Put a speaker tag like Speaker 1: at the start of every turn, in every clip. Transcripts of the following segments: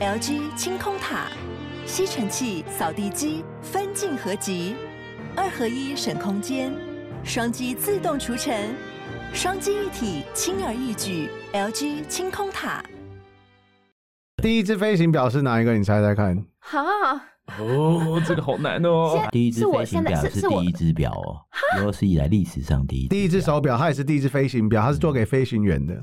Speaker 1: LG 清空塔、吸尘器、扫地机分镜合集，二合一省空间，双击自动除尘，双击一体轻而易举。LG 清空塔。
Speaker 2: 第一只飞行表是哪一个？你猜猜看。
Speaker 3: 哈，
Speaker 4: 哦，这个好难哦。
Speaker 5: 第一只
Speaker 3: 是我
Speaker 5: 飞行
Speaker 3: 现在
Speaker 5: 表
Speaker 3: 是
Speaker 5: 是
Speaker 3: 是我
Speaker 5: 第一只表哦，有史以来历史上第一。
Speaker 2: 第一只手表，它也是第一只飞行表，它是做给飞行员的。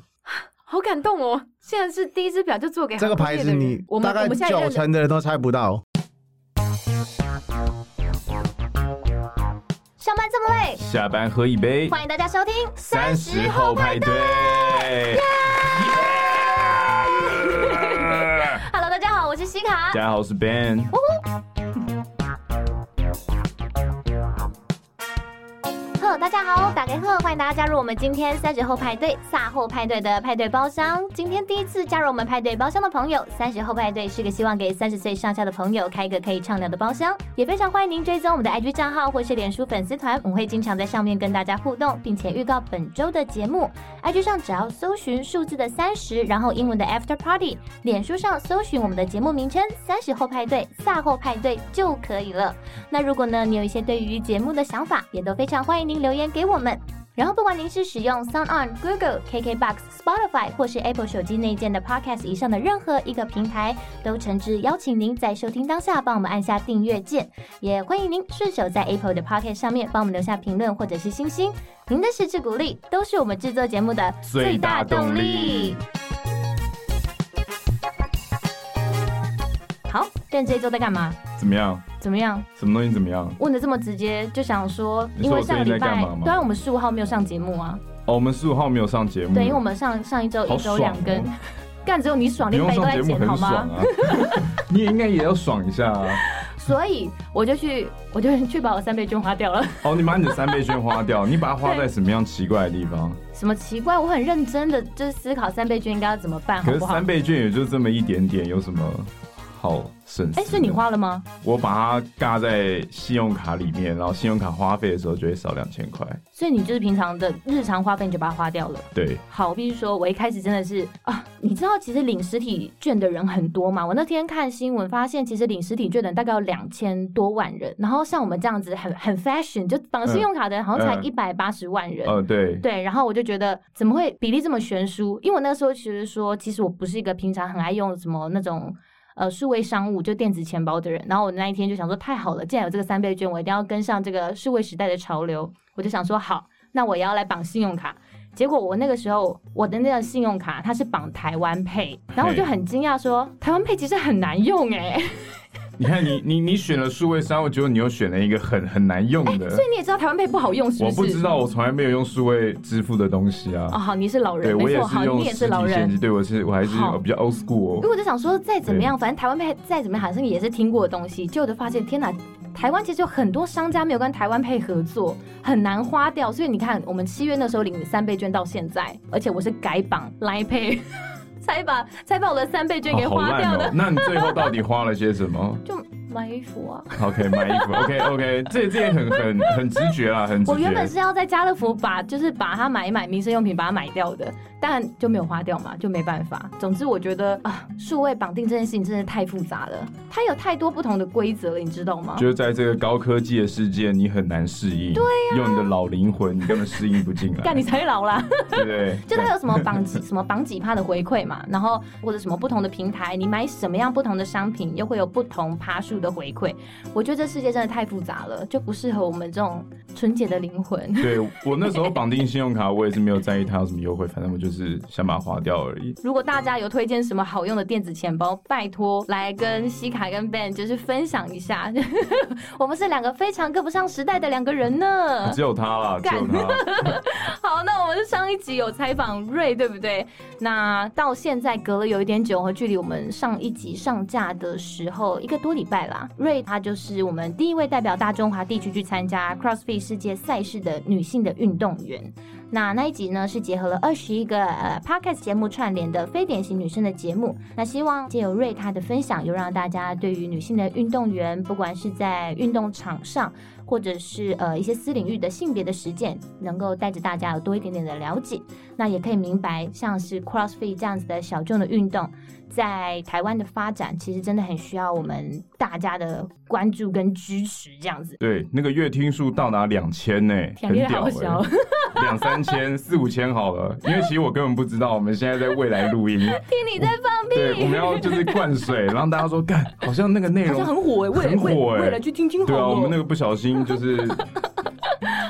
Speaker 3: 好感动哦！现在是第一只表就做给
Speaker 2: 这个
Speaker 3: 航空
Speaker 2: 牌
Speaker 3: 哎业
Speaker 2: 子
Speaker 3: 的人
Speaker 2: 你
Speaker 3: 我们
Speaker 2: 大
Speaker 3: 我
Speaker 2: 概
Speaker 3: 们现在
Speaker 2: 九
Speaker 3: 认得
Speaker 2: 成的人都猜不到。
Speaker 6: 上班这么累，
Speaker 4: 下班喝一杯，
Speaker 6: 欢迎大家收听
Speaker 4: 三十后派对。Yeah！
Speaker 6: Hello，大家好，我是西卡
Speaker 4: 大。家好，我是 Ben。
Speaker 6: 呵，大家好，打开呵，欢迎大家加入我们今天三十后派对撒后派对的派对包厢。今天第一次加入我们派对包厢的朋友，三十后派对是个希望给三十岁上下的朋友开一个可以畅聊的包厢，也非常欢迎您追踪我们的 IG 账号或是脸书粉丝团，我们会经常在上面跟大家互动，并且预告本周的节目。IG 上只要搜寻数字的三十，然后英文的 After Party，脸书上搜寻我们的节目名称“三十后派对”“赛后派对”就可以了。那如果呢，你有一些对于节目的想法，也都非常欢迎您留言给我们。然后，不管您是使用 Sound On、Google、KKBox、Spotify 或是 Apple 手机内建的 Podcast 以上的任何一个平台，都诚挚邀请您在收听当下帮我们按下订阅键，也欢迎您顺手在 Apple 的 Podcast 上面帮我们留下评论或者是星星。您的支持鼓励都是我们制作节目的
Speaker 4: 最大动力。
Speaker 6: 好，但这一周在干嘛？
Speaker 4: 怎么样？
Speaker 6: 怎么样？
Speaker 4: 什么东西怎么样？
Speaker 6: 问的这么直接，就想说，
Speaker 4: 你
Speaker 6: 因
Speaker 4: 说
Speaker 6: 为
Speaker 4: 我最
Speaker 6: 上个
Speaker 4: 近
Speaker 6: 礼
Speaker 4: 在干
Speaker 6: 拜
Speaker 4: 嘛吗，
Speaker 6: 对啊，我们十五号没有上节目啊，
Speaker 4: 哦，我们十五号没有上节目。
Speaker 6: 对，因为我们上上一周
Speaker 4: 好
Speaker 6: 一
Speaker 4: 爽
Speaker 6: 周两更，
Speaker 4: 哦
Speaker 6: 干只有你爽，
Speaker 4: 不
Speaker 6: 另
Speaker 4: 用
Speaker 6: 外
Speaker 4: 上
Speaker 6: 一个在
Speaker 4: 节目
Speaker 6: 剪好
Speaker 4: 很
Speaker 6: 吗
Speaker 4: 爽？啊。 你也应该也要爽一下啊。
Speaker 6: 所以我就去，我就去把我三倍券花掉了。
Speaker 4: 哦，你把你的三倍券花掉，你把它花在什么样奇怪的地方？
Speaker 6: 什么奇怪？我很认真的就是思考三倍券应该要怎么办，好
Speaker 4: 可是
Speaker 6: 不好？
Speaker 4: 三倍券也就这么一点点，有什么好省？
Speaker 6: 哎、所以你，花了吗？
Speaker 4: 我把它尬在信用卡里面，然后信用卡花费的时候就会少两千块。
Speaker 6: 所以你就是平常的日常花费你就把它花掉了。
Speaker 4: 对，
Speaker 6: 好，我必须说，我一开始真的是啊，你知道其实领实体券的人很多嘛？我那天看新闻发现，其实领实体券的人大概有两千多万人，然后像我们这样子很很 fashion，就绑信用卡的人好像才
Speaker 4: 嗯
Speaker 6: 一百八十万人。
Speaker 4: 呃，对，
Speaker 6: 对，然后我就觉得怎么会比例这么悬殊？因为我那时候其实说，其实我不是一个平常很爱用什么那种呃数位商务就电子钱包的人。然后我那一天就想说，太好了，既然有这个三倍券，我一定要跟上这个数位时代的潮流。我就想说，好，那我也要来绑信用卡。结果我那个时候我的那个信用卡它是绑台湾配，然后我就
Speaker 4: 嘿
Speaker 6: 很惊讶说，台湾配其实很难用哎、
Speaker 4: 你看你你你选了数位商务，结果你又选了一个很很难用的。
Speaker 6: 所以你也知道台湾配哎不好用是不
Speaker 4: 我
Speaker 6: 是？
Speaker 4: 不知道，我从来没有用数位支付的东西
Speaker 6: 哦，
Speaker 4: 啊。
Speaker 6: 好，你是老
Speaker 4: 对
Speaker 6: 人，
Speaker 4: 我
Speaker 6: 没
Speaker 4: 也
Speaker 6: 错，
Speaker 4: 是
Speaker 6: 好，你
Speaker 4: 用
Speaker 6: 也
Speaker 4: 实
Speaker 6: 是老
Speaker 4: 体现
Speaker 6: 人
Speaker 4: 金，。对我是我还是
Speaker 6: 好
Speaker 4: 比较 old school
Speaker 6: 因为
Speaker 4: 哦。
Speaker 6: 我就想说，再怎么样，反正台湾配再怎么样，好像也是听过的东西。就我就发现，天哪，台湾其实有很多商家没有跟台湾配合作，很难花掉。所以你看，我们七月那时候领三倍券到现在，而且我是改绑来配， 才把才把我的三倍券给
Speaker 4: 哦好
Speaker 6: 花
Speaker 4: 烂
Speaker 6: 掉的。
Speaker 4: 哦！ 那你最后到底花了些什么
Speaker 6: 就买衣服啊！
Speaker 4: ？OK，买衣服。OK OK，这这也很很很直觉啊，很直觉。
Speaker 6: 我原本是要在家乐福把就是把它买一买民生用品把它买掉的，但就没有花掉嘛，就没办法。总之我觉得啊，数位绑定这件事情真的太复杂了，它有太多不同的规则了，你知道吗？
Speaker 4: 就是在这个高科技的世界，你很难适哦应。对呀、用你的老灵魂，你根本适应不进来。
Speaker 6: 干你才老啦！
Speaker 4: 对不 对？
Speaker 6: 就它有什么绑几什么绑几趴的回馈嘛，然后或者什么不同的平台，你买什么样不同的商品，又会有不同趴数的回馈。我觉得这世界真的太复杂了，就不适合我们这种纯洁的灵魂。
Speaker 4: 对我那时候绑定信用卡，我也是没有在意它有什么优惠，反正我就是想把它花掉而 已。
Speaker 6: 如果大家有推荐什么好用的电子钱包，拜托来跟西卡跟 Ben 就是分享一下。 我们是两个非常跟不上时代的两个人呢。
Speaker 4: 只有它啦，只
Speaker 6: 干
Speaker 4: 有它。
Speaker 6: 好，那我们上一集有采访瑞，对不对？那到现在隔了有一点久，和距离我们上一集上架的时候一个多礼拜啦。瑞她就是我们第一位代表大中华地区去参加 CrossFit 世界赛事的女性的运动员。那那一集呢是结合了二十一个呃 podcast 节目串联的非典型女生的节目，那希望借由瑞她的分享，有让大家对于女性的运动员，不管是在运动场上或者是呃一些私领域的性别的实践，能够带着大家有多一点点的了解。那也可以明白，像是 CrossFit 这样子的小众的运动，在台湾的发展，其实真的很需要我们大家的关注跟支持。这样子，
Speaker 4: 对，那个月听数到达 两千呢，
Speaker 6: 感
Speaker 4: 很
Speaker 6: 觉
Speaker 4: 屌
Speaker 6: 好小
Speaker 4: 欸，两三千、四五千好了。因为其实我根本不知道我们现在在未来 录音，
Speaker 6: 听你在放
Speaker 4: 对，我 们要就是灌水， 让大家说，干，好像那个内容
Speaker 6: 火哎
Speaker 4: 很火哎、
Speaker 6: 听听
Speaker 4: 对啊，
Speaker 6: 了
Speaker 4: 我们那个不小心就是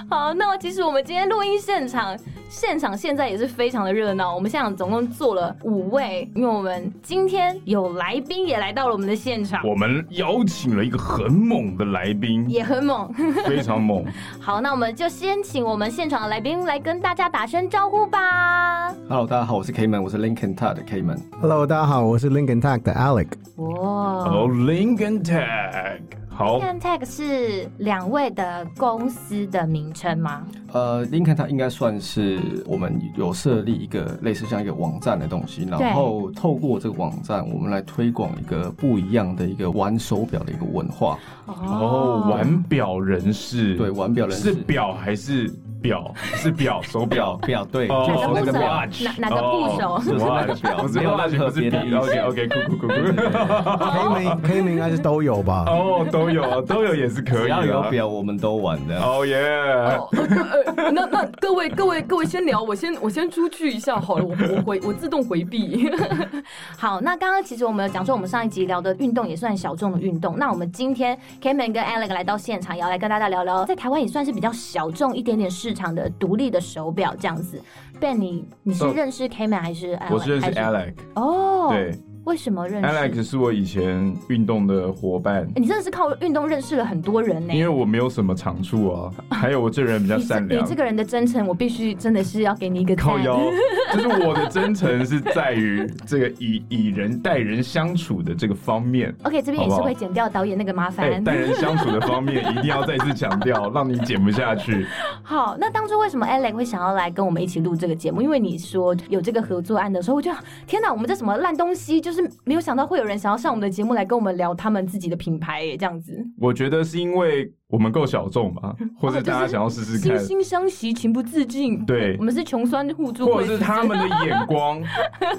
Speaker 6: 好，那其实我们今天录音现场，现场现在也是非常的热闹。我们现场总共坐了五位，因为我们今天有来宾也来到了我们的现场，
Speaker 4: 我们邀请了一个很猛的来 宾，
Speaker 6: 也很猛。
Speaker 4: 非常 猛。
Speaker 6: 好，那我们就先请我们现场的来宾来跟大家打声招呼吧。
Speaker 7: Hello，大家好，我是 K man，我是 Lincoln Todd 的 K man。
Speaker 2: Hello，大家好，我是 Lincoln Tech 的 Alec。
Speaker 6: 哇
Speaker 4: 哦、l i n c o l n Tag，好
Speaker 6: l，n Tag 是两位的公司的名称吗？
Speaker 7: 呃，Lincoln Todd 应该算是我们有设立一个类似像一个网站的东西，
Speaker 6: 对
Speaker 7: 然后透过这个网站，我们来推广一个不一样的一个玩手表的一个文化。
Speaker 4: 哦，玩表人士，
Speaker 7: 对，玩表人
Speaker 4: 是表还是 表？是表，手表
Speaker 7: 表。 表对，
Speaker 4: 哦
Speaker 7: 就
Speaker 6: 哪
Speaker 7: 是那
Speaker 6: 个部首
Speaker 7: 个表。
Speaker 4: watch，
Speaker 6: 哪哪个部首
Speaker 4: 哦
Speaker 7: 就是那个表
Speaker 4: watch，不是
Speaker 7: 没有
Speaker 4: watch，
Speaker 7: 任何
Speaker 4: 不是
Speaker 7: 别的意思
Speaker 4: OK OK，酷酷酷 酷。
Speaker 2: K 明 K 明应该是都有吧？
Speaker 4: 哦，都有，都有也是可
Speaker 7: 只
Speaker 4: 以的。
Speaker 7: 要有表，我们都玩的。
Speaker 4: 哦耶！
Speaker 8: 呃，那那各位各位各位先聊，我先我先出去一下好了，我我回我自动回避。
Speaker 6: 好，那刚刚其实我们有讲说，我们上一集聊的运动也算小众的运动。那我们今天 Kman 跟 Alec 来到现场，也要来跟大家聊聊，在台湾也算是比较小众一点点市场的独立的手表这样子。Ben，你你是
Speaker 4: 嗯
Speaker 6: 认识 Kman 还是 Alec？
Speaker 4: 我是认识
Speaker 6: 还
Speaker 4: Alec，
Speaker 6: 哦，
Speaker 4: 对，
Speaker 6: 为什么认识欸
Speaker 4: Alex 是我以前运动的伙伴，
Speaker 6: 你真的是靠运动认识了很多人呢、
Speaker 4: 因为我没有什么长处啊，还有我这人比较
Speaker 6: 你这
Speaker 4: 善
Speaker 6: 你
Speaker 4: 良
Speaker 6: 这。个人的真诚，我必须真的是要给你一个赞
Speaker 4: 靠腰， 就是我的真诚是在于这个以以人待人相处的这个方面。
Speaker 6: OK，这边也
Speaker 4: 好
Speaker 6: 是
Speaker 4: 不好
Speaker 6: 会剪掉导演那个麻
Speaker 4: 哎，
Speaker 6: 烦。
Speaker 4: 待人相处的方面一定要再次强调，让你减不下去。
Speaker 6: 好，那当初为什么 Alex 会想要来跟我们一起录这个节目？因为你说有这个合作案的时候，我就想天哪，我们这什么烂东西，就是没有想到会有人想要上我们的节目来跟我们聊他们自己的品牌耶，这样子。
Speaker 4: 我觉得是因为我们够小众 吧，或者大家想要试试
Speaker 6: 哦
Speaker 8: 惺
Speaker 4: 看，
Speaker 8: 惺相惜，情不自禁。
Speaker 4: 对
Speaker 8: 我，们是穷酸互助
Speaker 4: 或
Speaker 8: 会
Speaker 4: 者是他们的眼 光，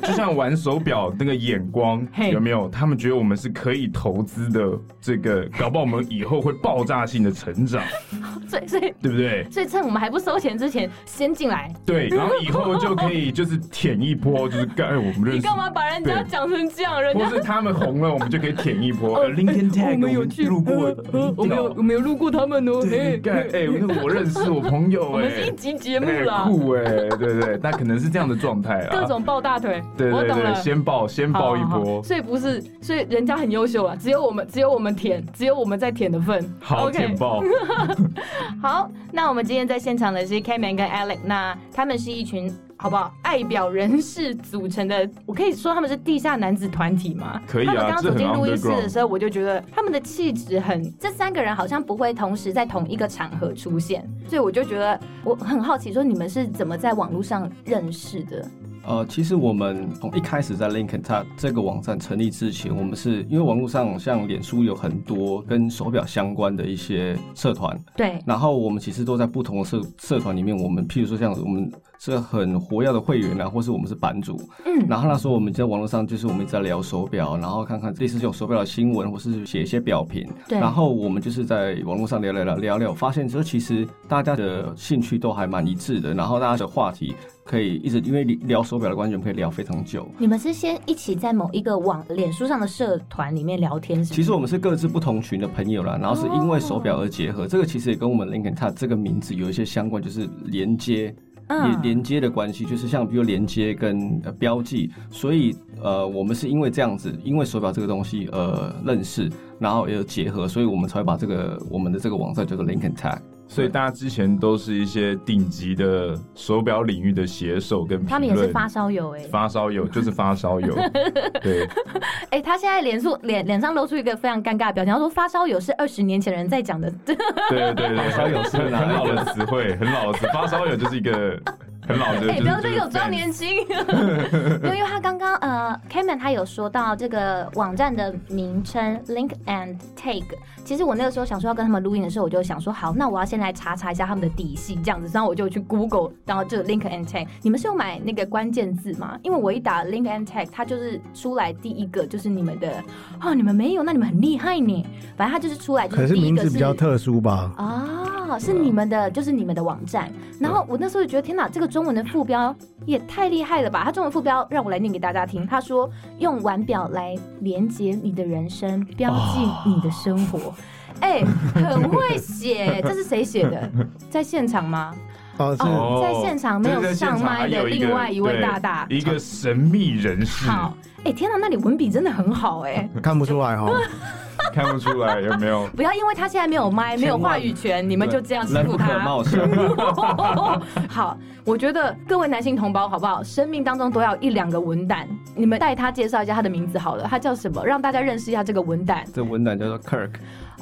Speaker 4: 就像玩手表那个眼光
Speaker 8: 嘿
Speaker 4: 有没有？他们觉得我们是可以投资的，这个搞不好我们以后会爆炸性的成长，
Speaker 6: 所以，所以，
Speaker 4: 对不对？
Speaker 6: 所以趁我们还不收钱之前，先进来。
Speaker 4: 对，然后以后就可以就是舔一波，就是干、哎我们认
Speaker 8: 你
Speaker 4: 识
Speaker 8: 干。嘛把人家
Speaker 4: 对
Speaker 8: 讲成这样？人
Speaker 4: 或
Speaker 8: 家
Speaker 4: 是他们红了，我们就可以舔一波。呃 Lincoln
Speaker 8: 哦
Speaker 4: Tag，
Speaker 8: 我们有去
Speaker 4: 路过
Speaker 8: 呃， 呃我没有我没有路过他们哦。
Speaker 4: 对，
Speaker 8: 嘿
Speaker 4: 干哎，那个我认识我朋友
Speaker 8: 我
Speaker 4: 哎
Speaker 8: 们是一，集节目
Speaker 4: 哎
Speaker 8: 啦，
Speaker 4: 酷哎，对对，那可能是这样的状态 啦。
Speaker 8: 各种抱大腿。
Speaker 4: 对
Speaker 8: 我
Speaker 4: 对
Speaker 8: 懂
Speaker 4: 对，
Speaker 8: 了。
Speaker 4: 先爆先爆一
Speaker 8: 好好
Speaker 4: 波
Speaker 8: 好，所以不是，所以人家很优秀啊，只有我们，只有我们舔，只有我们在舔的份。
Speaker 4: 好
Speaker 8: OK
Speaker 4: 舔爆。
Speaker 6: 好，那我们今天在现场的是 Kman 跟 Alex，那他们是一群好不好？
Speaker 8: 爱表人士组成的，
Speaker 6: 我可以说他们是地下男子团体吗？
Speaker 4: 可以
Speaker 8: 他们刚
Speaker 4: 啊，
Speaker 8: 刚
Speaker 4: 这
Speaker 8: 走
Speaker 4: 很
Speaker 8: 进录音室
Speaker 4: underground
Speaker 8: 的。时候，我就觉得
Speaker 6: 他们的气质很，这三个人好像不会同时在同一个场合出现，所以我就觉得我很好奇，说你们是怎么在网络上认识的？
Speaker 7: 呃，其实我们从一开始在 Lincoln 它这个网站成立之前，我们是因为网络上像脸书有很多跟手表相关的一些社团，
Speaker 6: 对，
Speaker 7: 然后我们其实都在不同的社社团里面，我们譬如说像我们是很活跃的会员啊，或是我们是版主，
Speaker 6: 嗯
Speaker 7: 然后那时候我们在网络上就是我们一直在聊手表，然后看看类似这种手表的新闻，或是写一些表评，
Speaker 6: 对
Speaker 7: 然后我们就是在网络上聊聊聊聊聊，发现说其实大家的兴趣都还蛮一致的，然后大家的话题可以一直因为聊手表的关系，我们可以聊非常久。
Speaker 6: 你们是先一起在某一个网脸书上的社团里面聊天，是吗？
Speaker 7: 其实我们是各自不同群的朋友啦，然后是因为手表而结合，这个其实也跟我们 Lincoln t 这个名字有一些相关，就是连接。
Speaker 6: 嗯
Speaker 7: 连连接的关系，就是像比如连接跟、呃、标记，所以呃，我们是因为这样子，因为手表这个东西呃认识，然后也有结合，所以我们才会把这个我们的这个网站叫做 Lincoln Tag。
Speaker 4: 所以大家之前都是一些顶级的手表领域的写手跟评论
Speaker 6: 他们也是发烧友哎、欸，
Speaker 4: 发烧友，就是发 烧友。对，
Speaker 6: 哎、他现在脸上脸脸上露出一个非常尴尬的表情，他说发烧友是二十年前的人在讲的，
Speaker 4: 对对对，
Speaker 7: 发烧友是
Speaker 4: 很
Speaker 7: 哪一
Speaker 4: 很老
Speaker 7: 个
Speaker 4: 的词汇，很老的词。发烧友就是一个很老的。就
Speaker 6: 哎、
Speaker 4: 是
Speaker 6: 不要再
Speaker 4: 就是
Speaker 6: 给我装
Speaker 4: fans
Speaker 6: 年轻， 因为他刚刚呃，Cameron 他有说到这个网站的名称 Link and Take，其实我那个时候想说要跟他们录音的时候，我就想说好，那我要先来查查一下他们的底细这样子，然后我就去 Google，然后就 Link and Take，你们是有买那个关键字吗？因为我一打 Link and Take，它就是出来第一个就是你们的哦，你们没有，那你们很厉害呢，反正它就是出来就
Speaker 2: 可
Speaker 6: 是
Speaker 2: 是
Speaker 6: 第一
Speaker 2: 名
Speaker 6: 个
Speaker 2: 字
Speaker 6: 是
Speaker 2: 比较特殊吧？
Speaker 6: 哦，是
Speaker 7: 啊
Speaker 6: 你们的，就是你们的网站。然后我那时候就觉得，天哪，这个中文的副标也太厉害了吧！它中文副标让我来念给大家听。他说：“用腕表来连接你的人生，标记你的生
Speaker 7: 哦
Speaker 6: 活。哎、很会写，这是谁写 的？在现场吗？
Speaker 2: 哦，是
Speaker 6: 哦
Speaker 4: 哦
Speaker 6: 在现场没有
Speaker 4: 这是在现
Speaker 6: 上
Speaker 4: 场
Speaker 6: 麦的
Speaker 4: 还有个
Speaker 6: 另外一位
Speaker 4: 对
Speaker 6: 大大
Speaker 4: 一个神秘人
Speaker 7: 嗯
Speaker 4: 士，
Speaker 6: 好，哎、天哪，那你文笔真的很好哎、
Speaker 2: 看不出来哦 哈。
Speaker 4: 看不出来有没 有？
Speaker 6: 不要因为他现在没有麦，没有
Speaker 7: 千万
Speaker 6: 话语权，你们就这样欺
Speaker 7: 人
Speaker 6: 负
Speaker 7: 不
Speaker 6: 他。
Speaker 7: 可貌相。
Speaker 6: 好，我觉得各位男性同胞，好不好？生命当中都要有一两个文胆，你们带他介绍一下他的名字好了，他叫什么，让大家认识一下这个文胆。
Speaker 7: 这文档叫做 Kirk，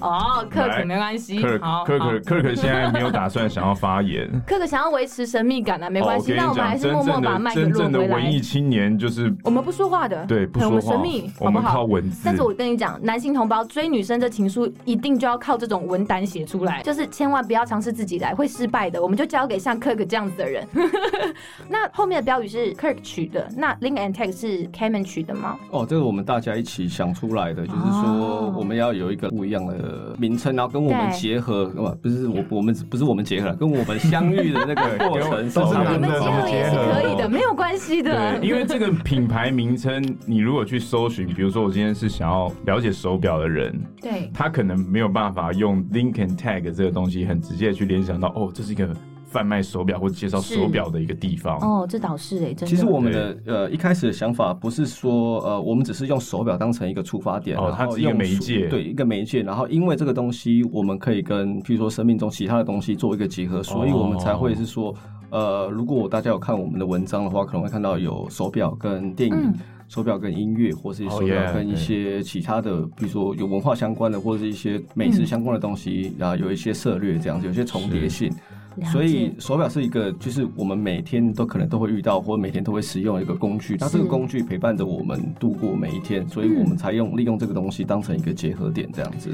Speaker 6: 哦，克可
Speaker 4: 来
Speaker 6: 没关系，
Speaker 4: 克
Speaker 6: 好，
Speaker 4: 克
Speaker 6: 好
Speaker 4: 克克克现在没有打算想要发言。
Speaker 6: 克可想要维持神秘感 啊，没
Speaker 4: 哦
Speaker 6: 关
Speaker 4: 我
Speaker 6: 系，
Speaker 4: 跟你
Speaker 6: 那我们
Speaker 4: 讲
Speaker 6: 还是
Speaker 4: 真
Speaker 6: 默默
Speaker 4: 正的
Speaker 6: 把麦给
Speaker 4: 真
Speaker 6: 录
Speaker 4: 正的
Speaker 6: 回
Speaker 4: 文
Speaker 6: 来
Speaker 4: 艺。青年就是
Speaker 6: 我们不说话的，
Speaker 4: 对不
Speaker 6: 很
Speaker 4: 说话，
Speaker 6: 神秘，
Speaker 4: 我们
Speaker 6: 好不
Speaker 4: 靠
Speaker 6: 好？
Speaker 4: 文字。
Speaker 6: 但是我跟你讲，男性同胞追女生这情书一定就要靠这种文胆写出来，就是千万不要尝试自己来，会失败的。我们就交给像 Kirk 这样子的人。 那后面的标语是 Kirk 取的，那 Link and Tag 是 Cameron 取的吗？
Speaker 7: 哦，这个我们大家一起想出来的，就是说
Speaker 6: 哦
Speaker 7: 我们要有一个不一样的名称，然后跟我们
Speaker 6: 对
Speaker 7: 结合，呃不是我我们不是我们结合，跟我们相遇的那个过程
Speaker 4: 跟我
Speaker 7: 找到
Speaker 4: 都
Speaker 6: 你
Speaker 4: 是
Speaker 7: 一
Speaker 6: 们
Speaker 7: 个
Speaker 4: 男
Speaker 6: 结
Speaker 4: 的
Speaker 6: 合也是可以的，没有关系的。
Speaker 4: 对，因为这个品牌名称，你如果去搜寻，比如说我今天是想要了解手表的人，
Speaker 6: 对，
Speaker 4: 他可能没有办法用 link and tag 这个东西很直接地去联想到，哦，这是一个贩卖手表或介绍手表的一个地方。
Speaker 6: 哦，这倒是哎、真的。
Speaker 7: 其实我们的呃一开始的想法不是说呃我们只是用手表当成一个出发点，
Speaker 4: 哦它
Speaker 7: 然后
Speaker 4: 只是一个
Speaker 7: 用
Speaker 4: 媒介
Speaker 7: 对一个媒介，然后因为这个东西我们可以跟譬如说生命中其他的东西做一个结合，所
Speaker 4: 哦
Speaker 7: 以我们才会是说呃如果大家有看我们的文章的话，可能会看到有手表跟电影。
Speaker 6: 嗯
Speaker 7: 手表跟音乐，或是
Speaker 4: 哦
Speaker 7: 手表
Speaker 4: yeah，
Speaker 7: 跟一些其他的比如说有文化相关的，或者是一些美
Speaker 6: 嗯
Speaker 7: 食相关的东西，然后有一些策略这样子，有一些重叠性。
Speaker 6: 了解
Speaker 7: 所以手表是一个，就是我们每天都可能都会遇到，或每天都会使用的一个工具。那这个工具陪伴着我们度过每一天，所以我们才用利用这个东西当成一个结合点，这样子。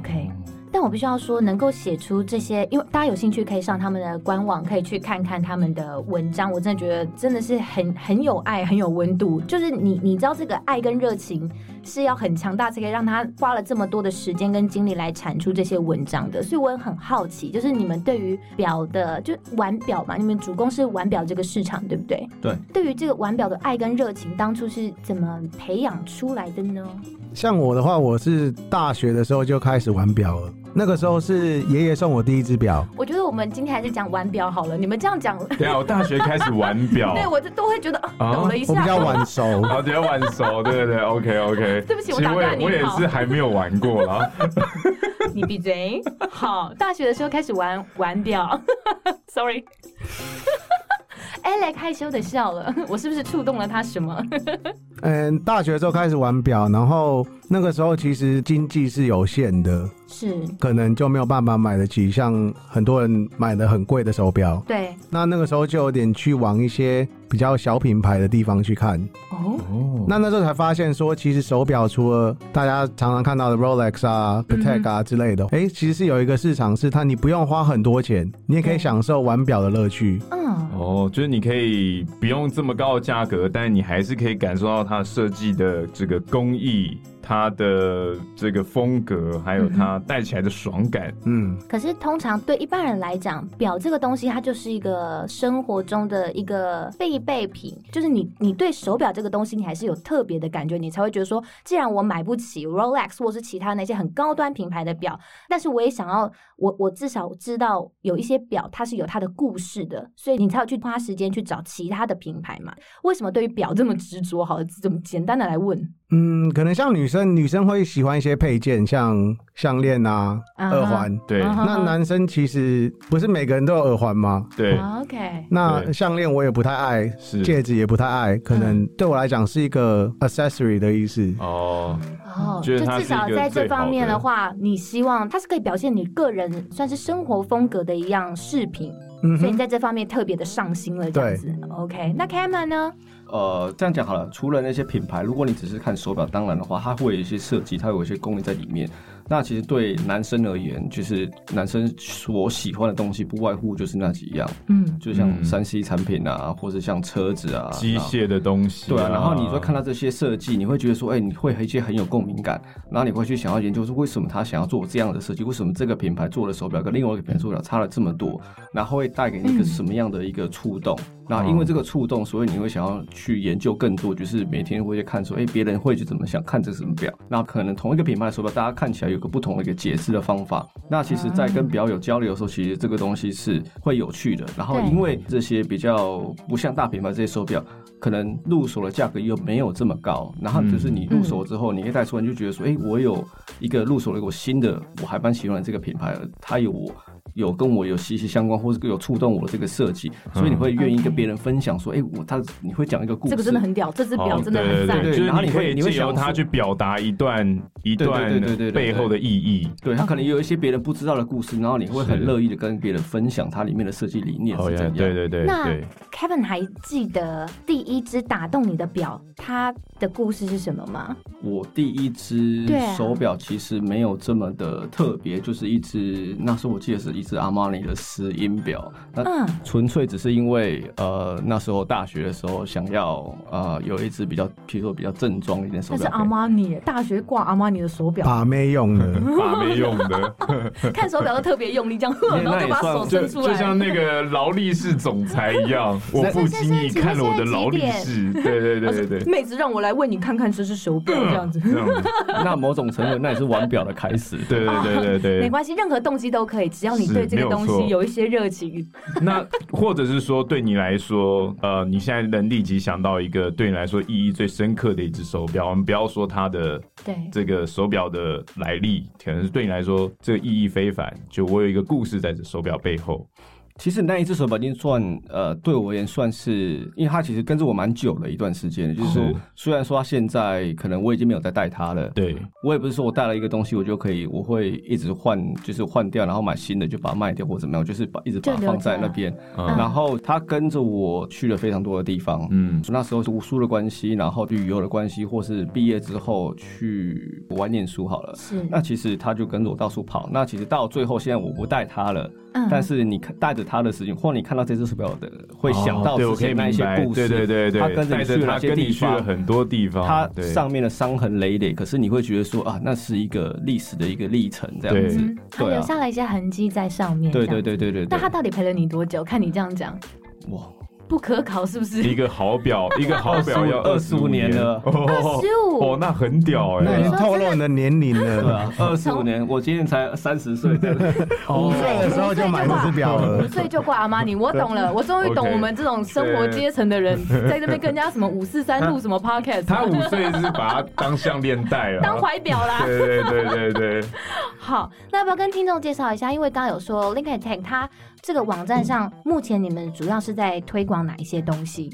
Speaker 6: OK，但我必须要说，能够写出这些，因为大家有兴趣可以上他们的官网，可以去看看他们的文章。我真的觉得真的是很很有爱，很有温度。就是你你知道这个爱跟热情是要很强大，才可以让他花了这么多的时间跟精力来产出这些文章的。所以我也很好奇，就是你们对于表的，就腕表嘛，你们主攻是腕表这个市场，对不对？
Speaker 7: 对。
Speaker 6: 对于这个腕表的爱跟热情，当初是怎么培养出来的呢？
Speaker 2: 像我的话，我是大学的时候就开始玩表了，那个时候是爷爷送我第一只表。
Speaker 6: 我觉得我们今天还是讲腕表好了。你们这样讲，
Speaker 4: 对啊，我大学开始玩 表，
Speaker 6: 对我就都会觉得啊，
Speaker 4: 啊
Speaker 6: 懂了一
Speaker 2: 我比
Speaker 6: 下。
Speaker 2: 较晚熟，
Speaker 4: 然后比较晚熟，对对 对，OK OK。
Speaker 6: 对不起
Speaker 4: 其
Speaker 6: 我
Speaker 4: 实
Speaker 6: 打
Speaker 4: 我
Speaker 6: 断
Speaker 4: 也
Speaker 6: 你
Speaker 4: 我也
Speaker 6: 好
Speaker 4: 是还没有玩过 啦。
Speaker 6: 你闭嘴。好，大学的时候开始玩腕表 ，sorry。Alex 害羞的笑了， 我是不是触动了他什么？
Speaker 2: 嗯，大学的时候开始玩表，然后那个时候其实经济是有限的，
Speaker 6: 是
Speaker 2: 可能就没有办法买得起像很多人买的很贵的手表。
Speaker 6: 对
Speaker 2: 那那个时候就有点去往一些比较小品牌的地方去看。
Speaker 6: 哦，
Speaker 4: 哦，
Speaker 2: 那那时候才发现说，其实手表除了大家常常看到的 Rolex 啊、Patek
Speaker 6: 嗯
Speaker 2: 啊之类的，哎、其实是有一个市场是它你不用花很多钱，你也可以
Speaker 6: 对
Speaker 2: 享受玩表的乐趣。
Speaker 6: 嗯，
Speaker 4: 哦，就是你可以不用这么高的价格，但你还是可以感受到它设计的这个工艺、它的这个风格，还有
Speaker 6: 嗯
Speaker 4: 它戴起来的爽感。
Speaker 2: 嗯，
Speaker 6: 可是通常对一般人来讲，表这个东西它就是一个生活中的一个必备品，就是你你对手表这个东西你还是有特别的感觉，你才会觉得说，既然我买不起 Rolex 或是其他那些很高端品牌的表，但是我也想要，我我至少知道有一些表它是有它的故事的，所以你才有去花时间去找其他的品牌嘛。为什么对于表这么执着？好，这么简单的来问，
Speaker 2: 嗯，可能像女生，女生会喜欢一些配件，像项链啊、
Speaker 6: 啊
Speaker 2: 耳环。
Speaker 4: 对、
Speaker 6: 啊哈
Speaker 2: 那男生其实不是每个人都有耳环吗？
Speaker 6: 嗯
Speaker 4: 对，
Speaker 6: ，OK，
Speaker 2: 那
Speaker 4: 对
Speaker 2: 项链我也不太爱，
Speaker 4: 是
Speaker 2: 戒指也不太爱，可
Speaker 6: 嗯
Speaker 2: 能对我来讲是一个 accessory 的意思。
Speaker 4: 哦，
Speaker 6: 哦，
Speaker 4: 觉
Speaker 6: 就
Speaker 4: 得它
Speaker 6: 至
Speaker 4: 是一
Speaker 6: 少
Speaker 4: 个
Speaker 6: 在这
Speaker 4: 最好
Speaker 6: 方面的
Speaker 4: 的
Speaker 6: 话，你希望它是可以表现你个人算是生活风格的一样饰品。
Speaker 2: 嗯
Speaker 6: 所以你
Speaker 2: 哼，
Speaker 6: 在这方面特别的上心了，这样子。OK，那 Cameron 呢？
Speaker 7: 呃，这样讲好了，除了那些品牌，如果你只是看手表，当然的话，它会有一些设计，它有一些功能在里面。那其实对男生而言，就是男生所喜欢的东西，不外乎就是那几样，
Speaker 8: 嗯，
Speaker 7: 就像
Speaker 4: 嗯
Speaker 7: 三 C 产品啊，或是像车子啊，
Speaker 4: 机
Speaker 7: 然后
Speaker 4: 械的东西、
Speaker 7: 对啊，然后你会看到这些设计，你会觉得说，哎、你会有一些很有共鸣感，然后你会去想要研究说，为什么他想要做这样的设计，为什么这个品牌做的手表跟另外一个品牌做的手表差了这么多，然后会带给你一个什么样的一个触动？然后因为这个触动，所以你会想要去研究更多，就是每天会去看说，哎、别人会去怎么想看这什么表？那可能同一个品牌的手表，大家看起来有个不同的一个解释的方法。那其实，在跟表友交流的时候，其实这个东西是会有趣的。然后
Speaker 6: 对
Speaker 7: 因为这些比较不像大品牌这些手表，可能入手的价格又没有这么高，然后就是你
Speaker 8: 嗯
Speaker 7: 入手之后，你可以带出来，你就觉得说，哎、我有一个入手了一个我新的，我还蛮喜欢的这个品牌的，它有我有跟我有息息相关，或者有触动我的这个设计，
Speaker 8: 嗯
Speaker 7: 所以你会愿意跟别人分享说，哎、我他你会讲一个故事，
Speaker 8: 这个真的很屌，这只表
Speaker 4: 哦
Speaker 8: 真的很赞。
Speaker 4: 对对对，
Speaker 7: 对然
Speaker 4: 就是
Speaker 7: 后
Speaker 4: 你
Speaker 7: 你
Speaker 4: 可
Speaker 7: 会
Speaker 4: 以
Speaker 7: 你会
Speaker 4: 借由
Speaker 7: 想
Speaker 4: 它
Speaker 7: 说
Speaker 4: 去表达一段一
Speaker 7: 对对对
Speaker 4: 段
Speaker 7: 对对对对
Speaker 4: 背后的意义。
Speaker 7: 对他可
Speaker 8: 嗯
Speaker 7: 能有一些别人不知道的故事，然后你会很
Speaker 4: 是
Speaker 7: 乐意的跟别人分享它里面的设计理念是
Speaker 4: 哦
Speaker 7: 怎
Speaker 4: 呀，
Speaker 7: 样。
Speaker 4: 对对对
Speaker 6: 那
Speaker 4: 对，
Speaker 6: Kevin 还记得第一只打动你的表，它的故事是什么吗？
Speaker 7: 我第一只
Speaker 6: 对啊
Speaker 7: 手表其实没有这么的特别，就是一只那时候我记得是一只阿玛尼的石英表，那
Speaker 6: 嗯
Speaker 7: 纯粹只是因为呃那时候大学的时候想要呃有一只比较，譬如说比较正装一点的手
Speaker 8: 那是
Speaker 7: 表可以，
Speaker 8: 阿玛尼，大学挂阿玛尼的手
Speaker 4: 啊
Speaker 8: 表，
Speaker 2: 把妹用的。
Speaker 4: 把没用的，
Speaker 8: 看手表都特别用力，这样，
Speaker 7: 那
Speaker 8: 然后就把
Speaker 7: 也算
Speaker 8: 手
Speaker 4: 就
Speaker 8: 伸出
Speaker 4: 就像
Speaker 8: 来。
Speaker 4: 那个劳力士总裁一 样，我不经意看了我的劳力士，对对 对对对，
Speaker 8: 妹子，让我来为你看看这只手表，
Speaker 4: 嗯
Speaker 8: 这样子。
Speaker 4: 这样子，
Speaker 7: 那某种程度那也是玩表的开始。
Speaker 4: 对对对对
Speaker 6: 没
Speaker 4: 对。
Speaker 6: 关系，任何动机都可以，只要你
Speaker 4: 是
Speaker 6: 对这
Speaker 4: 没
Speaker 6: 个
Speaker 4: 有
Speaker 6: 东
Speaker 4: 错
Speaker 6: 西有一些热情。
Speaker 4: 那或者是说，对你来说，呃，你现在能立即想到一个对你来说意义最深刻的一只手表，我们不要说它的
Speaker 6: 对，
Speaker 4: 这个手表的来历，可能是对你来说这个意义非凡。就我有一个故事在这手表背后，
Speaker 7: 其实那一只手表已经算呃，对我而言算是，因为它其实跟着我蛮久的一段时间，就是说
Speaker 4: 是
Speaker 7: 虽然说它现在可能我已经没有再戴它了，
Speaker 4: 对，
Speaker 7: 我也不是说我带了一个东西我就可以，我会一直换，就是换掉，然后买新的就把它卖掉或怎么样，就是把一直把它
Speaker 6: 就留着
Speaker 7: 放在那边。
Speaker 4: 嗯
Speaker 7: 然后它跟着我去了非常多的地方，
Speaker 4: 嗯，
Speaker 7: 那时候读书的关系，然后旅游的关系，或是毕业之后去国外念书好了。
Speaker 6: 是，
Speaker 7: 那其实它就跟着我到处跑。那其实到最后，现在我不带它了，
Speaker 6: 嗯
Speaker 7: 但是你看带着它的事情，或你看到这只手表的，会想
Speaker 4: 哦
Speaker 7: 到
Speaker 4: 对
Speaker 7: 之
Speaker 4: 我可以
Speaker 7: 前那一
Speaker 4: 明
Speaker 7: 些
Speaker 4: 白
Speaker 7: 故事，
Speaker 4: 对对对对，
Speaker 7: 它跟着
Speaker 4: 带
Speaker 7: 你去
Speaker 4: 着
Speaker 7: 了
Speaker 4: 它
Speaker 7: 哪些
Speaker 4: 跟你
Speaker 7: 地
Speaker 4: 去了
Speaker 7: 方，
Speaker 4: 很多地方，
Speaker 7: 它
Speaker 4: 对
Speaker 7: 上面的伤痕累累，可是你会觉得说啊，那是一个历史的一个历程这样
Speaker 4: 对
Speaker 7: 子。
Speaker 6: 嗯，它
Speaker 7: 对啊
Speaker 6: 留下了一些痕迹在上面。
Speaker 7: 对
Speaker 6: 这
Speaker 7: 对
Speaker 6: 样子。
Speaker 7: 对对对
Speaker 8: 那
Speaker 7: 对
Speaker 8: 他，到底陪了你多久？看你这样讲，
Speaker 7: 哇，
Speaker 8: 不可考是不是？
Speaker 4: 一个好 表，一个好表要
Speaker 7: 25
Speaker 4: 25
Speaker 7: 年了
Speaker 4: 哦
Speaker 6: 25
Speaker 4: 哦，那很屌
Speaker 2: 那已
Speaker 4: 哎
Speaker 2: 经，透露你的年龄
Speaker 7: 对
Speaker 2: 了。
Speaker 7: 啊，二十五年，我今年才三十岁， 这样
Speaker 4: 哦
Speaker 2: 五岁的时候就买这只表
Speaker 8: 五
Speaker 2: 了。
Speaker 8: 岁就挂阿玛尼，我懂了，我终于懂
Speaker 4: OK
Speaker 8: 我们这种生活阶层的人在这边跟人家什么五四三录什么 podcast，
Speaker 4: 他五岁是把它当项链戴了，
Speaker 8: 当怀表啦。
Speaker 4: 对对对对对，
Speaker 6: 好，那要不要跟听众介绍一下？因为刚刚有说 Link Tech 它这个网站上，目前你们主要是在推广哪一些东西？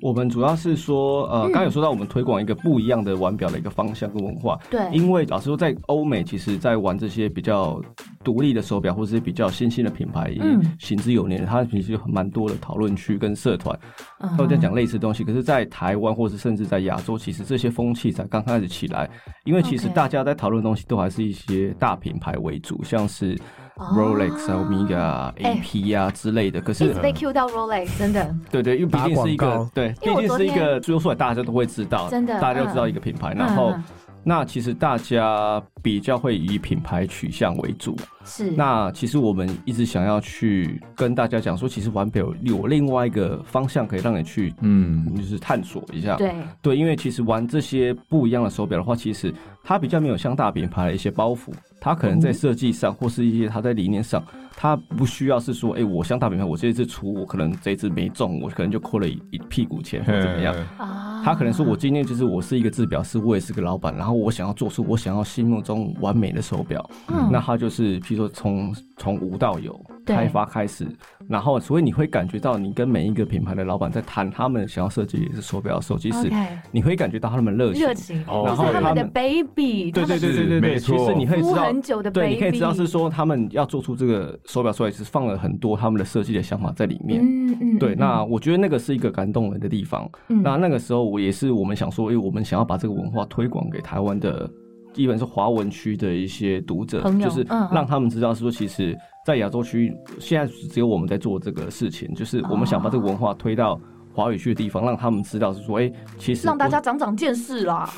Speaker 7: 我们主要是说，
Speaker 6: 嗯
Speaker 7: 呃，刚刚有说到我们推广一个不一样的玩表的一个方向跟文化，
Speaker 6: 对，
Speaker 7: 因为老实说，在欧美，其实在玩这些比较独立的手表或者是比较新兴的品牌，已经
Speaker 6: 嗯
Speaker 7: 行之有年，它其实有蛮多的讨论区跟社团
Speaker 6: 啊嗯
Speaker 7: 都在讲类似的东西。可是，在台湾或是甚至在亚洲，其实这些风气才刚开始起来，因为其实
Speaker 6: OK
Speaker 7: 大家在讨论的东西都还是一些大品牌为主，像是
Speaker 6: 哦
Speaker 7: Rolex 啊、Omega、
Speaker 6: 哎
Speaker 7: AP 啊之类的。可
Speaker 6: 一
Speaker 7: 是
Speaker 6: 直，被 Q 到 Rolex，真 的，
Speaker 7: 对对，因为毕
Speaker 2: 打
Speaker 7: 竟是一
Speaker 2: 广
Speaker 7: 个
Speaker 2: 告
Speaker 7: 对，
Speaker 6: 因为我
Speaker 7: 毕竟
Speaker 6: 昨
Speaker 7: 是一
Speaker 6: 天
Speaker 7: 个说出来大家都会知道，
Speaker 6: 真的
Speaker 7: 大家都知道
Speaker 6: 嗯
Speaker 7: 一个品牌，然后。
Speaker 6: 嗯
Speaker 7: 那其实大家比较会以品牌取向为主。
Speaker 6: 是
Speaker 7: 那其实我们一直想要去跟大家讲说，其实玩表有另外一个方向可以让你去，
Speaker 4: 嗯，
Speaker 7: 就是探索一下。
Speaker 6: 对，
Speaker 7: 对，因为其实玩这些不一样的手表的话，其实它比较没有像大品牌的一些包袱，它可能在设计上或是一些它在理念上，它不需要是说，哎、我像大品牌，我这一次出，我可能这一次没中，我可能就亏了一一屁股钱或怎么样。
Speaker 6: 啊
Speaker 7: 他可能说，我今天就是我是一个制表师，我也是个老板，然后我想要做出我想要心目中完美的手表，
Speaker 6: 嗯
Speaker 7: 那他就是譬如说从从无到有，
Speaker 6: 对
Speaker 7: 开发开始，然后所以你会感觉到你跟每一个品牌的老板在谈他们想要设计的手表、手机时，
Speaker 3: OK，
Speaker 7: 你会感觉到他们的热情
Speaker 3: 热。情，
Speaker 4: 哦
Speaker 7: 然
Speaker 3: 就
Speaker 7: 后
Speaker 3: 是他们
Speaker 7: 他
Speaker 3: 的
Speaker 7: 们
Speaker 3: baby，
Speaker 7: 对对对对对
Speaker 4: 没
Speaker 7: 对，其
Speaker 4: 错
Speaker 7: 实你会知
Speaker 3: 敷
Speaker 7: 道
Speaker 3: 很久的 baby，
Speaker 7: 对，你可以知道是说他们要做出这个手表出来，是放了很多他们的设计的想法在里面。
Speaker 3: 嗯嗯，
Speaker 7: 对，
Speaker 3: 嗯
Speaker 7: 那我觉得那个是一个感动人的地方。
Speaker 3: 嗯
Speaker 7: 那那个时候我也是我们想说，因为我们想要把这个文化推广给台湾的，基本是华文区的一些读者
Speaker 3: 朋，友
Speaker 7: 就是
Speaker 3: 嗯
Speaker 7: 让他们知道说，其实，在亚洲区现在只有我们在做这个事情，就是我们想把这个文化推到。华语区的地方，让他们知道是说，哎、其实
Speaker 8: 让大
Speaker 7: 我
Speaker 8: 家长长见识啦。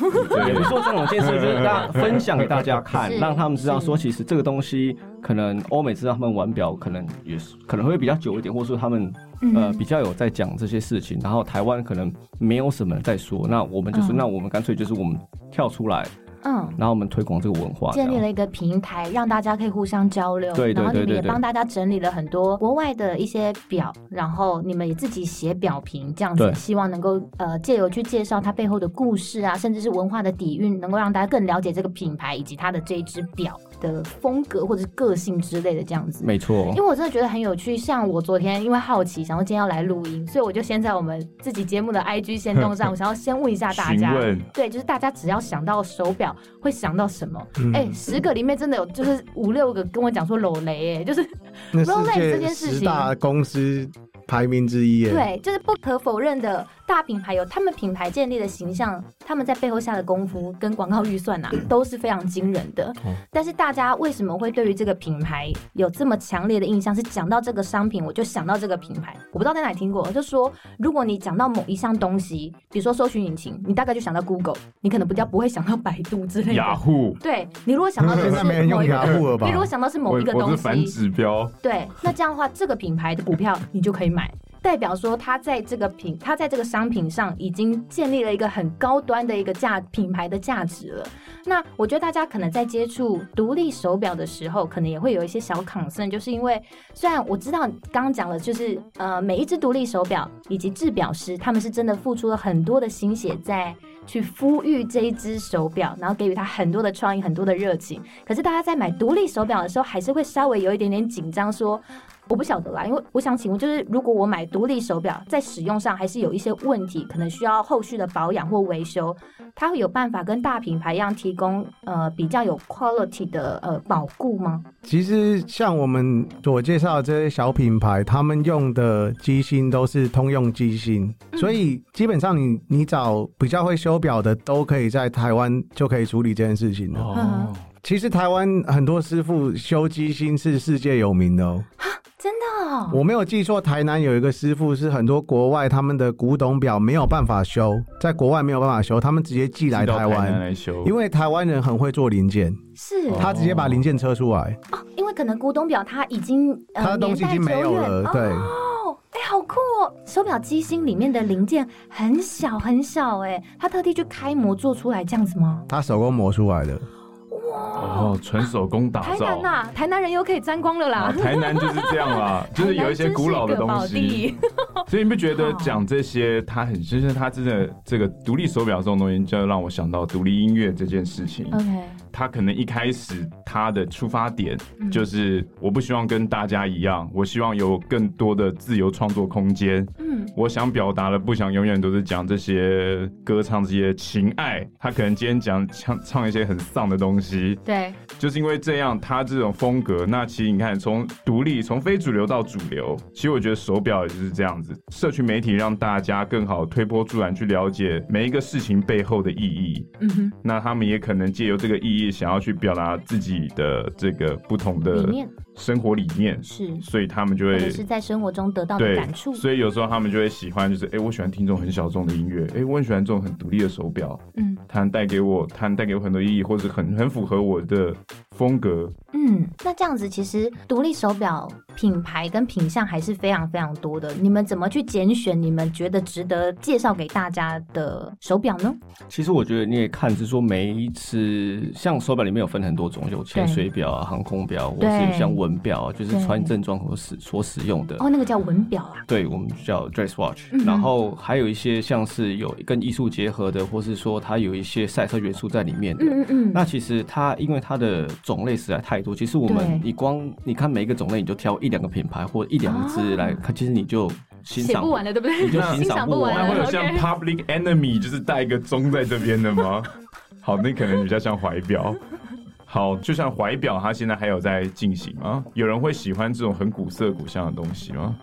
Speaker 7: 也不是说这种件事，就是大家分享给大家看，
Speaker 6: 是
Speaker 7: 让他们知道说，
Speaker 6: 是
Speaker 7: 其实这个东西可能欧美知道他们玩表，可能也是可能会比较久一点，或者说他们
Speaker 6: 嗯
Speaker 7: 呃比较有在讲这些事情，然后台湾可能没有什么人在说，那我们就是、
Speaker 3: 嗯
Speaker 7: 那我们干脆就是我们跳出来，
Speaker 6: 嗯，
Speaker 7: 然后我们推广这个文化，
Speaker 6: 建立
Speaker 7: 这样
Speaker 6: 了一个平台，让大家可以互相交流。
Speaker 7: 对对
Speaker 6: 然后你们
Speaker 7: 对对
Speaker 6: 也
Speaker 7: 对
Speaker 6: 帮大家整理了很多国外的一些表，然后你们也自己写表评，这样子，
Speaker 7: 对
Speaker 6: 希望能够呃借由去介绍它背后的故事啊，甚至是文化的底蕴，能够让大家更了解这个品牌以及它的这一只表的风格或者是个性之类的这样子。
Speaker 7: 没错
Speaker 6: 因为。我真的觉得很有趣，像我昨天因为好奇，想说今天要来录音，所以我就先在我们自己节目的 IG 先动 上，我想要先问一下大
Speaker 4: 询
Speaker 6: 家，
Speaker 4: 问
Speaker 6: 对，就是大家只要想到手表会想到什么？
Speaker 2: 嗯
Speaker 6: 哎、十个里面真的有就是五六个跟我讲说搂雷、哎，就是
Speaker 2: 那
Speaker 6: Rolex
Speaker 2: 世
Speaker 6: 这
Speaker 2: 界
Speaker 6: 件事情
Speaker 2: 十大公司排名之一耶。，
Speaker 6: 对，就是不可否认的大品牌有他们品牌建立的形象，他们在背后下的功夫跟广告预算啊都是非常惊人的。但是大家为什么会对于这个品牌有这么强烈的印象？是讲到这个商品，我就想到这个品牌。我不知道在哪里听过，就说如果你讲到某一项东西，比如说搜寻引擎，你大概就想到 Google，你可能比较不会想到百度之类的。
Speaker 4: 雅虎，
Speaker 6: 对你如果想到的
Speaker 2: 现
Speaker 6: 是
Speaker 2: 在没人
Speaker 6: 某
Speaker 2: 用
Speaker 6: 一个
Speaker 2: 雅虎了吧
Speaker 6: 你如？果想到是某
Speaker 4: 我
Speaker 6: 一个
Speaker 4: 我
Speaker 6: 东
Speaker 4: 是反
Speaker 6: 西，
Speaker 4: 指标，
Speaker 6: 对，那这样的话，这个品牌的股票你就可以买，代表说它在这个品，它在这个商品上已经建立了一个很高端的一个价品牌的价值了。那我觉得大家可能在接触独立手表的时候，可能也会有一些小 concern，就是因为虽然我知道刚刚讲了，就是呃每一只独立手表以及制表师，他们是真的付出了很多的心血在。去孵育这一只手表，然后给予它很多的创意、很多的热情。可是大家在买独立手表的时候，还是会稍微有一点点紧张，说我不晓得啦，因为我想请问，就是如果我买独立手表，在使用上还是有一些问题，可能需要后续的保养或维修，它会有办法跟大品牌一样提供呃比较有 quality 的呃保固吗？
Speaker 2: 其实像我们所介绍的这些小品牌，他们用的机芯都是通用机芯，
Speaker 6: 嗯
Speaker 2: 所以基本上你你找比较会修表的，都可以在台湾就可以处理这件事情了。
Speaker 6: 嗯
Speaker 4: 哦，
Speaker 2: 其实台湾很多师傅修机芯是世界有名的哦。
Speaker 6: 真的、哦，
Speaker 2: 我没有记错，台南有一个师傅是很多国外他们的古董表没有办法修，在国外没有办法修，他们直接寄来
Speaker 4: 寄到
Speaker 2: 台
Speaker 4: 哦南
Speaker 2: 湾，
Speaker 4: 来修，
Speaker 2: 因为台湾人很会做零件，
Speaker 6: 是
Speaker 2: 他直接把零件车出
Speaker 6: 哦
Speaker 2: 来，
Speaker 6: 因为可能古董表它已经呃
Speaker 2: 他的东西已经没有了，
Speaker 6: 年代久远
Speaker 2: 对
Speaker 6: 哦。哎、好酷哦！手表机芯里面的零件很小很小、哎，他特地去开模做出来这样子吗？
Speaker 2: 他手工磨出来的，
Speaker 4: 哦，纯手工打
Speaker 6: 台
Speaker 4: 造
Speaker 6: 南。啊呐、
Speaker 3: 啊
Speaker 6: 台南人又可以沾光了啦。
Speaker 4: 啊，台南就是这样 啦，就是有一些古老的东
Speaker 6: 台南真是一
Speaker 4: 西， 所以你不觉得讲这些，它很就是它真的这个独立手表这种东西，就让我想到独立音乐这件事情。
Speaker 6: OK，
Speaker 4: 他可能一开始他的出发点
Speaker 6: 嗯
Speaker 4: 就是我不希望跟大家一样，我希望有更多的自由创作空间。
Speaker 6: 嗯，
Speaker 4: 我想表达的不想永远都是讲这些歌唱这些情爱，他可能今天讲唱唱一些很丧的东西，
Speaker 6: 对，
Speaker 4: 就是因为这样，他这种风格，那其实你看，从独立，从非主流到主流，其实我觉得手表也就是这样子。社群媒体让大家更好推波助澜，去了解每一个事情背后的意义。嗯哼，那他们也可能借由这个意义，想要去表达自己的这个不同
Speaker 6: 理
Speaker 4: 的
Speaker 6: 念
Speaker 4: 生活理念，
Speaker 6: 是，
Speaker 4: 所以他们就
Speaker 6: 或
Speaker 4: 会
Speaker 6: 者是在生活中得到的
Speaker 4: 对
Speaker 6: 感触。
Speaker 4: 所以有时候他们就会喜欢，就是哎、诶我喜欢听这种很小众的音乐，哎、我很喜欢这种很独立的手表，
Speaker 6: 嗯
Speaker 4: 它能带给我，它能带给我很多意义，或者很很符合我的风格。
Speaker 6: 嗯，那这样子其实独立手表品牌跟品相还是非常非常多的。你们怎么去拣选你们觉得值得介绍给大家的手表呢？
Speaker 7: 其实我觉得你也看，是说每一次像手表里面有分很多种，有潜水表啊、航空表，或
Speaker 6: 对
Speaker 7: 是像文表啊，就是
Speaker 6: 对
Speaker 7: 穿正装和使所使用的。
Speaker 6: 哦，那个叫文表啊。
Speaker 7: 对，我们叫 dress watch，、
Speaker 6: 嗯哼
Speaker 7: 然后还有一些像是有跟艺术结合的，或是说它有一些赛车元素在里面的。
Speaker 6: 嗯嗯嗯，
Speaker 7: 那其实它因为它的种类实在太多。其实我们
Speaker 3: 对
Speaker 7: 你光你看每一个种类，你就挑一两个品牌或一两只来看，其实你就欣
Speaker 3: 写
Speaker 7: 赏
Speaker 3: 不完了，哎对不
Speaker 7: 你就
Speaker 3: 对？
Speaker 7: 欣赏不完
Speaker 4: 哦那会有
Speaker 3: ，OK
Speaker 4: 像 Public Enemy 就是带一个钟在这边的吗？ 好，那可能比较像怀表。好，就像怀表，它现在还有在进行吗？有人会喜欢这种很古色古香的东西吗？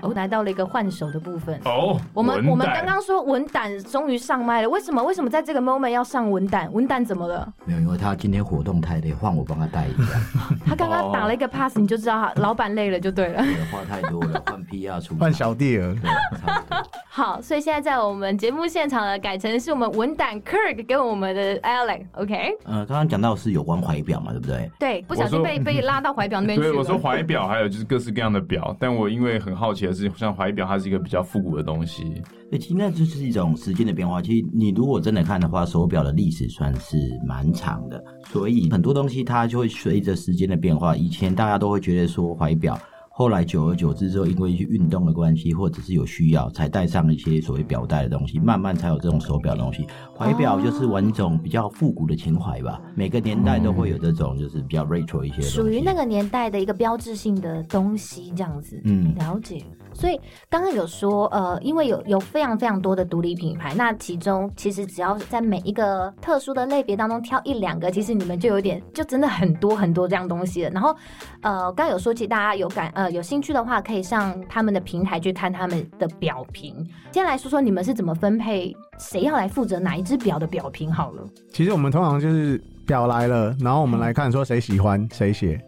Speaker 6: 我哦来到了一个换手的部分。
Speaker 4: 哦，
Speaker 3: 我们
Speaker 4: 文
Speaker 3: 我们
Speaker 4: 胆
Speaker 3: 刚刚说文胆终于上麦了，为什么？为什么在这个 moment 要上文胆？文胆怎么了？
Speaker 5: 没有，因为他今天活动太累，换我帮他带一下，
Speaker 3: 他刚刚打了一
Speaker 4: 哦
Speaker 3: 个 pass，你就知道他老板累了就对了。
Speaker 5: 对话太多了，换 PR 出场
Speaker 2: 换小弟儿，
Speaker 5: 对，差不多。
Speaker 6: 好，所以现在在我们节目现场呢，改成是我们文胆 Kirk 跟我们的 Alex，OK？、
Speaker 5: 呃，刚刚讲到是有关怀表嘛，对不对？
Speaker 3: 对，
Speaker 6: 不小心 被被拉到怀表那边去
Speaker 4: 对
Speaker 6: 了。
Speaker 4: 我说怀表，还有就是各式各样的表，但我因为很好奇的是，像怀表它是一个比较复古的东西，
Speaker 5: 对，其实那就是一种时间的变化。其实你如果真的看的话，手表的历史算是蛮长的，所以很多东西它就会随着时间的变化。以前大家都会觉得说怀表，后来久而久之之后，因为去运动的关系，或者是有需要，才戴上一些所谓表带的东西，慢慢才有这种手表的东西。怀表就是玩一种比较复古的情怀吧，每个年代都会有这种就是比较 retro 一些的东西。
Speaker 6: 哦属于那个年代的一个标志性的东西，这样子。
Speaker 5: 嗯
Speaker 6: 了解。所以刚刚有说，呃，因为有有非常非常多的独立品牌，那其中其实只要在每一个特殊的类别当中挑一两个，其实你们就有点就真的很多很多这样东西了。然后，呃，刚刚有说，其实大家有感呃有兴趣的话，可以上他们的平台去看他们的表评。先来说说你们是怎么分配，谁要来负责哪一只表的表评好了。
Speaker 2: 其实我们通常就是表来了，然后我们来看说谁喜欢谁写，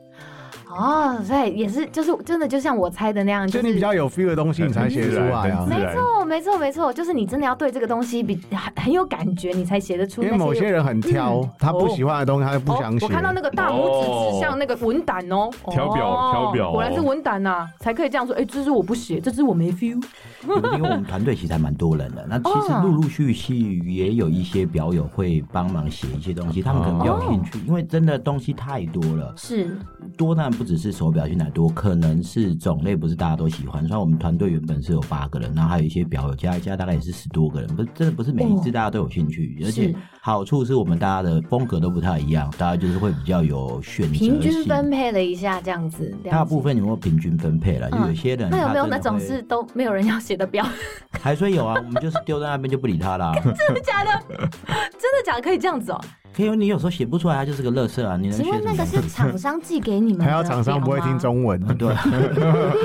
Speaker 6: 哦，所以也是就是真的就像我猜的那样，
Speaker 2: 就是你比较有 feel 的东西，你才写出来啊
Speaker 4: 很。自然
Speaker 6: 没错，哦没错，没错，就是你真的要对这个东西比很很有感觉，你才写得出
Speaker 2: 因
Speaker 6: 那
Speaker 2: 为某些
Speaker 6: 些。
Speaker 2: 人很挑，他不喜欢的东西他就不想
Speaker 3: 哦
Speaker 2: 写
Speaker 8: 我。看到那个大拇指指向那个文胆哦，
Speaker 4: 挑表
Speaker 8: 哦
Speaker 4: 挑表哦
Speaker 8: 果然是文胆
Speaker 3: 啊
Speaker 8: 呐，才可以这样说。哎，这支我不写，这支我没 feel。
Speaker 5: 因为我们团队其实还蛮多人的，那其
Speaker 6: 哦
Speaker 5: 实陆陆续续也有一些表友会帮忙写一些东西，他们可能比较有兴趣，
Speaker 6: 哦
Speaker 5: 因为真的东西太多了，
Speaker 6: 是
Speaker 5: 多当然不只是手表去哪多，可能是种类不是大家都喜欢。虽然我们团队原本是有八个人，然后还有一些表友加一加，大概也是十多个人，不是真的不是每一
Speaker 6: 哦
Speaker 5: 次大家都有兴趣，而且好处是我们大家的风格都不太一样，大家就是会比较有选择性。
Speaker 6: 平均分配了一下，这样子。了解
Speaker 5: 大部分有没有平均分配了？
Speaker 6: 嗯
Speaker 5: 就有些人
Speaker 6: 那有
Speaker 5: 他
Speaker 6: 没有
Speaker 5: 真
Speaker 6: 那
Speaker 5: 的
Speaker 6: 种
Speaker 5: 会
Speaker 6: 是都没有人要写的表？
Speaker 5: 还说有啊，我们就是丢在那边就不理他啦。
Speaker 6: 真的假的？真的假的？可以这样子哦？
Speaker 5: 因为你有时候写不出来，它就是个垃圾啊，你能学
Speaker 6: 请
Speaker 5: 什
Speaker 6: 问那
Speaker 5: 么
Speaker 6: 个？是 厂商寄给你们的？
Speaker 2: 还有厂商不会听，中文，
Speaker 5: 对，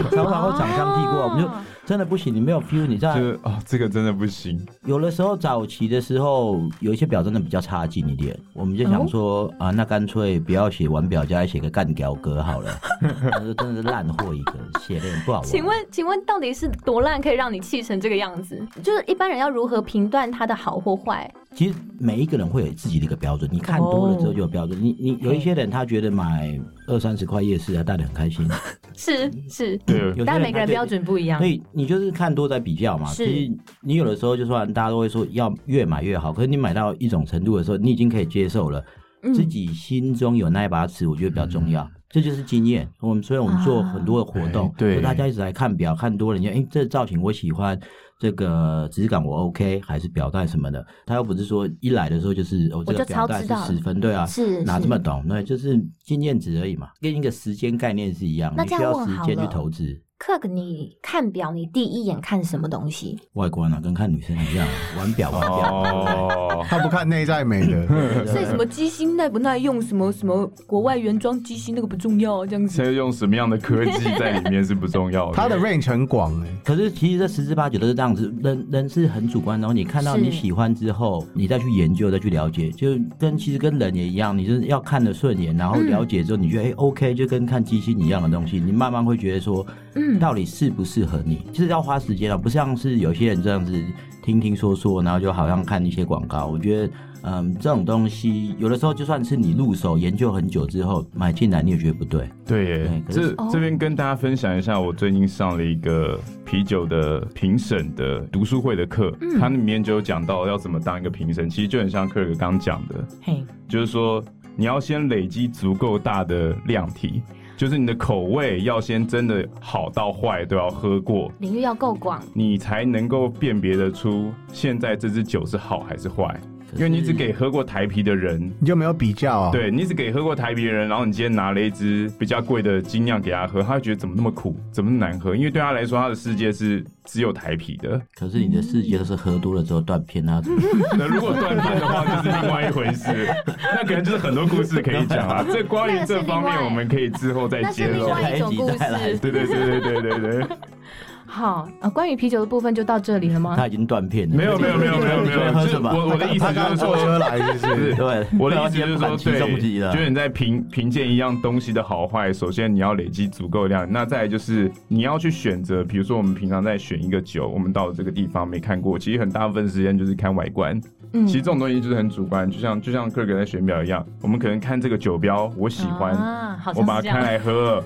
Speaker 5: 常常会厂商提过，我们
Speaker 6: 哦
Speaker 5: 就真的不行，你没有 feel，你知道
Speaker 4: 就，是哦，这个真的不行。
Speaker 5: 有的时候早期的时候，有一些表真的比较差劲一点，我们就想说、
Speaker 6: 嗯
Speaker 5: 啊，那干脆不要写完表，加来写个干屌哥好了， 那就真的是烂货一个，写的也不好玩。
Speaker 6: 请问，请问到底是多烂可以让你气成这个样子？就是一般人要如何评断它的好或坏？
Speaker 5: 其实每一个人会有自己的一个标准，你看多了之后就有标准。你你有一些人他觉得买二三十块夜市，他戴的很开心，
Speaker 6: 是是，
Speaker 4: 对，
Speaker 5: 有些
Speaker 6: 哦但
Speaker 5: 人
Speaker 6: 每
Speaker 5: 他
Speaker 6: 个人
Speaker 5: 对
Speaker 6: 标准不一样
Speaker 5: 所。以你就是看多在比较嘛。
Speaker 6: 是
Speaker 5: 其实你有的时候就算大家都会说要越买越好，可是你买到一种程度的时候，你已经可以接受了。
Speaker 6: 嗯
Speaker 5: 自己心中有那一把尺，我觉得比较重要。这就是经验。我们所以我们做很多的活动
Speaker 4: 哎，对
Speaker 5: 所以大家一直来看表，看多了，你就哎，这造型我喜欢，这个质感我 OK，还是表带什么的。他又不是说一来的时候就是哦，这
Speaker 6: 就
Speaker 5: 个表
Speaker 6: 超
Speaker 5: 带
Speaker 6: 知
Speaker 5: 是
Speaker 6: 道
Speaker 5: 十分，对啊，
Speaker 6: 是
Speaker 5: 哪
Speaker 6: 是
Speaker 5: 这么懂？那就是经验值而已嘛，跟一个时间概念是一样，
Speaker 6: 那
Speaker 5: 你
Speaker 6: 这
Speaker 5: 需
Speaker 6: 样
Speaker 5: 要
Speaker 6: 问
Speaker 5: 时
Speaker 6: 好
Speaker 5: 间去
Speaker 6: 了
Speaker 5: 投资。
Speaker 6: Kirk，你看表，你第一眼看什么东西？
Speaker 5: 外观啊，跟看女生一样，玩表玩表。
Speaker 4: 哦，
Speaker 2: 他不看内在美的，
Speaker 5: 对不对
Speaker 8: 所以什么机芯耐不耐用，什么什么国外原装机芯那个不重要啊，这样子
Speaker 4: 现。在用什么样的科技在里面是不重要的。
Speaker 2: 他的 range 很广哎。
Speaker 5: 可是其实这十之八九都是这样子，人人是很主观的哦，然后你看到
Speaker 6: 是
Speaker 5: 你喜欢之后，你再去研究，再去了解，就跟其实跟人也一样，你就是要看得顺眼，然后
Speaker 8: 嗯
Speaker 5: 了解之后，你觉得哎、OK，就跟看机芯一样的东西，你慢慢会觉得说，嗯，到底适不适合你，就是要花时间啊，不像是有些人这样子听听说说，然后就好像看一些广告，我觉得。嗯，这种东西有的时候就算是你入手研究很久之后买进来，你也觉得不对。
Speaker 4: 对耶，
Speaker 5: 哎对可
Speaker 4: 这
Speaker 5: 是哦
Speaker 4: 这边跟大家分享一下，我最近上了一个啤酒的评审的读书会的课，
Speaker 5: 嗯
Speaker 4: 它里面就有讲到要怎么当一个评审，其实就很像克尔刚讲的，
Speaker 8: 嘿，
Speaker 4: 就是说你要先累积足够大的量体。就是你的口味要先真的好到坏都要喝过，
Speaker 6: 领域要够广。
Speaker 4: 你才能够辨别得出现在这支酒是好还是坏。
Speaker 5: 可
Speaker 4: 因为你只
Speaker 5: 是
Speaker 4: 给喝过台啤的人，
Speaker 2: 你就没有比较啊？，
Speaker 4: 对你只给喝过台啤的人，然后你今天拿了一支比较贵的精酿给他喝，他会觉得怎么那么苦，怎么那么难喝？因为对他来说，他的世界是只有台啤的。
Speaker 5: 可是你的世界都是喝多了之后断片啊，
Speaker 3: 嗯
Speaker 4: 那如果断片的话，就是另外一回事。那可能就是很多故事可以讲啊。这关于这方面，我们可以之后再
Speaker 3: 那
Speaker 4: 揭
Speaker 3: 是另
Speaker 4: 露。
Speaker 3: 外一种故
Speaker 5: 下一集再来
Speaker 3: 事。
Speaker 4: 对对对对对对对，
Speaker 3: 好啊，关于啤酒的部分就到这里了吗？
Speaker 5: 他已经断片了。
Speaker 4: 没有没有没有没有没
Speaker 5: 所以
Speaker 4: 有，
Speaker 5: 喝
Speaker 4: 就是
Speaker 5: 什么？
Speaker 4: 我我的意思
Speaker 2: 他
Speaker 4: 就
Speaker 2: 刚刚
Speaker 4: 是
Speaker 2: 坐车
Speaker 4: 说，
Speaker 2: 来，就是
Speaker 5: 对，
Speaker 3: 嗯
Speaker 4: 我的意思就是说，
Speaker 5: 不然今天反击终
Speaker 4: 对，
Speaker 5: 极了
Speaker 4: 就是你在评评鉴一样东西的好坏，首先你要累积足够量，那再来就是你要去选择，比如说我们平常在选一个酒，我们到了这个地方没看过，其实很大部分时间就是看外观。
Speaker 3: 嗯
Speaker 4: 其实这种东西就是很主观，就像就像克格在选表一样，我们可能看这个酒标，我喜欢，
Speaker 3: 啊，好
Speaker 4: 我
Speaker 3: 像
Speaker 4: 把
Speaker 3: 是这
Speaker 4: 它开
Speaker 3: 样。
Speaker 4: 来喝 了，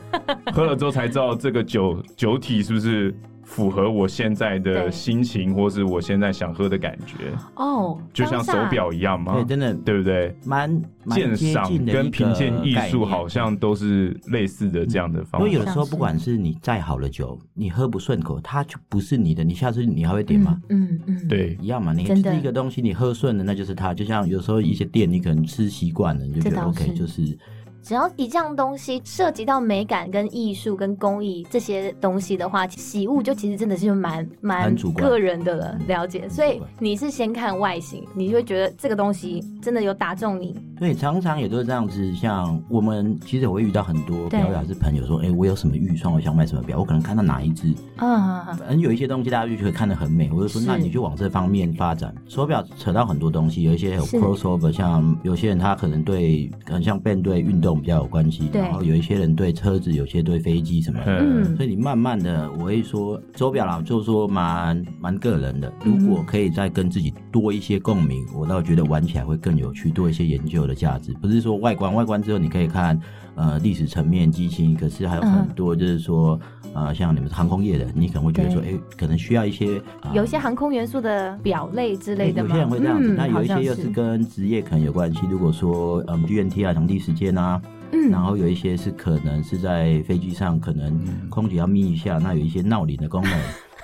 Speaker 4: 喝了之后才知道这个酒酒体是不是符合我现在的
Speaker 3: 对
Speaker 4: 心情，或是我现在想喝的感觉，
Speaker 3: 哦，
Speaker 4: 就像手表一样嘛
Speaker 5: 对，，真的
Speaker 4: 对不对？
Speaker 5: 蛮蛮
Speaker 4: 鉴
Speaker 5: 接
Speaker 4: 赏
Speaker 5: 近的
Speaker 4: 跟
Speaker 5: 一
Speaker 4: 评
Speaker 5: 个
Speaker 4: 鉴艺
Speaker 5: 概
Speaker 4: 术
Speaker 5: 念
Speaker 4: 好像都是类似的这样的方
Speaker 5: 因为有
Speaker 4: 法。
Speaker 5: 的时候，不管是你再好的酒，你喝不顺口，它就不是你的。你下次你还会点吗？
Speaker 3: 嗯嗯，
Speaker 4: 对，
Speaker 5: 一样嘛，你
Speaker 3: 真的
Speaker 5: 吃一个东西，你喝顺了，那就是它。就像有时候一些店，你可能吃习惯了，你就觉
Speaker 3: 这
Speaker 5: 得
Speaker 3: 倒
Speaker 5: OK，
Speaker 3: 是
Speaker 5: 就是
Speaker 6: 只要一样东西涉及到美感、跟艺术、跟工艺这些东西的话，喜恶就其实真的是蛮蛮
Speaker 5: 很主观
Speaker 6: 个人的了了解。所
Speaker 5: 主
Speaker 6: 以
Speaker 5: 观
Speaker 6: 你是先看外形，你就会觉得这个东西真的有打中你。
Speaker 5: 对，常常也都是这样子。像我们其实我会遇到很多
Speaker 3: 对
Speaker 5: 表演是朋友说，哎、我有什么预算，我想买什么表，我可能看到哪一只，
Speaker 3: 啊，
Speaker 5: 反正有一些东西大家就觉得看得很美，我就说
Speaker 3: 是
Speaker 5: 那你就往这方面发展。手表扯到很多东西，有一些有
Speaker 3: 是
Speaker 5: crossover，像有些人他可能对，很像 Ben 对运动比较有关系，
Speaker 3: 对
Speaker 5: 然后有一些人对车子，有些对飞机什么的。
Speaker 4: 嗯，
Speaker 5: 所以你慢慢的，我会说手表啦，就是说蛮蛮个人的。如果可以再跟自己多一些共鸣，我倒觉得玩起来会更有趣，多一些研究的价值。不是说外观，外观之后你可以看呃历史层面、机芯，可是还有很多就是说、呃像你们是航空业的，你可能会觉得说，哎、可能需要一些、呃
Speaker 6: 有一些航空元素的
Speaker 3: 表类之类的
Speaker 5: 有
Speaker 3: 吗？
Speaker 5: 些人会这样子，
Speaker 3: 嗯
Speaker 5: 那有一些又
Speaker 3: 好
Speaker 5: 是
Speaker 3: 像
Speaker 5: 跟职业可能有关系。如果说嗯 GNT 啊、场地时间啊，
Speaker 3: 嗯
Speaker 5: 然后有一些是可能是在飞机上，可能
Speaker 4: 嗯
Speaker 5: 空姐要眯一下，那有一些闹铃的功 能，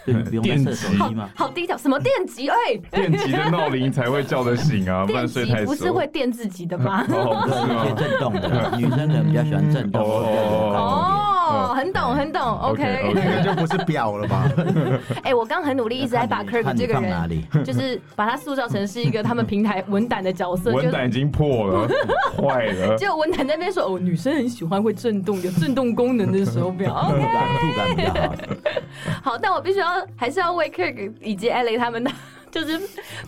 Speaker 5: 所以你不用再
Speaker 4: 电
Speaker 5: 设手
Speaker 4: 击
Speaker 5: 机嘛。
Speaker 3: 好低调，什么电极？ 哎，
Speaker 4: 电极的闹铃才会叫得醒啊，不
Speaker 3: 电
Speaker 4: 然睡
Speaker 3: 极
Speaker 4: 太熟。
Speaker 3: 不是会电自己的吗？
Speaker 4: 哦，不
Speaker 5: 对，
Speaker 4: 是吗？
Speaker 5: 有一些震动的，女生可能比较喜欢震动，
Speaker 4: 哦
Speaker 5: 比较有感觉
Speaker 3: 哦，很懂，很懂。
Speaker 4: OK，OK
Speaker 3: OK，
Speaker 2: 那个就不是表了吧？
Speaker 3: 哎，我刚很努哦力，一直在把 Kirk
Speaker 5: 看你
Speaker 3: 这个
Speaker 5: 放哪
Speaker 3: 人，
Speaker 5: 里？
Speaker 3: 就是把他塑造成是一个他们平台文胆的角色，
Speaker 4: 文
Speaker 3: 就
Speaker 4: 胆已经破 了，坏了。
Speaker 3: 就文胆那边说哦，女生很喜欢会震动、有震动功能的手表。
Speaker 5: 触
Speaker 3: OK，
Speaker 5: 感触感比较好。
Speaker 3: 好，但我必须要还是要为 Kirk 以及 Ellie 他们 的就是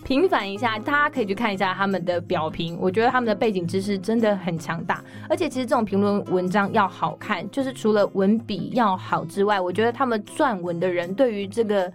Speaker 3: 平反一下，大家可以去看一下他们的表评，我觉得他们的背景知识真的很强大，而且其实这种评论文章要好看，就是除了文笔要好之外，我觉得他们撰文的人对于这个。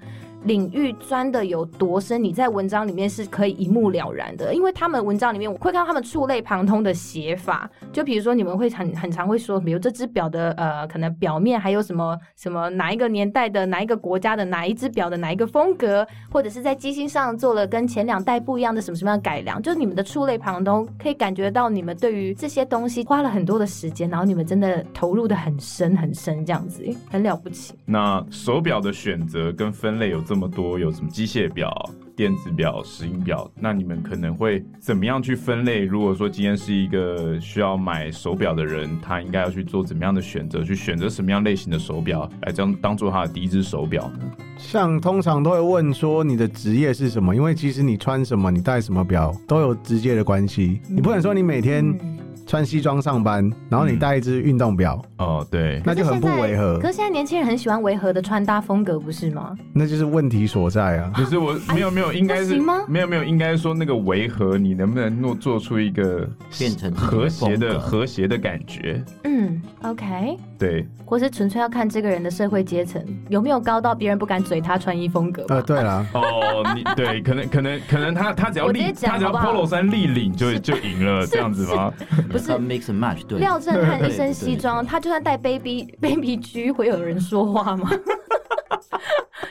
Speaker 3: 领域钻的有多深，你在文章里面是可以一目了然的，因为他们文章里面我会看到他们触类旁通的写法，就比如说你们会很很常会说，比如这只表的呃，可能表面还有什么什么哪一个年代的哪一个国家的哪一只表的哪一个风格，
Speaker 6: 或者是在机芯上做了跟前两代不一样的什么什么样的改良，
Speaker 3: 就是你们的触类旁通，可以感觉到你们对于这些东西花了很多的时间，然后你们真的投入的很深很深，这样子很了不起。
Speaker 4: 那手表的选择跟分类有这么多，有什么机械表、电子表、石英表？那你们可能会怎么样去分类？如果说今天是一个需要买手表的人，他应该要去做怎么样的选择？去选择什么样类型的手表来这样当做他的第一只手表呢？
Speaker 2: 像通常都会问说你的职业是什么，因为其实你穿什么、你戴什么表都有直接的关系。你不能说你每天
Speaker 6: 嗯
Speaker 3: 嗯
Speaker 2: 穿西装上班，然后你戴一只运动表，
Speaker 4: 哦，对，
Speaker 2: 那就很不违和
Speaker 3: 可，是现在年轻人很喜欢违和的穿搭风格，不是吗？
Speaker 2: 那就是问题所在啊。
Speaker 4: 可是我没有没有，应
Speaker 3: 哎
Speaker 4: 该
Speaker 3: 不
Speaker 4: 是
Speaker 3: 哦行吗
Speaker 4: 没有没有，应该说那个违和，你能不能做做出一个
Speaker 5: 变成自己的
Speaker 4: 和谐的
Speaker 5: 风格
Speaker 4: 和谐的感觉？
Speaker 3: 嗯，OK，
Speaker 4: 对，
Speaker 3: 或是纯粹要看这个人的社会阶层有没有高到别人不敢嘴他穿衣风格吧。
Speaker 2: 呃，对了，
Speaker 4: 哦，你对，可能可能可能他他只要
Speaker 3: 我
Speaker 4: 立
Speaker 3: 直接讲
Speaker 4: 他只要
Speaker 3: 好不好
Speaker 4: polo 衫立领就就赢了这样子吗？
Speaker 3: 不是
Speaker 5: 它 mix and match，对，
Speaker 3: 廖振汉一
Speaker 5: 对
Speaker 3: 身西，装，
Speaker 5: 对
Speaker 3: 他就算戴 baby baby G，会有人说话吗？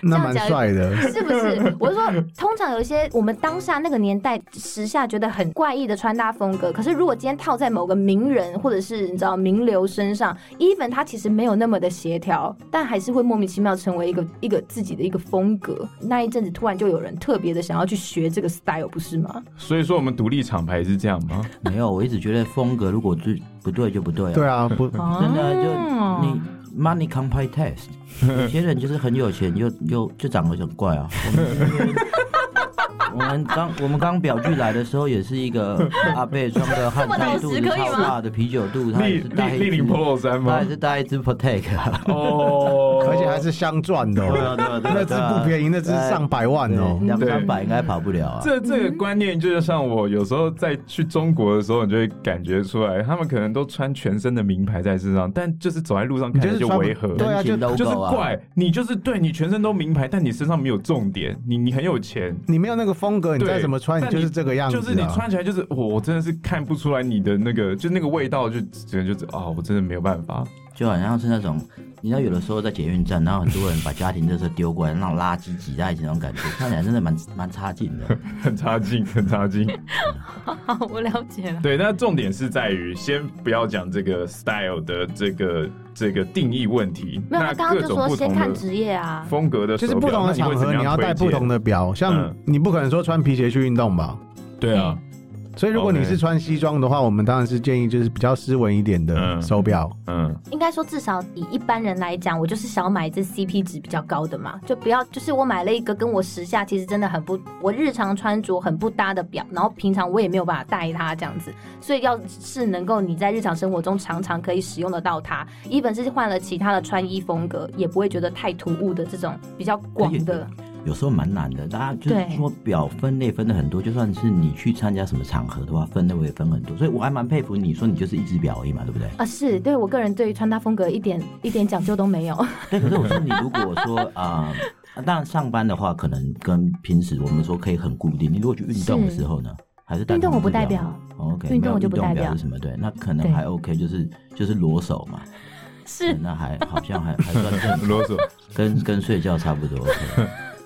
Speaker 2: 那
Speaker 6: 样
Speaker 2: 蛮
Speaker 6: 讲
Speaker 2: 帅的。
Speaker 6: 是不是？我是说，通常有一些我们当下那个年代时下觉得很怪异的穿搭风格，可是如果今天套在某个名人或者是你知道名流身上，even 他其实没有那么的协调，但还是会莫名其妙成为一个一个自己的一个风格。那一阵子突然就有人特别的想要去学这个 style，不是 吗？
Speaker 4: 所以说我们独立厂牌是这样吗？
Speaker 5: 没有，我一直觉得风格如果最不对就不对啊。
Speaker 2: 对啊，不，
Speaker 5: 真的啊就你 money c o m p a t e test，有些人就是很有钱又又就长得很怪啊。我们我们刚我们刚表剧来的时候，也是一个阿贝装个汗衫肚子超大的啤酒肚，他
Speaker 4: 立
Speaker 5: 也是带
Speaker 4: 立立
Speaker 5: 一
Speaker 4: 领
Speaker 5: 只，
Speaker 4: polo 衫
Speaker 5: 他
Speaker 4: 吗
Speaker 5: 也？是带一只 protect 啊。
Speaker 4: 哦，
Speaker 2: 而且还是镶钻的、
Speaker 5: 对啊
Speaker 2: 哦，
Speaker 5: 对啊对啊，
Speaker 2: 那只不便宜，那只上百万哦、
Speaker 5: 对两三百应该跑不了啊。
Speaker 4: 这这个观念，就是像我有时候在去中国的时候，你就会感觉出来，他们可能都穿全身的名牌在身上，但就是走在路上
Speaker 2: 你
Speaker 4: 看
Speaker 2: 就是
Speaker 4: 起来就
Speaker 2: 穿不
Speaker 4: 违和，
Speaker 2: 对啊
Speaker 5: 人情
Speaker 2: 就
Speaker 5: logo
Speaker 4: 就是
Speaker 5: 啊
Speaker 4: 怪你，就是对你全身都名牌，但你身上没有重点，你你很有钱。
Speaker 2: 你没有那个风格，你
Speaker 4: 对
Speaker 2: 再怎么穿，你
Speaker 4: 但
Speaker 2: 就是这个样子、啊。
Speaker 4: 就是你穿起来就是我，我真的是看不出来你的那个，就那个味道就，只能就是啊、我真的没有办法。
Speaker 5: 就好像是那种，你知道，有的时候在捷运站，然后很多人把家庭垃圾丢过来，那种垃圾挤在一起那种 感觉，看起来真的蛮蛮差劲的。
Speaker 4: 很差劲，很差劲。
Speaker 3: 好，哦我了解了。
Speaker 4: 对，那重点是在于，先不要讲这个 style 的这个这个定义问题。
Speaker 6: 没有，
Speaker 4: 那
Speaker 6: 他刚
Speaker 4: 各
Speaker 6: 刚就
Speaker 4: 种
Speaker 6: 说
Speaker 4: 不
Speaker 6: 先
Speaker 4: 同
Speaker 6: 看
Speaker 4: 的
Speaker 6: 职业啊。
Speaker 4: 风格的
Speaker 2: 就
Speaker 4: 手
Speaker 2: 是
Speaker 4: 表，
Speaker 2: 不同的
Speaker 4: 那
Speaker 2: 场
Speaker 4: 会怎
Speaker 2: 合
Speaker 4: 么样
Speaker 2: 你要带
Speaker 4: 推荐
Speaker 2: 不同。的表，像
Speaker 4: 嗯
Speaker 2: 你不可能说穿皮鞋去运动吧。
Speaker 4: 对啊，
Speaker 2: 所以如果
Speaker 4: OK
Speaker 2: 你是穿西装的话，我们当然是建议就是比较斯文一点的
Speaker 4: 嗯
Speaker 2: 手表。
Speaker 4: 嗯，
Speaker 6: 应该说，至少以一般人来讲，我就是想要买这 CP 值比较高的嘛，就不要就是我买了一个跟我时下其实真的很不，我日常穿着很不搭的表，然后平常我也没有办法戴它这样子，所以要是能够你在日常生活中常常可以使用得到它，一本是换了其他的穿衣风格，也不会觉得太突兀的这种比较广的，
Speaker 5: 有时候蛮难的，大家就是
Speaker 6: 对
Speaker 5: 说表分类分的很多，就算是你去参加什么场合的话，分类我也分很多，所以我还蛮佩服你说你就是一只表而已嘛，对不 对？
Speaker 6: 啊，是对我个人对于穿搭风格一点一点讲究都没有，
Speaker 5: 对，可是我说你如果说 啊、呃当然上班的话，可能跟平时我们说可以很固定，你如果去运动的时候呢？还是带
Speaker 6: 运动
Speaker 5: 同
Speaker 6: 我不
Speaker 5: 志
Speaker 6: 代
Speaker 5: 吗
Speaker 6: 表，
Speaker 5: 哦，OK，
Speaker 6: 运动
Speaker 5: 没有
Speaker 6: 我就不代
Speaker 5: 运动
Speaker 6: 表
Speaker 5: 是什么？对，那可能
Speaker 6: 对
Speaker 5: 还 OK，就是就是裸手嘛，
Speaker 6: 是
Speaker 5: 嗯那还好像还还算 正常，
Speaker 4: 啰嗦。
Speaker 5: 跟跟睡觉差不多。OK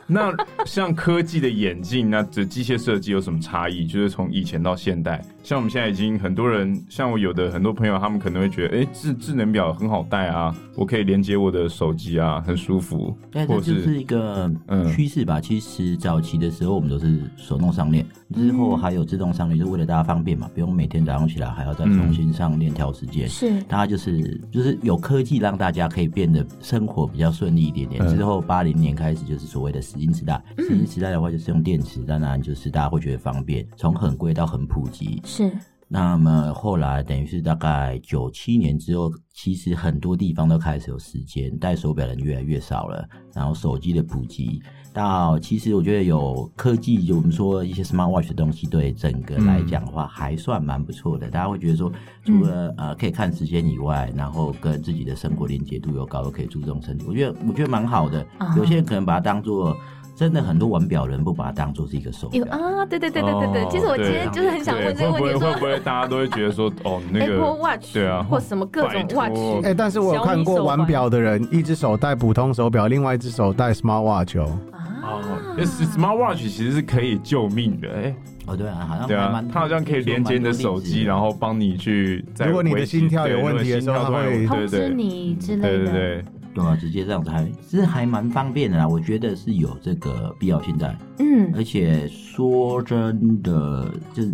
Speaker 4: 那像科技的眼镜，那这机械设计有什么差异？就是从以前到现代，像我们现在已经很多人，像我有的很多朋友，他们可能会觉得，哎、智智能表很好戴啊，我可以连接我的手机啊，很舒服，
Speaker 5: 对，这
Speaker 4: 或
Speaker 5: 就
Speaker 4: 者
Speaker 5: 是一个
Speaker 4: 嗯
Speaker 5: 趋势吧。其实早期的时候，我们都是手动上链，之
Speaker 6: 嗯
Speaker 5: 后还有自动上链，就是为了大家方便嘛，不用每天早上起来还要再
Speaker 4: 嗯
Speaker 5: 重新上链调时间。
Speaker 6: 是
Speaker 5: 大家就是就是有科技让大家可以变得生活比较顺利一点点。
Speaker 4: 嗯
Speaker 5: 之后八零年开始就是所谓的石英时代，石英时代的话就是用电池，当然就是大家会觉得方便，从很贵到很普及。
Speaker 6: 是
Speaker 5: 那么后来等于是大概九七年之后，其实很多地方都开始有时间戴手表的人越来越少了，然后手机的普及到其实我觉得有科技，我们说一些 smart watch 的东西，对整个来讲的话还算蛮不错的。大家会觉得说，除了、呃可以看时间以外，然后跟自己的生活连接度又高，又可以注重身体，我觉得我觉得蛮好的。有些人可能把它当做。真的很多玩表人不把它当做是一个手
Speaker 6: 有
Speaker 5: 表，
Speaker 6: 啊，对对对对对对，
Speaker 4: 哦
Speaker 6: 其实我今
Speaker 4: 对
Speaker 6: 天就是很想
Speaker 4: 对，
Speaker 6: 问这
Speaker 4: 会不
Speaker 6: 个问
Speaker 4: 会
Speaker 6: 题
Speaker 4: 会
Speaker 6: 说
Speaker 4: 不。会大家都会觉得说，哦，那
Speaker 6: Apple
Speaker 4: 个
Speaker 6: Watch，
Speaker 4: 对啊
Speaker 6: 或什么各种
Speaker 4: 拜托
Speaker 6: Watch，
Speaker 2: 哎、但是我有看过玩表的人，一只手戴普通手表，另外一只手戴 smart watch 哦。
Speaker 4: 哦，是 smart watch 其实是可以救命的，哎、
Speaker 5: 哦对啊，好像
Speaker 4: 对
Speaker 5: 还
Speaker 4: 啊
Speaker 5: 蛮，
Speaker 4: 它好像可以连接你的手机，然后帮你去在
Speaker 2: 如果你的
Speaker 4: 维持
Speaker 2: 心跳有
Speaker 4: 对
Speaker 2: 问题的时候
Speaker 4: 如果心跳
Speaker 6: 通
Speaker 4: 突然
Speaker 6: 知
Speaker 4: 对
Speaker 6: 你之
Speaker 4: 对对
Speaker 6: 类
Speaker 4: 对
Speaker 6: 的。
Speaker 4: 对，
Speaker 5: 对啊，直接这样子还其实还蛮方便的啦，我觉得是有这个必要性在。
Speaker 6: 嗯，
Speaker 5: 而且说真的，就是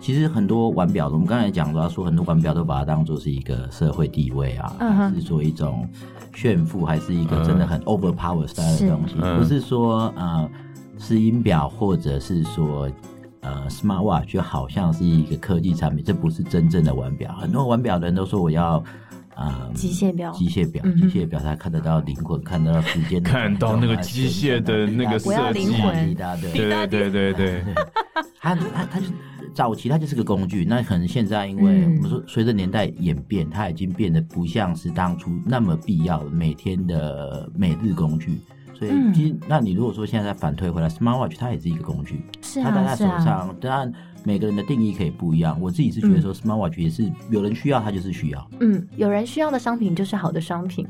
Speaker 5: 其实很多腕表，我们刚才讲到说，很多腕表都把它当做是一个社会地位啊，
Speaker 6: 嗯哼
Speaker 5: 还是说一种炫富，还是一个真的很 overpower style 的东西，
Speaker 4: 嗯
Speaker 5: 不是说呃石英表或者是说。呃，smart watch 就好像是一个科技产品，这不是真正的腕表。很多腕表的人都说我要，呃，
Speaker 6: 极限表
Speaker 5: 机械表，
Speaker 6: 嗯
Speaker 5: 机械表才看得到灵魂，看得到时间的转
Speaker 4: 看
Speaker 5: 动啊，
Speaker 4: 到那个机械的那个
Speaker 6: 我要
Speaker 4: 设计
Speaker 6: 灵魂
Speaker 5: 一大堆。
Speaker 4: 对对对对对，
Speaker 5: 它它它就是早期它就是个工具，那可能现在因为
Speaker 6: 嗯
Speaker 5: 我们说随着年代演变，它已经变得不像是当初那么必要每天的每日工具。所以
Speaker 6: 嗯，
Speaker 5: 其实那你如果说现在再反推回来，smartwatch 它也是一个工具，
Speaker 6: 是
Speaker 5: 它戴
Speaker 6: 啊
Speaker 5: 在
Speaker 6: 是
Speaker 5: 手
Speaker 6: 啊，
Speaker 5: 上，当然每个人的定义可以不一样。我自己是觉得说，smart watch 也是有人需要，它就是需要。
Speaker 3: 嗯，有人需要的商品就是好的商品，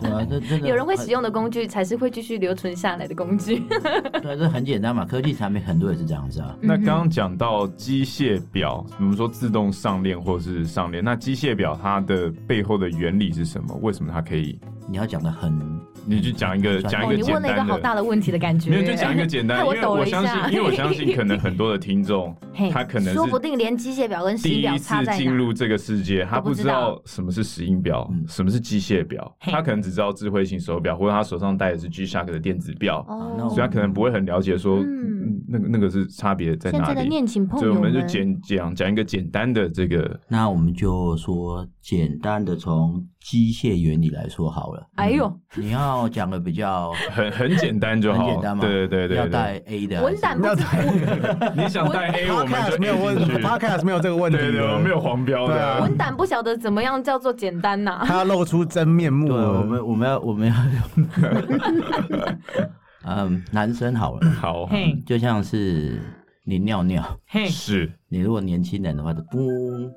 Speaker 5: 对啊，这真 的
Speaker 3: 有人会使用的工具才是会继续留存下来的工具。
Speaker 5: 很，对啊，这很简单嘛。科技产品很多也是这样子啊。
Speaker 4: 那刚刚讲到机械表，比如说自动上链或是上链，那机械表它的背后的原理是什么？为什么它可以？
Speaker 5: 你要讲的很
Speaker 4: 你就讲一个
Speaker 5: 嗯
Speaker 4: 讲
Speaker 3: 哦，
Speaker 4: 一
Speaker 3: 你
Speaker 4: 个简
Speaker 3: 问了一个
Speaker 4: 单
Speaker 3: 好大
Speaker 4: 的。
Speaker 3: 的问题的感觉。
Speaker 4: 没有，就讲一个简单
Speaker 3: 害
Speaker 4: 的，
Speaker 3: 我
Speaker 4: 因为
Speaker 3: 抖
Speaker 4: 我
Speaker 3: 了一
Speaker 4: 相
Speaker 3: 下
Speaker 4: 信，因为我相信，可能很多的听众
Speaker 3: 嘿，
Speaker 4: 他可能
Speaker 6: 说不
Speaker 4: 是
Speaker 6: 定连机械表跟
Speaker 4: 第
Speaker 6: 仪表
Speaker 4: 一
Speaker 6: 差
Speaker 4: 次
Speaker 6: 在
Speaker 4: 进
Speaker 6: 哪。
Speaker 4: 入这个世界，他
Speaker 6: 都不
Speaker 4: 不
Speaker 6: 知
Speaker 4: 知
Speaker 6: 道
Speaker 4: 道什么是石英表
Speaker 5: 嗯，
Speaker 4: 什么是机械表，
Speaker 3: 嘿
Speaker 4: 他可能只知道智慧型手表，或者他手上戴的是 G-Shock 的电子表，
Speaker 3: 哦
Speaker 5: 啊那我
Speaker 4: 所以他可能不会很了解说，
Speaker 6: 哦嗯
Speaker 4: 嗯那个那个是差别在
Speaker 6: 现
Speaker 4: 哪
Speaker 6: 在的
Speaker 4: 里。
Speaker 6: 恋情
Speaker 4: 所
Speaker 6: 朋
Speaker 4: 以
Speaker 6: 友
Speaker 4: 我们就简讲讲一个简单的这个
Speaker 5: 那我们就说简单的从机械原理来说好了。
Speaker 3: 哎
Speaker 4: 嗯
Speaker 3: 呦，
Speaker 5: 你要讲的比较
Speaker 4: 很很简单 就
Speaker 5: 很
Speaker 4: 好，
Speaker 5: 简单嘛，
Speaker 4: 对对对
Speaker 5: 要
Speaker 4: 对对，
Speaker 5: 带 A 的还
Speaker 3: 文
Speaker 5: 是
Speaker 3: 胆不
Speaker 2: 那
Speaker 3: 知
Speaker 5: 嗯
Speaker 4: 你想带 A 哎我们
Speaker 2: Podcast
Speaker 4: 就
Speaker 2: 没有问
Speaker 4: 进去，
Speaker 2: ，Podcast 没有这个问题，哦
Speaker 4: 对对，我们没有，黄标
Speaker 2: 对
Speaker 4: 的
Speaker 2: 啊，
Speaker 3: 文胆不晓得怎么样叫做简单呐、
Speaker 2: 他要露出真面目哦
Speaker 5: 对，
Speaker 2: 了。
Speaker 5: 我们我们要我们要， 嗯，男生好了，
Speaker 4: 好
Speaker 3: 嘿，
Speaker 5: 就像是你尿尿，
Speaker 3: 嘿，
Speaker 4: 是
Speaker 5: 你如果年轻人的话，就嘣，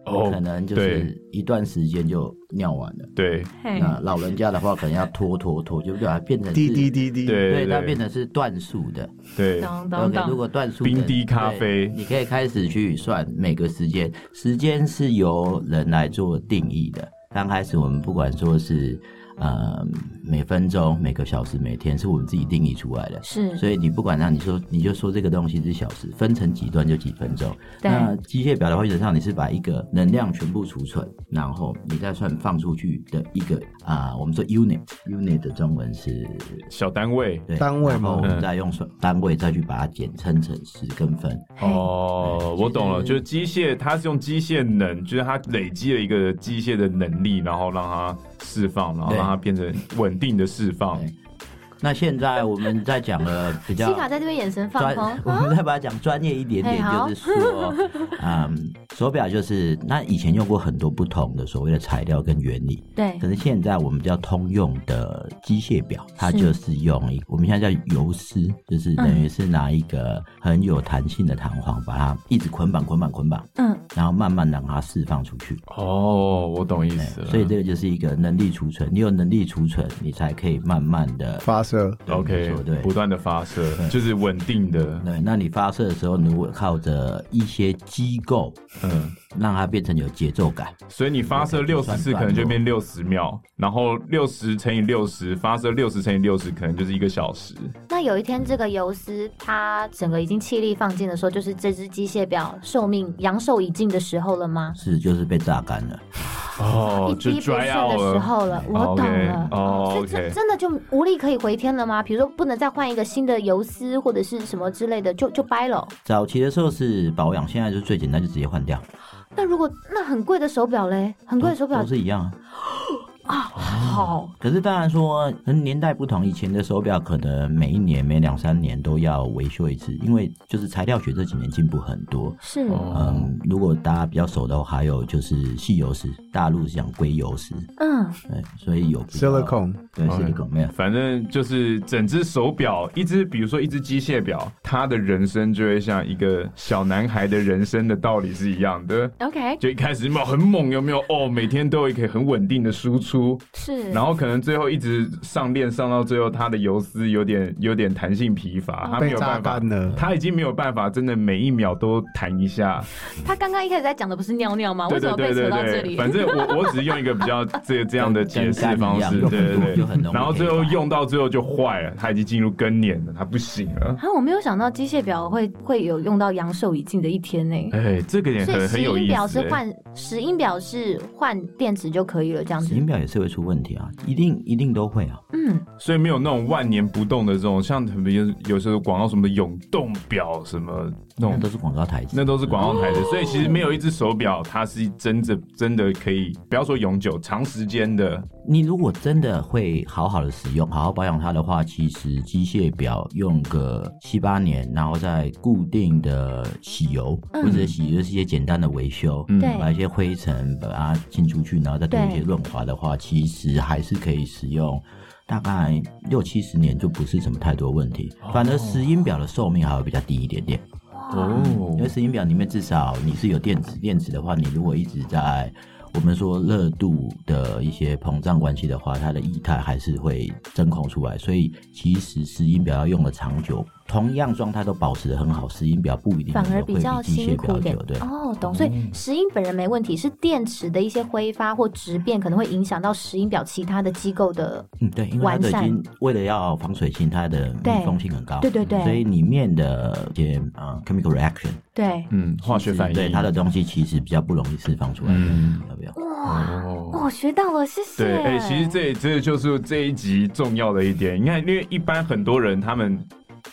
Speaker 4: 哦
Speaker 5: 可能就是一段时间就尿完了。
Speaker 4: 对
Speaker 3: 嘿，
Speaker 5: 那老人家的话，可能要拖拖拖，就把它变成是
Speaker 2: 滴滴，滴滴，
Speaker 4: 对
Speaker 5: 对，它变成是段数的。
Speaker 4: 对，
Speaker 3: 当当
Speaker 5: OK，
Speaker 3: 当
Speaker 5: 如，果段数的
Speaker 4: 冰滴咖啡
Speaker 5: 对你可以开始去算每个时间，时间是由人来做定义的。刚开始我们不管说是呃每分钟、每个小时、每天，是我们自己定义出来的。
Speaker 3: 是
Speaker 5: 所以你不管让你说，你就说这个东西是小时，分成几段就几分钟。
Speaker 3: 对
Speaker 5: 那机械表的话，基本上你是把一个能量全部储存，然后你再算放出去的一个啊、我们说 unit，unit 的中文是
Speaker 4: 小单位
Speaker 5: 对
Speaker 2: 单位
Speaker 5: 然
Speaker 2: 嘛
Speaker 5: 后
Speaker 4: 嗯
Speaker 5: 我们再用算单位再去把它简称成十跟分。
Speaker 4: 哦，我懂了，就是机械，它是用机械能，就是它累积了一个机械的能力，然后让它释放，然后
Speaker 5: 对
Speaker 4: 让它变成稳定的释放。
Speaker 5: 对那现在我们在讲的比较
Speaker 6: 西卡在这边眼神
Speaker 5: 专
Speaker 6: 放 空，，
Speaker 3: 嗯
Speaker 5: 我们再把它讲专业一点点
Speaker 6: 嘿，好
Speaker 5: 就是 说，嗯，手表就是那以前用过很多不同的所谓的材料跟原理，
Speaker 6: 对
Speaker 5: 可是现在我们比较通用的机械表，它就是用
Speaker 6: 嗯
Speaker 5: 一我们现在叫游丝，就是等于是拿一个很有弹性的弹簧，把它一直捆绑、捆绑、捆绑，
Speaker 6: 嗯，
Speaker 5: 然后慢慢让它释放出去。
Speaker 4: 哦，我懂意思了。
Speaker 5: 所以这个就是一个能力储存，你有能力储存，你才可以慢慢的
Speaker 2: 发射，
Speaker 5: 对没
Speaker 4: OK，
Speaker 5: 错对
Speaker 4: 不断的发射，就是稳定的，
Speaker 5: 对，那你发射的时候，你如果靠着一些机构，
Speaker 4: 嗯。
Speaker 5: 让它变成有节奏感，
Speaker 4: 所以你发射六十次可能就变六十秒，然后六十乘以六十发射六十乘以六十可能就是一个小时。
Speaker 6: 那有一天，这个游丝它整个已经气力放尽的时候，就是这只机械表寿命阳寿已尽的时候了吗？
Speaker 5: 是就是被榨干了。
Speaker 4: 哦
Speaker 6: 一滴不剩的时候了，我懂了。
Speaker 4: 哦
Speaker 6: 所以这
Speaker 4: ，OK，
Speaker 6: 真的就无力可以回天了吗？比如说不能再换一个新的游丝或者是什么之类的，就就掰了哦。
Speaker 5: 早期的时候是保养，现在就最简单，就直接换掉，
Speaker 6: 那如果那很贵的手表嘞，很贵的手表
Speaker 4: 哦
Speaker 5: 都是一样啊。
Speaker 3: 好，
Speaker 5: 可是当然说，嗯年代不同，以前的手表可能每一年、每两三年都要维修一次，因为就是材料学这几年进步很多。
Speaker 6: 是、
Speaker 4: 哦
Speaker 5: 嗯，如果大家比较熟的话，还有就是细油石，大陆是讲硅油石，
Speaker 6: 嗯，
Speaker 5: 对，所以有比较
Speaker 2: Silicone
Speaker 5: 对
Speaker 4: OK
Speaker 5: silicone 没有。
Speaker 4: 反正就是整只手表，一只比如说一只机械表，它的人生就会像一个小男孩的人生的道理是一样的。
Speaker 6: ，OK，
Speaker 4: 就一开始有没有很猛，有没有哦？每天都有一个很稳定的输出，
Speaker 6: 是。
Speaker 4: 然后可能最后一直上链上到最后，它的游丝有点有点弹性疲乏，它没
Speaker 2: 被
Speaker 4: 有
Speaker 2: 榨
Speaker 4: 办法
Speaker 2: 干了。
Speaker 4: 他已经没有办法，真的每一秒都弹一下。
Speaker 3: 他刚刚一开始在讲的不是尿尿吗？为
Speaker 4: 对
Speaker 3: 什
Speaker 4: 对
Speaker 3: 么被扯
Speaker 4: 对对
Speaker 3: 到这
Speaker 4: 对，
Speaker 3: 里？
Speaker 4: 反正我我只是用一个比较这这样的解释方式，
Speaker 5: 跟
Speaker 4: 对
Speaker 5: 跟干一样
Speaker 4: 对
Speaker 5: 用很多
Speaker 4: 对
Speaker 5: 就很容。易
Speaker 4: 然后最
Speaker 5: 可
Speaker 4: 后
Speaker 5: 以吧
Speaker 4: 用到最后就坏了，他已经进入更年了，他不行了。
Speaker 3: 啊，我没有想到机械表会会有用到阳寿已尽的一天呢、
Speaker 4: 哎，这个点
Speaker 6: 所以
Speaker 4: 很
Speaker 6: 石
Speaker 4: 很有
Speaker 6: 英
Speaker 4: 意思
Speaker 6: 表是
Speaker 4: 哎。
Speaker 6: 换石英表是换电池就可以了，这样
Speaker 5: 石
Speaker 6: 子。
Speaker 5: 英表也是会出问题啊，一定一定都会啊。
Speaker 6: 嗯，
Speaker 4: 所以没有那种万年不动的这种，像很多有有时候广告什么的永动表什么那
Speaker 5: 那
Speaker 4: 种
Speaker 5: 都。是广告台词，
Speaker 4: 那都是广告台的，所以其实没有一只手表，它是真的真的可以，不要说永久，长时间的，
Speaker 5: 你如果真的会好好的使用，好好保养它的话，其实机械表用个七八年，然后再固定的洗油、或者洗就是一些简单的维修，
Speaker 4: 嗯
Speaker 6: 对
Speaker 5: 把一些灰尘把它清出去，然后再涂一些
Speaker 6: 对
Speaker 5: 润滑的话，其实还是可以使用。大概六七十年就不是什么太多问题，反而石英表的寿命还会比较低一点点。
Speaker 4: 哦
Speaker 5: 因为时间表里面至少你是有电池，电池的话，你如果一直在我们说热度的一些膨胀关系的话，它的液态还是会真空出来，所以其实石英表要用的长久，同样状态都保持的很好，石英表不一定
Speaker 6: 反
Speaker 5: 会
Speaker 6: 而比较
Speaker 5: 机
Speaker 6: 辛
Speaker 5: 械
Speaker 6: 苦
Speaker 5: 表
Speaker 6: 一点
Speaker 5: 久，对。
Speaker 6: 哦，懂。所以石英本人没问题，是电池的一些挥发或质变可能会影响到石英表其他的机构的。
Speaker 5: 嗯，对，因为它
Speaker 6: 完
Speaker 5: 的已
Speaker 6: 善
Speaker 5: 经为了要防水性，它的密
Speaker 6: 对
Speaker 5: 封性很高，
Speaker 6: 对对对
Speaker 5: 所以里面的一些呃 chemical reaction，
Speaker 6: 对，
Speaker 4: 嗯，化学反应，
Speaker 5: 对它的东西其实比较不容易释放出来，
Speaker 4: 嗯
Speaker 5: 要不要？
Speaker 4: 哦。
Speaker 6: 哦，学到了，谢谢。
Speaker 4: 对，哎、其实这这就是这一集重要的一点。你看，因为一般很多人他们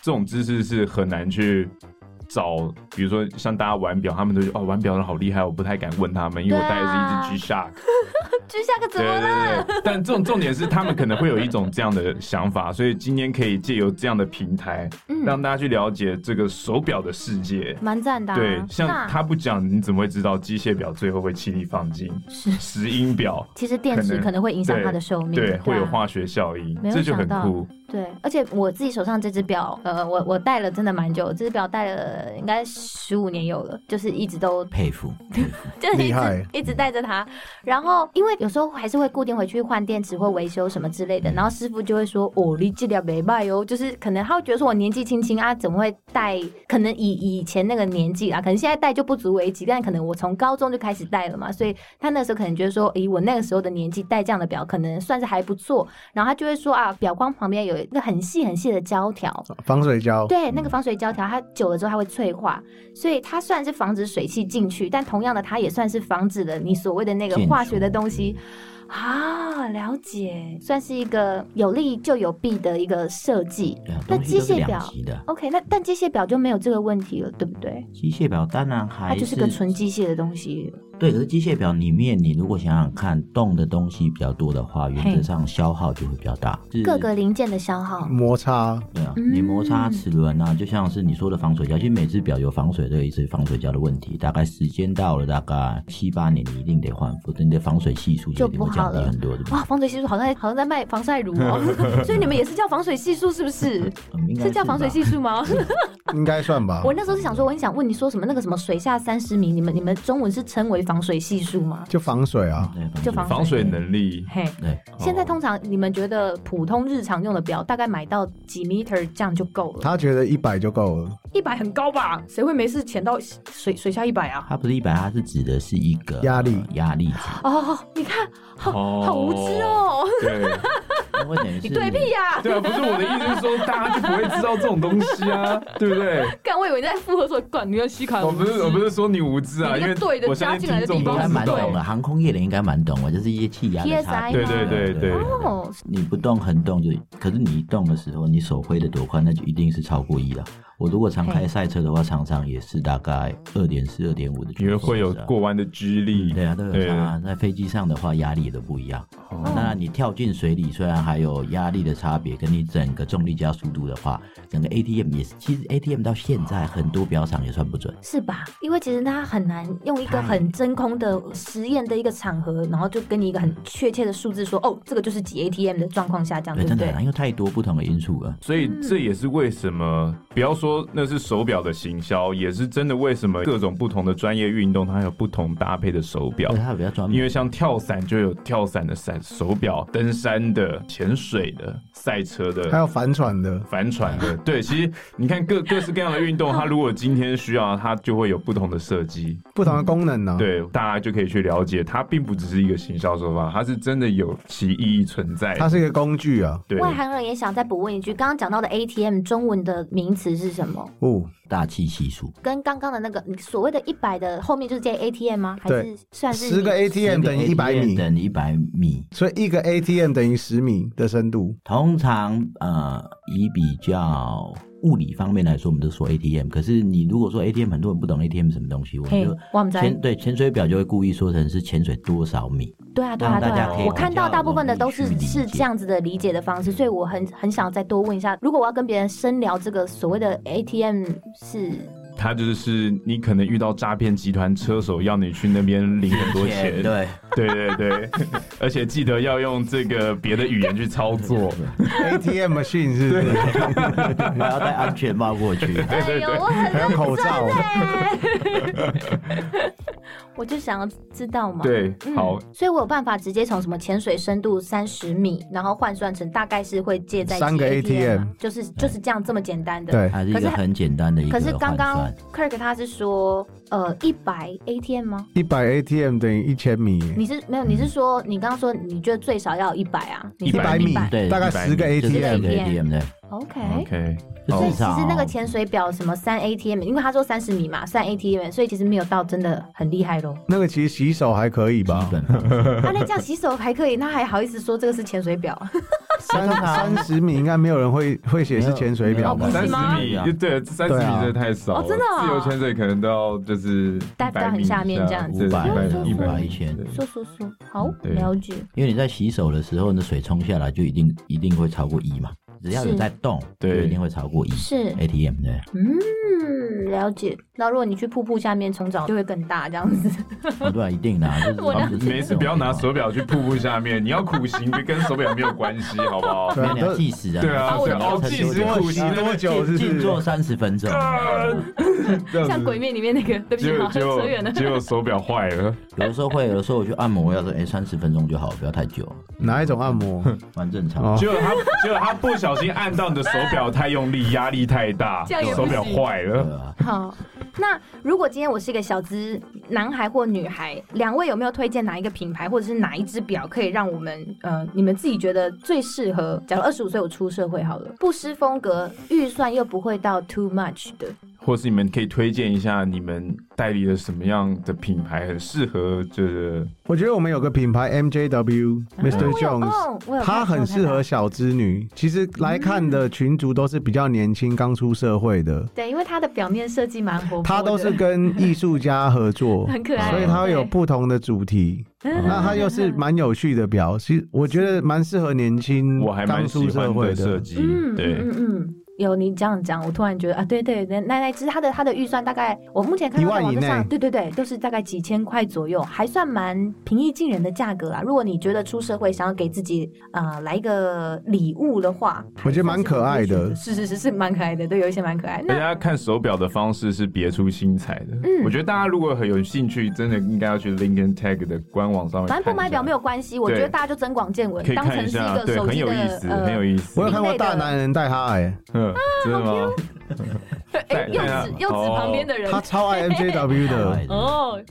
Speaker 4: 这种知识是很难去找，比如说像大家玩表，他们都觉得哦玩表的好厉害，我不太敢问他们，因为我
Speaker 6: 对啊
Speaker 4: 戴的是一只 G Shock。
Speaker 6: 居下 个怎
Speaker 4: 对
Speaker 6: 么
Speaker 4: 对
Speaker 6: 了？
Speaker 4: 对对，但重重点是他们可能会有一种这样的想法，所以今天可以借由这样的平台，让大家去了解这个手表的世界。
Speaker 6: 嗯蛮赞的啊、
Speaker 4: 对，像
Speaker 6: 那
Speaker 4: 他不讲，你怎么会知道机械表最后会气力放尽？
Speaker 6: 是
Speaker 4: 石英表
Speaker 6: 其实电池可能会影响它的寿命，
Speaker 4: 对，会有
Speaker 6: 啊
Speaker 4: 化学效应
Speaker 6: 没，有
Speaker 4: 这就
Speaker 6: 想
Speaker 4: 很
Speaker 6: 到
Speaker 4: 酷。
Speaker 6: 对，而且我自己手上这只表，呃，我我戴了真的蛮久，这只表戴了应该十五年有了，就是一直都
Speaker 5: 佩服，佩服。
Speaker 6: 就是一
Speaker 2: 厉害
Speaker 6: 直一直带着它。然后因为有时候还是会固定回去换电池或维修什么之类的，然后师傅就会说：“哦，你这条没卖哦。”就是可能他会觉得说我年纪轻轻啊，怎么会戴？可能以以前那个年纪啊，可能现在戴就不足为奇，但可能我从高中就开始戴了嘛，所以他那时候可能觉得说：“诶，我那个时候的年纪戴这样的表，可能算是还不错。”然后他就会说：“啊，表框旁边有一个很细很细的胶条，
Speaker 2: 防水
Speaker 5: 哦
Speaker 2: 胶，
Speaker 6: 对，
Speaker 5: 嗯
Speaker 6: 那个防水胶条，它久了之后它会脆化，所以它虽然是防止水汽进去，但同样的，它也算是防止了你所谓的那个
Speaker 5: 进
Speaker 6: 化
Speaker 5: 出
Speaker 6: 学的东西。啊，了解，算是一个有利就有弊的一个设计
Speaker 5: 对啊。
Speaker 6: 那
Speaker 5: 东西
Speaker 6: 机
Speaker 5: 都是
Speaker 6: 械
Speaker 5: 两
Speaker 6: 表
Speaker 5: 极的，
Speaker 6: ，OK，那但机械表就没有这个问题了，对不对？
Speaker 5: 机械表当然
Speaker 6: 它
Speaker 5: 还
Speaker 6: 就是个纯机械的东西。
Speaker 5: 对，可是机械表里面，你如果想想看，动的东西比较多的话，原
Speaker 6: 嘿
Speaker 5: 则上消耗就会比较大。是嗯
Speaker 6: 各个零件的消耗，
Speaker 2: 摩擦，
Speaker 5: 对啊，
Speaker 6: 嗯
Speaker 5: 你摩擦齿轮啊，就像是你说的防水胶，其实每只表有防水都有一次防水胶的问题。大概时间到了，大概七八年，你一定得换，否则你的防水系数
Speaker 6: 就
Speaker 5: 一定
Speaker 6: 不
Speaker 5: 会降
Speaker 6: 好
Speaker 5: 低
Speaker 6: 了
Speaker 5: 很多，对不对
Speaker 6: 哇，？防水系数好像在好像在卖防晒乳 哦，所以你们也是叫防水系数是不是？
Speaker 5: 嗯 应该
Speaker 6: 是叫
Speaker 5: 吧
Speaker 6: 防水系 数吗？
Speaker 2: 应该算吧
Speaker 5: 啊
Speaker 6: 我。那时候是想说，我很想问你说什么那个什么水下三十米，你们你们中文是称为防水系数吗？
Speaker 2: 就防水啊，
Speaker 5: 对，防
Speaker 6: 就
Speaker 5: 水
Speaker 6: 防
Speaker 4: 防水能力，
Speaker 6: 嘿，
Speaker 5: 对。
Speaker 6: 现在通常你们觉得普通日常用的表大概买到几 meter 这样就够了？
Speaker 2: 他觉得一百就够了。
Speaker 8: 一百很高吧？谁会没事潜到水水下一百啊？
Speaker 5: 它不是一百，它是指的是一个
Speaker 2: 压力
Speaker 5: 呃压力值，
Speaker 6: 哦，你看，好
Speaker 4: 哦
Speaker 6: 好无知 哦，
Speaker 4: 对
Speaker 5: 因为等于是
Speaker 6: 你对屁呀、
Speaker 4: 对啊，不是我的意思是说，大家就不会知道这种东西啊，对不对？
Speaker 8: 干，我以为你在附和说，干，你看西
Speaker 5: 哦
Speaker 8: 卡，
Speaker 4: 我不是我不是说你无知啊，
Speaker 8: 你
Speaker 4: 因
Speaker 8: 那个
Speaker 4: 为
Speaker 8: 对的
Speaker 4: 我相信
Speaker 8: 加进来的
Speaker 4: 听众
Speaker 8: 地
Speaker 4: 都
Speaker 8: 方
Speaker 5: 应该
Speaker 4: 知
Speaker 5: 蛮
Speaker 4: 道
Speaker 5: 懂的，航空业的应该蛮懂的，就是一些气压的差
Speaker 6: PSI
Speaker 5: 别。
Speaker 6: 吗
Speaker 4: 对
Speaker 6: 对
Speaker 4: 对对
Speaker 6: 哦，
Speaker 5: 你不动很动就，可是你一动的时候，你手挥的多快，那就一定是超过一了。我如果常开赛车的话，常常也是大概二点四、二点五的
Speaker 4: 因
Speaker 5: 距离，
Speaker 4: 为会有
Speaker 5: 是啊
Speaker 4: 过弯的居力，
Speaker 5: 对啊，都有差、啊。在飞机上的话，压力也都不一样。当然，你跳进水里，虽然还有压力的差别，跟你整个重力加速度的话，整个 ATM 也是，其实 ATM 到现在很多表厂也算不准。
Speaker 6: 是吧？因为其实它很难用
Speaker 5: 哎
Speaker 6: 一个很真空的实验的一个场合，然后就跟你一个很确切的数字说，哦，这个就是几 ATM 的状况下这样，对
Speaker 5: 对，
Speaker 6: 不
Speaker 5: 哎真的
Speaker 6: 对
Speaker 5: 很难，？因为太多不同的因素了。
Speaker 4: 所以这也是为什么，不要说那是手表的行销，也是真的为什么各种不同的专业运动，它有不同搭配的手表
Speaker 5: 对，。它比较专门，
Speaker 4: 因为像跳伞就有跳伞的伞手表，登山的、潜水的、赛车
Speaker 2: 还有
Speaker 4: 的、
Speaker 2: 帆船的，
Speaker 4: 帆船的。对，其实你看各各式各样的运动，它如果今天需要，它就会有不同的设计。
Speaker 2: 不同的功能呢、，啊
Speaker 4: 嗯对，大家就可以去了解，它并不只是一个行销手法，它是真的有其意义存在的。
Speaker 2: 它是一个工具啊。
Speaker 4: 对
Speaker 6: 外行人也想再补问一句，刚刚讲到的 ATM 中文的名词是什么？
Speaker 2: 哦，
Speaker 5: 大气系数。
Speaker 6: 跟刚刚的那个你所谓的一百的后面就是这 ATM 吗？还
Speaker 2: 对
Speaker 6: 是算是
Speaker 2: 十个
Speaker 6: 你
Speaker 2: ATM 等于一百米，
Speaker 5: 等于一百米。
Speaker 2: 所以一个 ATM 等于十米的深度。
Speaker 5: 通常呃，以比较物理方面来说，我们都说 ATM。可是你如果说 ATM，很多人不懂 ATM 什么东西，我们
Speaker 6: 嘿
Speaker 5: 就，
Speaker 6: 我们在
Speaker 5: 潜对潜水表就会故意说成是潜水多少 米。
Speaker 6: 对啊对啊
Speaker 5: 让
Speaker 6: 对
Speaker 5: 大家
Speaker 6: 啊
Speaker 5: 可以，
Speaker 6: 我看到大部分的都
Speaker 5: 比较
Speaker 6: 是
Speaker 5: 容易去理
Speaker 6: 是
Speaker 5: 解
Speaker 6: 这样子的理解的方式，所 以我很很想再多问一下，如果我要跟别人深聊这个所谓的 ATM 是
Speaker 4: 它就是你可能遇到诈骗集团车手要你去那边领很多钱，
Speaker 5: 对，
Speaker 4: 对对对， 而且记得要用这个别的语言去操作。
Speaker 2: ATM machine 是不是？
Speaker 5: 我要戴安全帽过 去。
Speaker 6: 哎呦，我很
Speaker 2: 还有
Speaker 6: 认
Speaker 2: 口罩，啊
Speaker 6: 我就想要知道嘛。，
Speaker 4: 对，好，
Speaker 6: 所以我有办法直接从什么潜水深度三十米，然后换算成大概是会借在
Speaker 2: 三个
Speaker 6: ATM，
Speaker 2: ATM
Speaker 6: 就是就是这样这么简单的。。
Speaker 2: 对，
Speaker 5: 它是一
Speaker 6: 可是
Speaker 5: 个很简单的一个
Speaker 6: 可
Speaker 5: 换
Speaker 6: 是
Speaker 5: 算。
Speaker 6: 刚刚 Kirk 他是说，呃，一百 ATM 吗？
Speaker 2: 一百 ATM 等于一千米，
Speaker 5: 嗯
Speaker 6: 你是没有？你是说你刚刚说你觉得最少要一百啊？你
Speaker 4: 一
Speaker 6: 是
Speaker 2: 一
Speaker 4: 百
Speaker 2: 百
Speaker 4: 米
Speaker 2: 米，
Speaker 5: 对
Speaker 2: 大概
Speaker 4: 100
Speaker 2: 十个
Speaker 4: 米
Speaker 6: 就是
Speaker 5: 这
Speaker 2: ATM，
Speaker 5: 个
Speaker 6: ATM
Speaker 5: ATM 的，
Speaker 6: OK。
Speaker 4: OK，
Speaker 5: 就
Speaker 6: 所以
Speaker 5: 至
Speaker 6: 其
Speaker 5: 少
Speaker 6: 实那个潜水表什么三 ATM，因为他说三十米嘛，算 ATM，所以其实没有到真的很厉 害咯。
Speaker 2: 那个其实洗手还可以吧
Speaker 5: 基？本
Speaker 6: 他那这样洗手还可以，那还好意思说这个是潜水 表？
Speaker 2: 三三十米应该没有人会会写是潜水表吧
Speaker 5: 没？有
Speaker 4: 三
Speaker 5: 没
Speaker 4: 十
Speaker 5: 有
Speaker 4: 米，对，三十
Speaker 2: 对
Speaker 4: 米
Speaker 2: 啊
Speaker 4: 真的太少了。
Speaker 6: 哦真的啊
Speaker 4: 自由潜水可能都要就是
Speaker 6: 带到
Speaker 4: 100米
Speaker 6: 很下面
Speaker 4: 以
Speaker 6: 这样子
Speaker 4: 对
Speaker 5: 五
Speaker 4: 100
Speaker 5: 百
Speaker 6: 不用
Speaker 4: 米
Speaker 5: 五
Speaker 6: 说
Speaker 5: 百一
Speaker 4: 米
Speaker 5: 千，
Speaker 4: 对
Speaker 6: 说说说，好
Speaker 4: 对
Speaker 6: 了解。
Speaker 5: 因为你在洗手的时候，那水冲下来就一定一定会超过一嘛，只要有
Speaker 6: 是
Speaker 5: 在动，就
Speaker 4: 对
Speaker 5: 一定会超过一。
Speaker 6: 是
Speaker 5: ATM 对，
Speaker 6: 嗯，了解。那如果你去瀑布下面冲澡，就会更大这样子。
Speaker 5: 哦对啊，一定的啊，就是
Speaker 6: 我
Speaker 4: 好
Speaker 6: 了
Speaker 5: 就是啊
Speaker 4: 没事，不要拿手表去瀑布下面，你要苦行，跟手表没有关系，好不好？
Speaker 5: 没
Speaker 2: 对
Speaker 5: 有，
Speaker 2: 啊
Speaker 5: 你
Speaker 2: 都
Speaker 5: 要计时啊，
Speaker 4: 对啊，
Speaker 5: 你
Speaker 4: 对啊，
Speaker 5: 要撑
Speaker 4: 哦，
Speaker 5: 多
Speaker 4: 计
Speaker 5: 久
Speaker 4: 时苦行
Speaker 2: 多
Speaker 4: 那
Speaker 2: 久是不
Speaker 5: 静
Speaker 2: 是？
Speaker 5: 坐三十分 钟，
Speaker 4: 啊这样
Speaker 3: 像
Speaker 4: 子
Speaker 3: 鬼面里面那个，对不起
Speaker 4: 结，果
Speaker 3: 好
Speaker 4: 结
Speaker 3: 像扯
Speaker 4: 果
Speaker 3: 远了。
Speaker 4: 结果手表坏 了，
Speaker 5: 有的时候会，有的时候我去按摩，我要说，哎，三十分钟就好，不要太久，
Speaker 2: 哪一种按摩？
Speaker 5: 蛮正常。
Speaker 2: 哦
Speaker 4: 结果他结果他不小心按到你的手表太用力，压力太大，
Speaker 3: 这样也不
Speaker 4: 手表坏
Speaker 5: 对
Speaker 4: 了。
Speaker 5: 啊，
Speaker 6: 好，那如果今天我是一个小资男孩或女孩，两位有没有推荐哪一个品牌或者是哪一只表可以让我们呃你们自己觉得最适合？假如二十五岁我出社会好了，不失风格，预算又不会到 too much 的，
Speaker 4: 或是你们可以推荐一下你们代理的什么样的品牌很适合，就是
Speaker 2: 我觉得我们有个品牌 MJW
Speaker 6: 我
Speaker 2: Mr.
Speaker 6: 有
Speaker 2: Jones，
Speaker 6: 嗯哦我有看嗯
Speaker 2: 它很适合。小资女。其实来看的群族都是比较年轻、刚出社会的，
Speaker 6: 对，因为它的表面设计蛮活泼的，，
Speaker 2: 它都是跟艺术家合作
Speaker 6: 很可爱，嗯
Speaker 2: 所以它会有
Speaker 6: 对
Speaker 2: 不同的主题。那它又是蛮有趣的表，其实我觉得蛮适合年轻
Speaker 4: 我还
Speaker 2: 嗯
Speaker 4: 蛮
Speaker 2: 刚
Speaker 4: 喜
Speaker 2: 出社
Speaker 4: 欢
Speaker 2: 会
Speaker 4: 的
Speaker 2: 的
Speaker 4: 设。计，
Speaker 6: 嗯，
Speaker 4: 对，
Speaker 6: 嗯嗯嗯，有你这样讲，我突然觉得啊，对对，那那那其实它的它的预算大概，我目前看到
Speaker 2: 一万
Speaker 6: 在网
Speaker 2: 以
Speaker 6: 络上，
Speaker 2: 内
Speaker 6: 对对对，都是大概几千块左右，还算蛮平易近人的价格啦。如果你觉得出社会想要给自己呃来一个礼物的话，
Speaker 2: 我觉得蛮可爱的
Speaker 6: 还算是是是是是蛮可爱的，对，有一些蛮可爱。
Speaker 4: 大
Speaker 6: 那
Speaker 4: 家看手表的方式是别出心裁的。
Speaker 6: 嗯
Speaker 4: 我觉得大家如果很有兴趣，真的应该要去 Lincoln Tag 的官网上面看一
Speaker 6: 反
Speaker 4: 下。
Speaker 6: 正不买表没有关系，我觉得
Speaker 4: 对
Speaker 6: 大家就增广见闻
Speaker 4: 可，以
Speaker 6: 当成
Speaker 4: 看一
Speaker 6: 是一
Speaker 4: 下，
Speaker 6: 个
Speaker 4: 对，
Speaker 6: 手
Speaker 4: 很
Speaker 6: 机
Speaker 4: 有
Speaker 6: 的
Speaker 4: 意思，
Speaker 6: 呃啊
Speaker 4: 很有意思
Speaker 2: 我。有看过
Speaker 6: 另类的
Speaker 2: 大男人戴它，哎，
Speaker 4: 嗯，真的吗？
Speaker 3: 哎，柚
Speaker 4: 对啊
Speaker 3: 子，柚子
Speaker 4: 哦
Speaker 3: 旁边的人
Speaker 2: 他超爱 MJW 的。
Speaker 5: 哎啊
Speaker 3: 哦，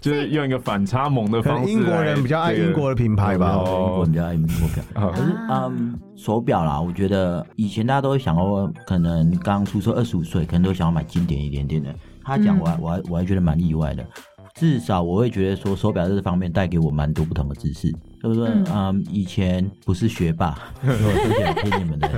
Speaker 4: 就是用一个反差萌的
Speaker 2: 可
Speaker 4: 方
Speaker 2: 能
Speaker 4: 式。
Speaker 2: 英国人比较爱英国的品牌吧。
Speaker 4: 哦
Speaker 5: 我比较爱英国表。
Speaker 4: 啊
Speaker 5: 可是，嗯，手表啦，我觉得以前大家都会想要，可能刚出生二十五岁，可能都想要买经典一点点的。他讲我还，我还我还觉得蛮意外的。至少我会觉得说，手表这方面带给我蛮多不同的知识，对不对？
Speaker 6: 嗯
Speaker 5: 嗯，以前不是学霸，所以我推荐推荐你们的，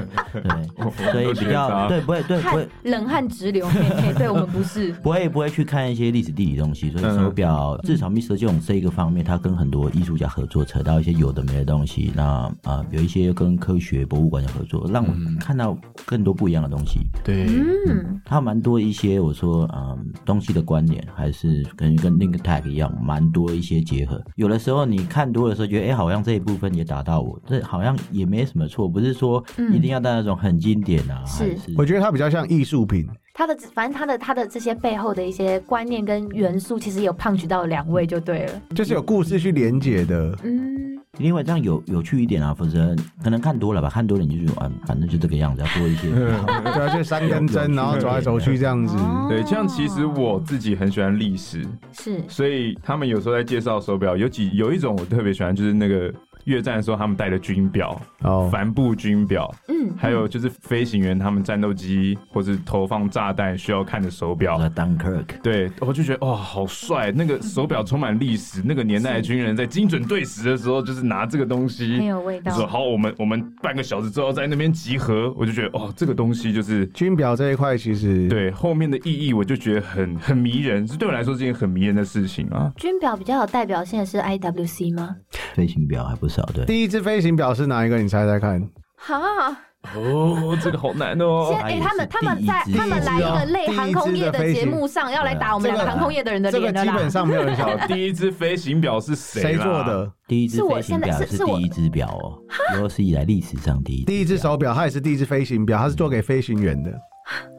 Speaker 5: 对，所以比较对，不会对不
Speaker 6: 汗
Speaker 5: 会
Speaker 6: 冷汗直流，嘿嘿对我们 不是。
Speaker 5: 不会不会去看一些历史地理东西，所以手表、至少 Mr. Jones 这一个方面，他跟很多艺术家合作，扯到一些有的没的东西。那啊、呃有一些跟科学博物馆的合作，让我看到更多不一样的东西。
Speaker 4: 对，
Speaker 6: 嗯，
Speaker 5: 它蛮多一些我说嗯、东西的关联，还是跟跟 Link Tag 一样，蛮多一些结合。有的时候你看多的时候，觉得哎、诶好像这一部分也打到我，这好像也没什么错，不是说一定要带那种很经典啊，
Speaker 6: 是
Speaker 5: 还是
Speaker 2: 我觉得它比较像艺术品，
Speaker 6: 他的反正他的他的这些背后的一些观念跟元素，其实有胖取到两位就对了。
Speaker 2: 就是有故事去连接的。
Speaker 6: 嗯，
Speaker 5: 因为这样有有趣一点啊，否则可能看多了吧，看多了你就觉得，嗯，反正就这个样子，要多一些。
Speaker 2: 对啊，就三根针，然后走来走去这样子。
Speaker 6: 哦
Speaker 4: 对，像其实我自己很喜欢历史，
Speaker 6: 是
Speaker 4: 所以他们有时候在介绍手表，有几有一种我特别喜欢，就是那个越战的时候他们戴的军表，
Speaker 2: 哦，
Speaker 4: 帆布军表，
Speaker 6: 嗯，
Speaker 4: 还有就是飞行员他们战斗机或是投放炸弹需要看的手表。
Speaker 5: 那 Dunkirk，
Speaker 4: 对，我就觉得哇、哦好帅！那个手表充满历史，那个年代的军人在精准对时的时候，就是拿这个东西，
Speaker 6: 很有味
Speaker 4: 你说
Speaker 6: 道。
Speaker 4: 好，我们我们半个小时之后在那边集合，我就觉得哦，这个东西就是
Speaker 2: 军表这一块其实，
Speaker 4: 对后面的意义，我就觉得很很迷人，这对我来说是一件很迷人的事情啊。
Speaker 6: 军表比较有代表性的是 IWC 吗？
Speaker 5: 飞行表还不少，对。
Speaker 2: 第一只飞行表是哪一个？你猜猜看？
Speaker 6: 哈，
Speaker 4: 哦，这个好难哦
Speaker 5: 现。
Speaker 3: 哎、他们他们在
Speaker 5: 第一只
Speaker 3: 他们来一个类航空业的节目上，要来打我们两个航空业的人的
Speaker 2: 这
Speaker 3: 脸
Speaker 2: 个
Speaker 3: 了
Speaker 2: 基本
Speaker 3: 啦。
Speaker 2: 上没有 人晓
Speaker 4: 好
Speaker 2: 得，
Speaker 4: 第一只飞行表是谁
Speaker 2: 谁
Speaker 4: 啦
Speaker 2: 做？的？
Speaker 5: 第一只
Speaker 3: 是我
Speaker 5: 飞行
Speaker 3: 现在
Speaker 5: 表
Speaker 3: 是
Speaker 5: 是
Speaker 3: 是我
Speaker 5: 第一只表哦，有史以来历史上第一
Speaker 2: 第一只
Speaker 5: 只表
Speaker 2: 手表，它也是第一只飞行表，它是做给飞行员的。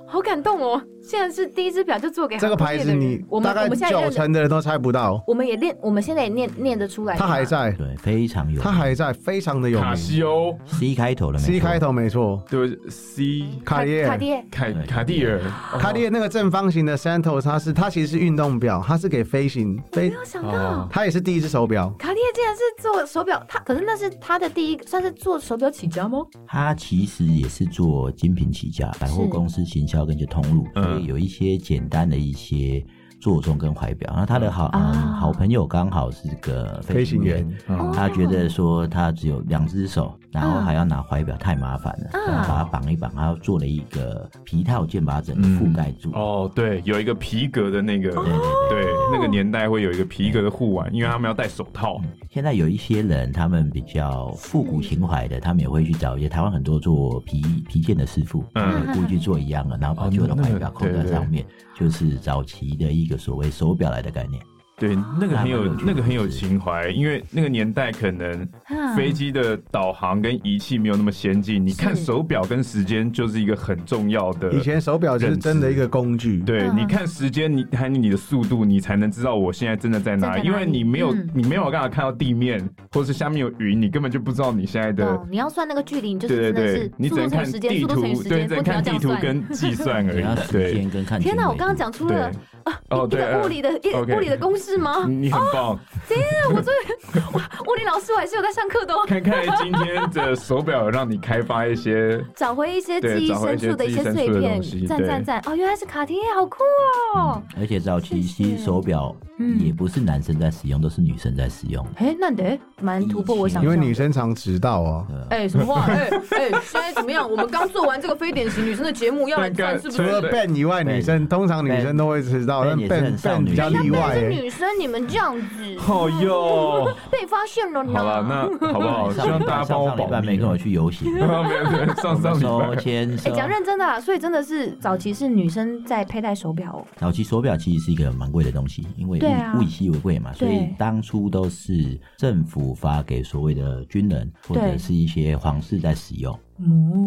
Speaker 8: 好感动哦！现在是第一只表就做给
Speaker 2: 这个牌子你
Speaker 3: 我们
Speaker 2: 大概
Speaker 3: 我们现在认
Speaker 2: 九
Speaker 3: 得
Speaker 2: 成的人都猜不到，
Speaker 3: 我们也念，我们现在也念念得出来。
Speaker 2: 它还，在，
Speaker 5: 对，非常有名，
Speaker 2: 它还在，非常的有
Speaker 4: 卡
Speaker 2: 名。
Speaker 4: 西欧，
Speaker 5: C 开头的没
Speaker 2: C
Speaker 5: 错
Speaker 2: 开，头没错，
Speaker 4: 对不起，C
Speaker 2: 卡地
Speaker 3: 卡
Speaker 2: 亚。
Speaker 3: 地
Speaker 4: 凯卡蒂尔，
Speaker 2: 卡地亚那个正方形的 Santos，它是它其实是运动表，它是给飞行飞，
Speaker 8: 没有想
Speaker 3: 啊
Speaker 4: 哦
Speaker 8: 到
Speaker 2: 它也是第一只手表。
Speaker 8: 卡地亚竟然是做手表，他可是那是他的第一个，算是做手表起家吗？
Speaker 5: 它其实也是做精品起家，百货公司行销跟就通路，
Speaker 4: 嗯
Speaker 5: 所以有一些简单的一些座钟跟怀表。那他的好、嗯
Speaker 8: 啊
Speaker 5: 好朋友刚好是个
Speaker 2: 飞
Speaker 5: 飞
Speaker 2: 行
Speaker 5: 行员
Speaker 2: 员。
Speaker 5: 他觉得说他只有两只手，然后还要拿怀表太麻烦了，然后把它绑一绑，他做了一个皮套件，把它整个覆盖住。
Speaker 4: 哦，对，有一个皮革的那个，
Speaker 5: 对对
Speaker 2: 哦
Speaker 5: 对。
Speaker 4: 对，那个年代会有一个皮革的护腕，因为他们要戴手套。
Speaker 5: 现在有一些人，他们比较复古情怀的，他们也会去找一些台湾很多做皮皮件的师傅，
Speaker 4: 嗯
Speaker 5: 嗯，故意去做一样的，然后把
Speaker 4: 哦
Speaker 5: 旧的
Speaker 4: 那
Speaker 5: 怀
Speaker 4: 个
Speaker 5: 表扣
Speaker 4: 对
Speaker 5: 在
Speaker 4: 对
Speaker 5: 上面，就是早期的一个所谓手表来的概念。
Speaker 4: 对，那个很有
Speaker 5: 那蛮有趣的
Speaker 4: 那个很有情怀，因为那个年代可能
Speaker 2: 嗯
Speaker 4: 飞机的导航跟仪器没有那么先进，你看手表跟时间就是一个很重要的。
Speaker 2: 以前手表就是真的一个工具，
Speaker 3: 嗯
Speaker 4: 对，你看时间，你还有你的速度，你才能知道我现在真的在哪
Speaker 3: 正
Speaker 4: 里，
Speaker 3: 在
Speaker 4: 因
Speaker 3: 哪里
Speaker 4: 为你没有
Speaker 3: 嗯
Speaker 4: 你没有办法看到地面，或是下面有云，你根本就不知道你现在
Speaker 3: 尔，
Speaker 4: 的
Speaker 3: 哦，你要算那个距离，你就是
Speaker 4: 对对
Speaker 3: 真的
Speaker 4: 对
Speaker 3: 是，
Speaker 4: 你只
Speaker 3: 速
Speaker 4: 能
Speaker 3: 度乘
Speaker 4: 看
Speaker 3: 以时间，
Speaker 4: 地
Speaker 3: 速度乘以
Speaker 4: 图，
Speaker 3: 时
Speaker 4: 对，
Speaker 3: 间，
Speaker 4: 只
Speaker 3: 不
Speaker 4: 能
Speaker 3: 能
Speaker 4: 看
Speaker 3: 这
Speaker 4: 地
Speaker 3: 样
Speaker 4: 图
Speaker 3: 算。
Speaker 4: 跟计算而
Speaker 5: 你要
Speaker 4: 已。
Speaker 5: 时
Speaker 4: 对
Speaker 5: 间，跟看
Speaker 8: 天
Speaker 5: 哪，
Speaker 8: 哪！我刚刚讲出
Speaker 4: 对
Speaker 8: 了
Speaker 4: 哦
Speaker 8: 一
Speaker 4: 对，
Speaker 3: 呃
Speaker 8: 个物理的一个
Speaker 4: OK
Speaker 8: 物理的公式吗？啊
Speaker 4: 你很棒。
Speaker 8: 物理老师 我还是有在上课的 哦，
Speaker 4: 看看今天的手表让你开发一些，
Speaker 8: 找回一些
Speaker 4: 对
Speaker 8: 记忆
Speaker 4: 找
Speaker 8: 深
Speaker 4: 回一些
Speaker 8: 处的一
Speaker 4: 记忆
Speaker 8: 些
Speaker 4: 深
Speaker 8: 碎
Speaker 4: 处的
Speaker 8: 片
Speaker 4: 东西，
Speaker 8: 赞
Speaker 4: 对
Speaker 8: 赞赞！哦，原来是卡地亚，好酷哦！
Speaker 5: 而且早期其实手表也不是男生在使用，都是女生在使用。
Speaker 3: 哎、那你得蛮突破我想
Speaker 2: 因
Speaker 3: 象
Speaker 2: 为
Speaker 3: 的。
Speaker 2: 女生常迟到啊。
Speaker 8: 哎、什么话？哎、哎、现在怎么样？我们刚做完这个非典型女生的节目，要来看是不
Speaker 2: 除
Speaker 8: 是？
Speaker 2: 了 Ben 以外，
Speaker 5: Ben
Speaker 2: 女生通常女
Speaker 5: Ben
Speaker 2: 生都会迟到，但
Speaker 5: Ben 也是
Speaker 2: Ben
Speaker 5: 很少
Speaker 2: Ben 比较
Speaker 5: 女
Speaker 2: 例
Speaker 5: 性
Speaker 2: 外
Speaker 6: 是
Speaker 4: 嗯
Speaker 2: 欸。
Speaker 6: 女生，你们这样子
Speaker 4: 好哦 哟。
Speaker 6: 被发现了呢。
Speaker 4: 好了，那好不好？希望大家帮我
Speaker 5: 上上礼
Speaker 4: 保
Speaker 5: 拜没
Speaker 4: 密
Speaker 5: 跟。我去游行，
Speaker 4: 没有没有， 上上
Speaker 5: 收
Speaker 4: 礼拜
Speaker 5: 签
Speaker 3: 哎、
Speaker 5: 收。
Speaker 3: 讲认真
Speaker 8: 啊
Speaker 3: 的啦，所以真的是早期是女生在佩戴手表哦、
Speaker 5: 早期手表其实是一个蛮贵的东西，因为
Speaker 3: 对啊
Speaker 5: 物物以稀为贵嘛，所以
Speaker 3: 对
Speaker 5: 当初都是政府发给所谓的军人或者
Speaker 3: 对嗯
Speaker 5: 是一些皇室在使用。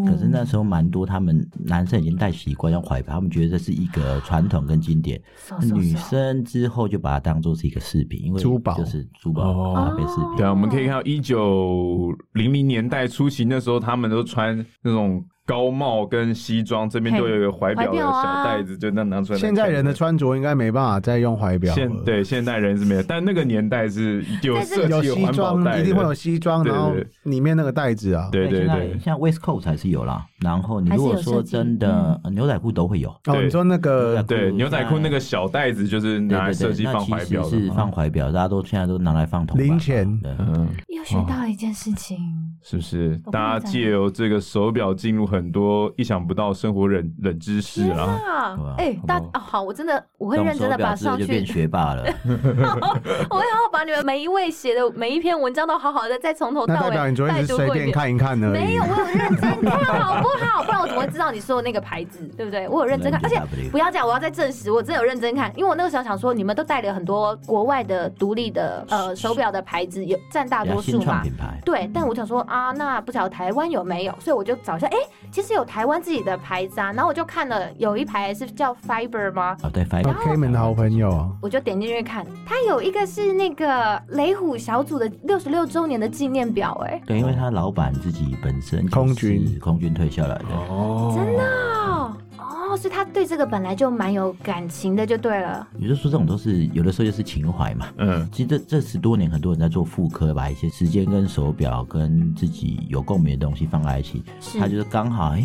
Speaker 5: 可是那时候蛮多，他们男生已经戴习惯用怀表，他们觉得这是一个传统跟经典。
Speaker 3: 啊
Speaker 5: 那女生之后就把它当做是一个饰品，因为
Speaker 2: 珠宝
Speaker 5: 就是珠
Speaker 4: 哦
Speaker 5: 宝搭配饰品。
Speaker 4: 对啊，我们可以看到一九零零年代初期，那时候他们都穿那种高帽跟西装，这边都有一个怀表的
Speaker 5: 啊
Speaker 4: 小袋子，就那拿出来。
Speaker 2: 现在人的穿着应该没办法再用怀表
Speaker 4: 现
Speaker 2: 了。
Speaker 4: 对现代人是没有，但那个年代是有设
Speaker 2: 有
Speaker 4: 计
Speaker 2: 西
Speaker 4: 环保
Speaker 2: 装
Speaker 4: 袋，
Speaker 2: 一定会有。西装，
Speaker 4: 对
Speaker 2: 然后
Speaker 4: 对对
Speaker 2: 里面那个袋子啊。
Speaker 4: 对对
Speaker 5: 现在
Speaker 4: 对，
Speaker 5: 像 Westco 才是有啦。然后你如果
Speaker 3: 还是有
Speaker 5: 说
Speaker 3: 设计嗯
Speaker 5: 真的，呃牛仔裤都会有。
Speaker 2: 哦，
Speaker 4: 对
Speaker 2: 你说那个
Speaker 4: 对牛仔裤那个小袋子就是
Speaker 5: 对
Speaker 4: 拿来
Speaker 5: 对
Speaker 4: 设
Speaker 5: 对，
Speaker 4: 计
Speaker 5: 那
Speaker 4: 放
Speaker 5: 其
Speaker 4: 怀
Speaker 5: 实
Speaker 4: 表的
Speaker 5: 是
Speaker 4: 嘛
Speaker 5: 放怀表，大家都现在都拿来放铜板
Speaker 2: 零
Speaker 5: 嘛
Speaker 2: 钱
Speaker 5: 对
Speaker 4: 嗯，
Speaker 6: 又学到了一件事情，
Speaker 4: 是不是？
Speaker 6: 我不
Speaker 4: 大
Speaker 6: 能
Speaker 4: 家
Speaker 6: 再
Speaker 4: 借由这个手表进入很多意想不到生活冷冷知识啊。
Speaker 8: 啊
Speaker 5: 对啊
Speaker 8: 哎、
Speaker 4: 好不
Speaker 8: 大
Speaker 4: 好
Speaker 8: 啊好，我真的我会
Speaker 5: 动
Speaker 8: 认真
Speaker 5: 手
Speaker 8: 的把
Speaker 5: 表之后
Speaker 8: 上
Speaker 5: 就变
Speaker 8: 去，
Speaker 5: 学霸了。
Speaker 8: 我会好好把你们每一位写的每一篇文章都好好的再从头
Speaker 2: 那
Speaker 8: 到
Speaker 2: 代
Speaker 8: 尾
Speaker 2: 表你昨天
Speaker 8: 拜
Speaker 2: 只是
Speaker 8: 读
Speaker 2: 随
Speaker 8: 过一
Speaker 2: 便
Speaker 8: 遍。
Speaker 2: 看一看而已。
Speaker 8: 没有，我有 认真看，好不好？不然我怎么会知道你说的那个牌子，对不对？我有认 真看，而且
Speaker 5: NGW
Speaker 8: 不要讲，我要再证实，我真的有认真看，因为我那个时候想说，你们都带了很多国外的独立的呃手表的牌子，有占大
Speaker 5: 比较
Speaker 8: 多
Speaker 5: 新
Speaker 8: 数
Speaker 5: 创
Speaker 8: 嘛。
Speaker 5: 品牌，
Speaker 8: 对，但我想说啊，那不晓得台湾有没有，所以我就找一下，哎、其实有台湾自己的牌子啊，然后我就看了有一排是叫 Fiber 吗？
Speaker 5: 哦，对，反
Speaker 2: 哦
Speaker 5: 正
Speaker 2: K 门的好朋友啊，
Speaker 8: 我就点进去看，它有一个是那个雷虎小组的六十六周年的纪念表、哎，
Speaker 5: 对，因为他老板自己本身也
Speaker 2: 嗯空军
Speaker 5: 是空军退下来的，
Speaker 4: 哦，
Speaker 8: 真的哦，哦，所以他对这个本来就蛮有感情的，就对了。
Speaker 5: 也就是说这种都是有的时候就是情怀嘛。
Speaker 4: 嗯，
Speaker 5: 其实这这十多年，很多人在做复刻，把一些时间跟手表跟自己有共鸣的东西放在一起。
Speaker 8: 是
Speaker 5: 他就是刚好，哎、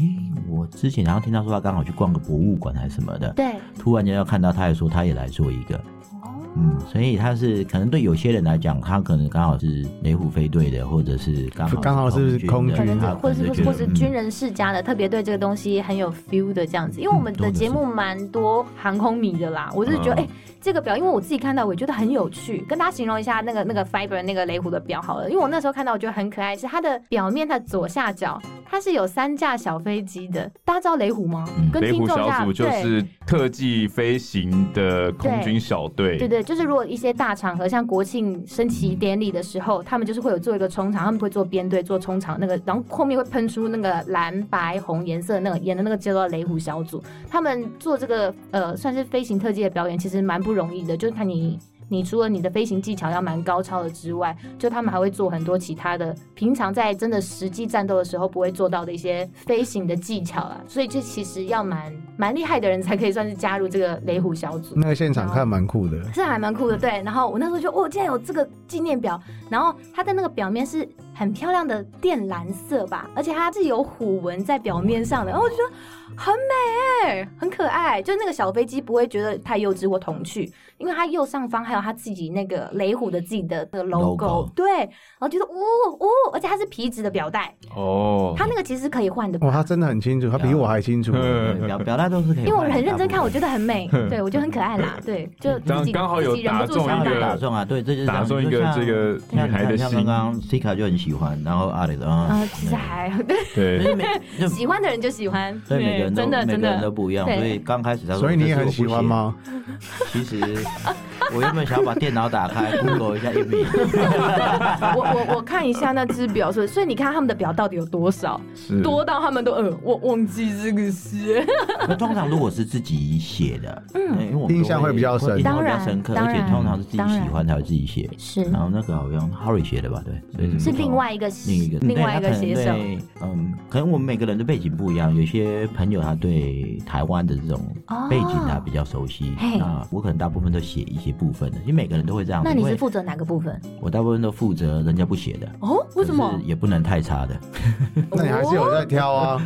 Speaker 5: 我之前然后听到说他刚好去逛个博物馆还是什么的，
Speaker 8: 对，
Speaker 5: 突然间要看到他也说他也来做一个，
Speaker 6: 哦
Speaker 5: 嗯，所以他是可能对有些人来讲，他可能刚好是雷虎飞队的，或者是刚好
Speaker 2: 刚好是空
Speaker 5: 的
Speaker 2: 军
Speaker 8: 可
Speaker 2: 啊
Speaker 8: 能
Speaker 5: 他
Speaker 8: 或
Speaker 5: 能
Speaker 8: 是
Speaker 5: 就
Speaker 8: 或
Speaker 5: 觉
Speaker 8: 是
Speaker 5: 得
Speaker 8: 或是
Speaker 5: 嗯
Speaker 8: 军人世家的，特别对这个东西很有 feel 的这样子。因为我们
Speaker 5: 多
Speaker 8: 的
Speaker 5: 的
Speaker 8: 节
Speaker 5: 是
Speaker 8: 目蛮多航空迷的啦，我就是觉得
Speaker 4: 嗯
Speaker 8: 哎，
Speaker 6: 这个表，因为我自己看到，我觉得很有趣，跟大家形容一下那个那个 Fiber 那个雷虎的表好了。因为我那时候看到，我觉得很可爱，是它的表面，它的左下角它是有三架小飞机的。大家知道雷虎吗？
Speaker 5: 嗯
Speaker 6: 跟
Speaker 4: 雷
Speaker 6: 听
Speaker 4: 虎
Speaker 6: 众一
Speaker 4: 小
Speaker 6: 下
Speaker 4: 组就
Speaker 6: 对
Speaker 4: 是特技飞行的空军小队，
Speaker 6: 对对，就是如果一些大场合，像国庆升旗典礼的时候，他们就是会有做一个冲场，他们会做编队、做冲场那个，然后后面会喷出那个蓝白红颜色的那个演的那个叫做雷虎小组，他们做这个呃算是飞行特技的表演，其实蛮不容易的，就是看你。你除了你的飞行技巧要蛮高超的之外，就他们还会做很多其他的，平常在真的实际战斗的时候不会做到的一些飞行的技巧啦。所以这其实要蛮蛮厉害的人才可以算是加入这个雷虎小组。
Speaker 2: 那个现场看蛮酷的，
Speaker 6: 是还蛮
Speaker 4: 嗯
Speaker 6: 酷的，对。然后我那时候就哦，竟然有这个纪念表，然后它的那个表面是很漂亮的靛蓝色吧，而且它是有虎纹在表面上的，然后我就觉得很美哎、很可爱。就那个小飞机不会觉得太幼稚或童趣，因为它右上方还有它自己那个雷虎的自己的那个 logo，,
Speaker 5: logo
Speaker 6: 对。然后觉得哦哦，而且它是皮质的表带，
Speaker 4: 哦，
Speaker 6: 它那个其实可以换的吧
Speaker 2: 哇，他真的很清楚，他比我还清楚。
Speaker 4: 啊嗯
Speaker 5: 对表表达都是可以换的，
Speaker 6: 因为我很认真看，我觉
Speaker 5: 得
Speaker 6: 得很美，对我觉得很可爱啦，对，就自
Speaker 4: 刚嗯
Speaker 6: 己
Speaker 4: 刚好有
Speaker 6: 自己忍不住
Speaker 4: 打中
Speaker 6: 想
Speaker 4: 一个
Speaker 6: 买
Speaker 5: 打中啊，对，这就是
Speaker 4: 打中一个这个女
Speaker 5: 女
Speaker 4: 孩的
Speaker 5: 像
Speaker 4: 心
Speaker 5: 刚刚 Sika 就很喜欢，然后阿里的
Speaker 6: 啊、
Speaker 5: 啊，
Speaker 6: 其实还
Speaker 5: 就
Speaker 4: 对，
Speaker 5: 是每 就
Speaker 6: 喜欢的人就喜欢，
Speaker 5: 对每个人都
Speaker 6: 真的
Speaker 5: 每
Speaker 6: 真
Speaker 5: 个人都
Speaker 6: 的。
Speaker 5: 不一样，
Speaker 6: 对
Speaker 5: 所以刚开始他说，
Speaker 2: 所以你也
Speaker 5: 这是
Speaker 2: 很
Speaker 5: 我
Speaker 2: 喜
Speaker 5: 不
Speaker 2: 欢
Speaker 5: 行？
Speaker 2: 吗？
Speaker 5: 其实我原本想把电脑打开 Google 一下 Amy，
Speaker 3: 我我我看一下那只表，所以所以你看他们的表到底有多 少，
Speaker 4: 是
Speaker 3: 多到他们都呃，我忘记这个 是。
Speaker 5: 那通常如果是自己写的，嗯，因为我们都
Speaker 2: 印象会比较深
Speaker 5: 印象会比较深刻，
Speaker 6: 当
Speaker 5: 而
Speaker 6: 然
Speaker 5: 且通常是自己
Speaker 6: 当然
Speaker 5: 喜欢才会自己写。
Speaker 6: 是
Speaker 5: 然后那个好像 Harry 写的吧，对，所以
Speaker 4: 嗯
Speaker 6: 是
Speaker 5: 不同
Speaker 6: 另外一个
Speaker 5: 另一个
Speaker 6: 另外一
Speaker 5: 对
Speaker 6: 个
Speaker 5: 他可能
Speaker 6: 写手，
Speaker 5: 对嗯，可能我们每个人的背景不一样，有些朋友他对台湾的这种
Speaker 6: 哦
Speaker 5: 背景他比较熟悉，
Speaker 6: 嘿
Speaker 5: 那我可能大部分都写一些部分的，因为每个人都会这样子。
Speaker 6: 那你
Speaker 5: 因
Speaker 6: 是
Speaker 5: 为
Speaker 6: 负责哪个部分？
Speaker 5: 我大部分都负责人家不写的，
Speaker 6: 哦，为什
Speaker 5: 可
Speaker 6: 么
Speaker 5: 是也不能太差的。
Speaker 2: 那你还是有在挑啊？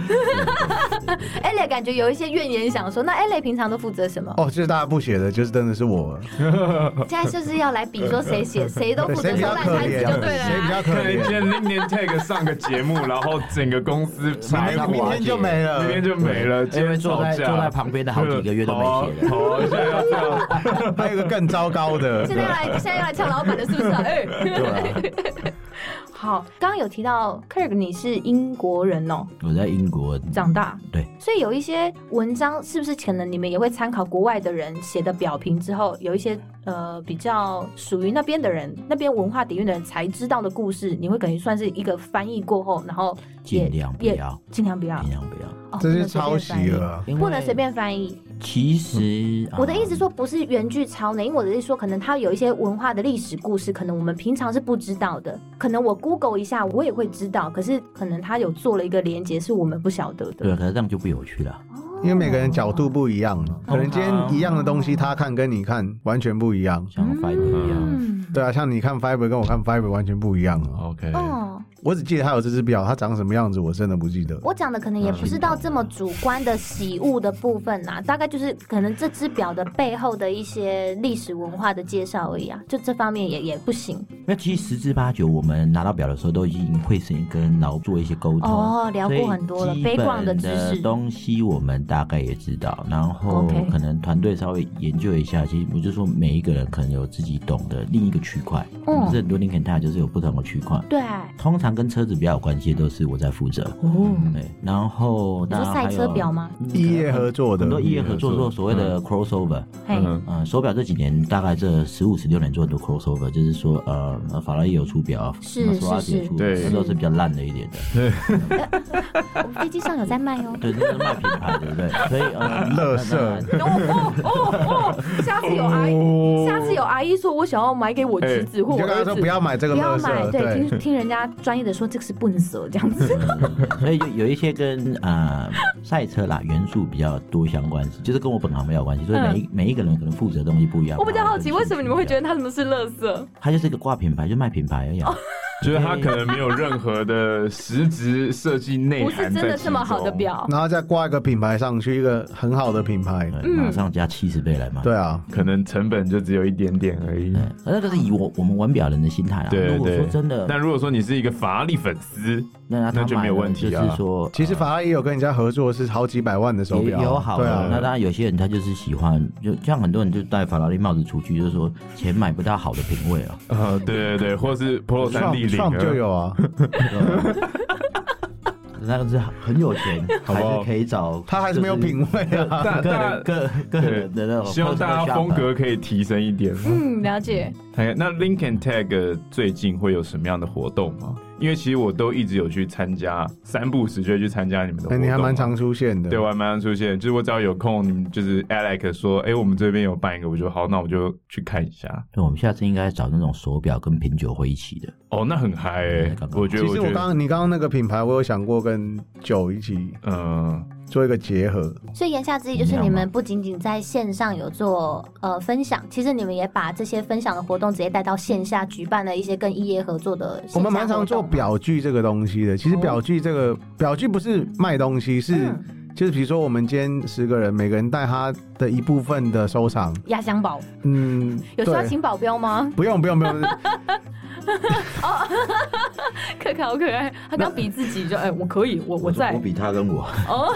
Speaker 6: ？Ella 感觉有一些怨言，想说那 Ella 平常都负责什么？
Speaker 2: 哦，就是大家不写的，就是真的是我
Speaker 6: 哦
Speaker 2: 了，
Speaker 6: 现在就是要来比说 谁写谁都
Speaker 2: 对
Speaker 6: 负
Speaker 2: 谁
Speaker 6: 责
Speaker 2: 比
Speaker 6: 收
Speaker 2: 较
Speaker 6: 烂
Speaker 2: 可
Speaker 6: 摊子
Speaker 2: 怜，
Speaker 6: 就对了
Speaker 2: 谁比
Speaker 6: 啊。
Speaker 2: 较可
Speaker 4: 可能今
Speaker 2: 怜，
Speaker 4: 天 LinkedIn Tag 上个节目，然后整个公司
Speaker 5: 明
Speaker 4: 财
Speaker 5: 天
Speaker 4: 务
Speaker 5: 明
Speaker 2: 啊明 天就没了
Speaker 4: 那。边就没了，今
Speaker 5: 因为
Speaker 4: 天
Speaker 5: 坐
Speaker 4: 吵
Speaker 5: 在
Speaker 4: 架
Speaker 5: 坐在旁边的好几个月都没 写的。
Speaker 4: 好啊，好啊现在要这样，
Speaker 2: 还有一个更糟糕的
Speaker 6: 现，在要来，现在要来呛老板的是不是 啊？哎，
Speaker 5: 啊对啊，
Speaker 6: 好，刚刚有提到 Kirk，你是英国人哦，
Speaker 5: 我在英国
Speaker 6: 长大
Speaker 5: 嗯对，
Speaker 6: 所以有一些文章是不是可能你们也会参考国外的人写的表评之后，有一些呃比较属于那边的人、那边文化底蕴的人才知道的故事，你会等于算是一个翻译过后，然后也
Speaker 5: 尽量不
Speaker 6: 也
Speaker 5: 要，
Speaker 6: 尽量不要
Speaker 5: 尽，量不要，
Speaker 6: 哦
Speaker 2: 这是抄袭了，啊。
Speaker 5: 因为
Speaker 6: 不能随。便翻译。不能
Speaker 5: 嗯
Speaker 6: 随便翻译
Speaker 5: 其实
Speaker 6: 我的意思说，不是原句抄呢，因为我的意思说，可能它有一些文化的历史故事，可能我们平常是不知道的，可能我 Google 一下我也会知道，可是可能它有做了一个连接，是我们不晓得的。
Speaker 5: 对，可是这样就不有趣了。
Speaker 2: 因为每个人角度不一样，
Speaker 6: 哦
Speaker 2: 可能今天一样的东西，他看跟你看完全不一样。
Speaker 5: 像
Speaker 6: 嗯
Speaker 5: Fiber 一样，
Speaker 2: 对啊，像你看 Fiber 跟我看 Fiber 完全不一样啊。
Speaker 4: OK，
Speaker 6: 哦，
Speaker 2: 我只记得他有这只表，它长什么样子我真的不记得。
Speaker 6: 我讲的可能也
Speaker 5: 嗯
Speaker 6: 不是到这么主观的喜恶的部分啦、大概就是可能这只表的背后的一些历史文化的介绍而已啊，就这方面也也不行
Speaker 5: 那其实十之八九，我们拿到表的时候都已经会先跟老做一些沟通
Speaker 6: 哦聊过很多
Speaker 5: 所
Speaker 6: 了
Speaker 5: 以基
Speaker 6: 悲观的
Speaker 5: 本
Speaker 6: 知识
Speaker 5: 的东西我们大概也知道，然后
Speaker 6: OK
Speaker 5: 可能团队稍微研究一下。其实我就说，每一个人可能有自己懂的另一个区块，
Speaker 6: 嗯
Speaker 5: 可是很多 Lincoln 它就是有不同的区块。
Speaker 6: 对，
Speaker 5: 通常跟车子比较有关系，都是我在负责。哦，对，然后
Speaker 6: 你
Speaker 5: 当然
Speaker 6: 说
Speaker 5: 还
Speaker 6: 赛
Speaker 5: 有
Speaker 6: 车表吗？
Speaker 2: 异业合作的
Speaker 5: 很，多异业合作做所谓的 crossover，
Speaker 6: 嘿，
Speaker 4: 嗯
Speaker 5: 呃，手表这几年大概这十五十六年做很多 crossover，就是说呃，呃法拉利有出表，
Speaker 6: 是
Speaker 5: 玛莎拉
Speaker 6: 是
Speaker 5: 蒂有出，
Speaker 4: 是对
Speaker 5: 那都是比较烂的一点的，
Speaker 6: 我们飞机上有在卖 哦。
Speaker 5: 对，那是卖品牌，对不对？所以 呃，
Speaker 2: 乐
Speaker 5: 乐
Speaker 2: 色
Speaker 5: 色，
Speaker 3: 哦哦哦，下次有阿姨，
Speaker 5: 哦
Speaker 3: 下次有阿姨说我想要买给我侄
Speaker 5: 哎
Speaker 3: 子或
Speaker 2: 你就
Speaker 3: 我
Speaker 2: 跟他
Speaker 3: 儿
Speaker 2: 说
Speaker 3: 子
Speaker 2: 不，要买这个
Speaker 6: 不要
Speaker 2: 乐
Speaker 6: 买，
Speaker 2: 色，
Speaker 6: 对，听听人家专业的说这个是笨蛇这样 子，
Speaker 5: 所以有有一些跟呃赛车啦元素比较多相关系，就是跟我本行没有关系，所
Speaker 3: 嗯
Speaker 5: 以每一每一个人可能负责的东西不一样。
Speaker 3: 我比较好奇，为什么你们会觉
Speaker 5: 得
Speaker 3: 得他们是垃圾？哦
Speaker 5: 它就是一个挂品牌，就卖品牌而已啊。
Speaker 4: 就是它可能没有任何的实质设计
Speaker 5: 哎
Speaker 4: 内
Speaker 3: 不
Speaker 4: 涵在
Speaker 3: 是真的
Speaker 4: 其
Speaker 3: 这么好的
Speaker 5: 哦
Speaker 4: 中。
Speaker 3: 表，
Speaker 2: 然后再挂一个品牌上去，一个很好的品牌。
Speaker 5: 对
Speaker 3: 嗯
Speaker 5: 马上加七十倍来买。
Speaker 2: 对啊，
Speaker 4: 可能成本就只有一点点而已
Speaker 5: 对。，那个是以我我们玩表人的心态啊。
Speaker 4: 对
Speaker 5: 如果
Speaker 4: 对
Speaker 5: 说真的，
Speaker 4: 嗯但如果说你是一个法拉利粉丝，
Speaker 5: 那他
Speaker 4: 那就没有问题啊
Speaker 5: 就是说，
Speaker 2: 其实
Speaker 5: 呃
Speaker 2: 法拉利有跟人家合作是好几百万的手
Speaker 5: 也
Speaker 2: 表，
Speaker 5: 也有好
Speaker 2: 对
Speaker 5: 的、
Speaker 2: 啊，
Speaker 5: 那当然有些人他就是喜欢，就像很多人就戴法拉利帽子出去，就是说钱买不到好的品味 啊。
Speaker 4: 呃，对对对，或是 Pro 三 D 零
Speaker 2: Trump 就有啊，
Speaker 5: 啊那个是很有钱，
Speaker 4: 好不
Speaker 5: 还
Speaker 4: 好
Speaker 5: 是可以找，
Speaker 2: 他还是没有品味 啊。
Speaker 4: 大
Speaker 5: 个
Speaker 4: 大
Speaker 5: 人个个人的那种。
Speaker 4: 希望大家风格可以提升一点。
Speaker 3: 嗯，了解，
Speaker 4: 哎，那 Lincoln Tag 最近会有什么样的活动吗？因为其实我都一直有去参加，三不五时就会去参加你们的活
Speaker 2: 哎，
Speaker 4: 动。
Speaker 2: 你还蛮常出现的。
Speaker 4: 啊对，啊我还蛮常出现，就是我只要有空，你们就是 Alex 说，哎、我们这边有办一个，我就好，那我就去看一下。
Speaker 5: 对，我们下次应该找那种手表跟品酒会一起的。
Speaker 4: 哦，那很嗨、欸
Speaker 5: 嗯，
Speaker 4: 我觉得，
Speaker 2: 其实
Speaker 4: 觉
Speaker 2: 我
Speaker 4: 得
Speaker 2: 刚刚你刚刚那个品牌，我有想过跟酒一起
Speaker 4: 嗯，
Speaker 2: 做一个结合。
Speaker 6: 所以言下之意就是，你们不仅仅在线上有做呃分享，其实你们也把这些分享的活动直接带到线下，举办了一些跟 EA 合作的线下活
Speaker 2: 我
Speaker 6: 动。
Speaker 2: 们蛮常
Speaker 6: 啊
Speaker 2: 做表具这个东西的。其实表具这个表具不是卖东西，是
Speaker 6: 嗯
Speaker 2: 就是比如说我们今天十个人，每个人带他的一部分的收藏。
Speaker 3: 压箱宝
Speaker 2: 嗯，
Speaker 3: 有需要
Speaker 2: 对
Speaker 3: 请保镖吗？
Speaker 2: 不用不用不用，
Speaker 3: 可 可好可爱，他刚比自己就哎，我可以，我我
Speaker 5: 说
Speaker 3: 在
Speaker 5: 我比他跟我，
Speaker 3: 哦，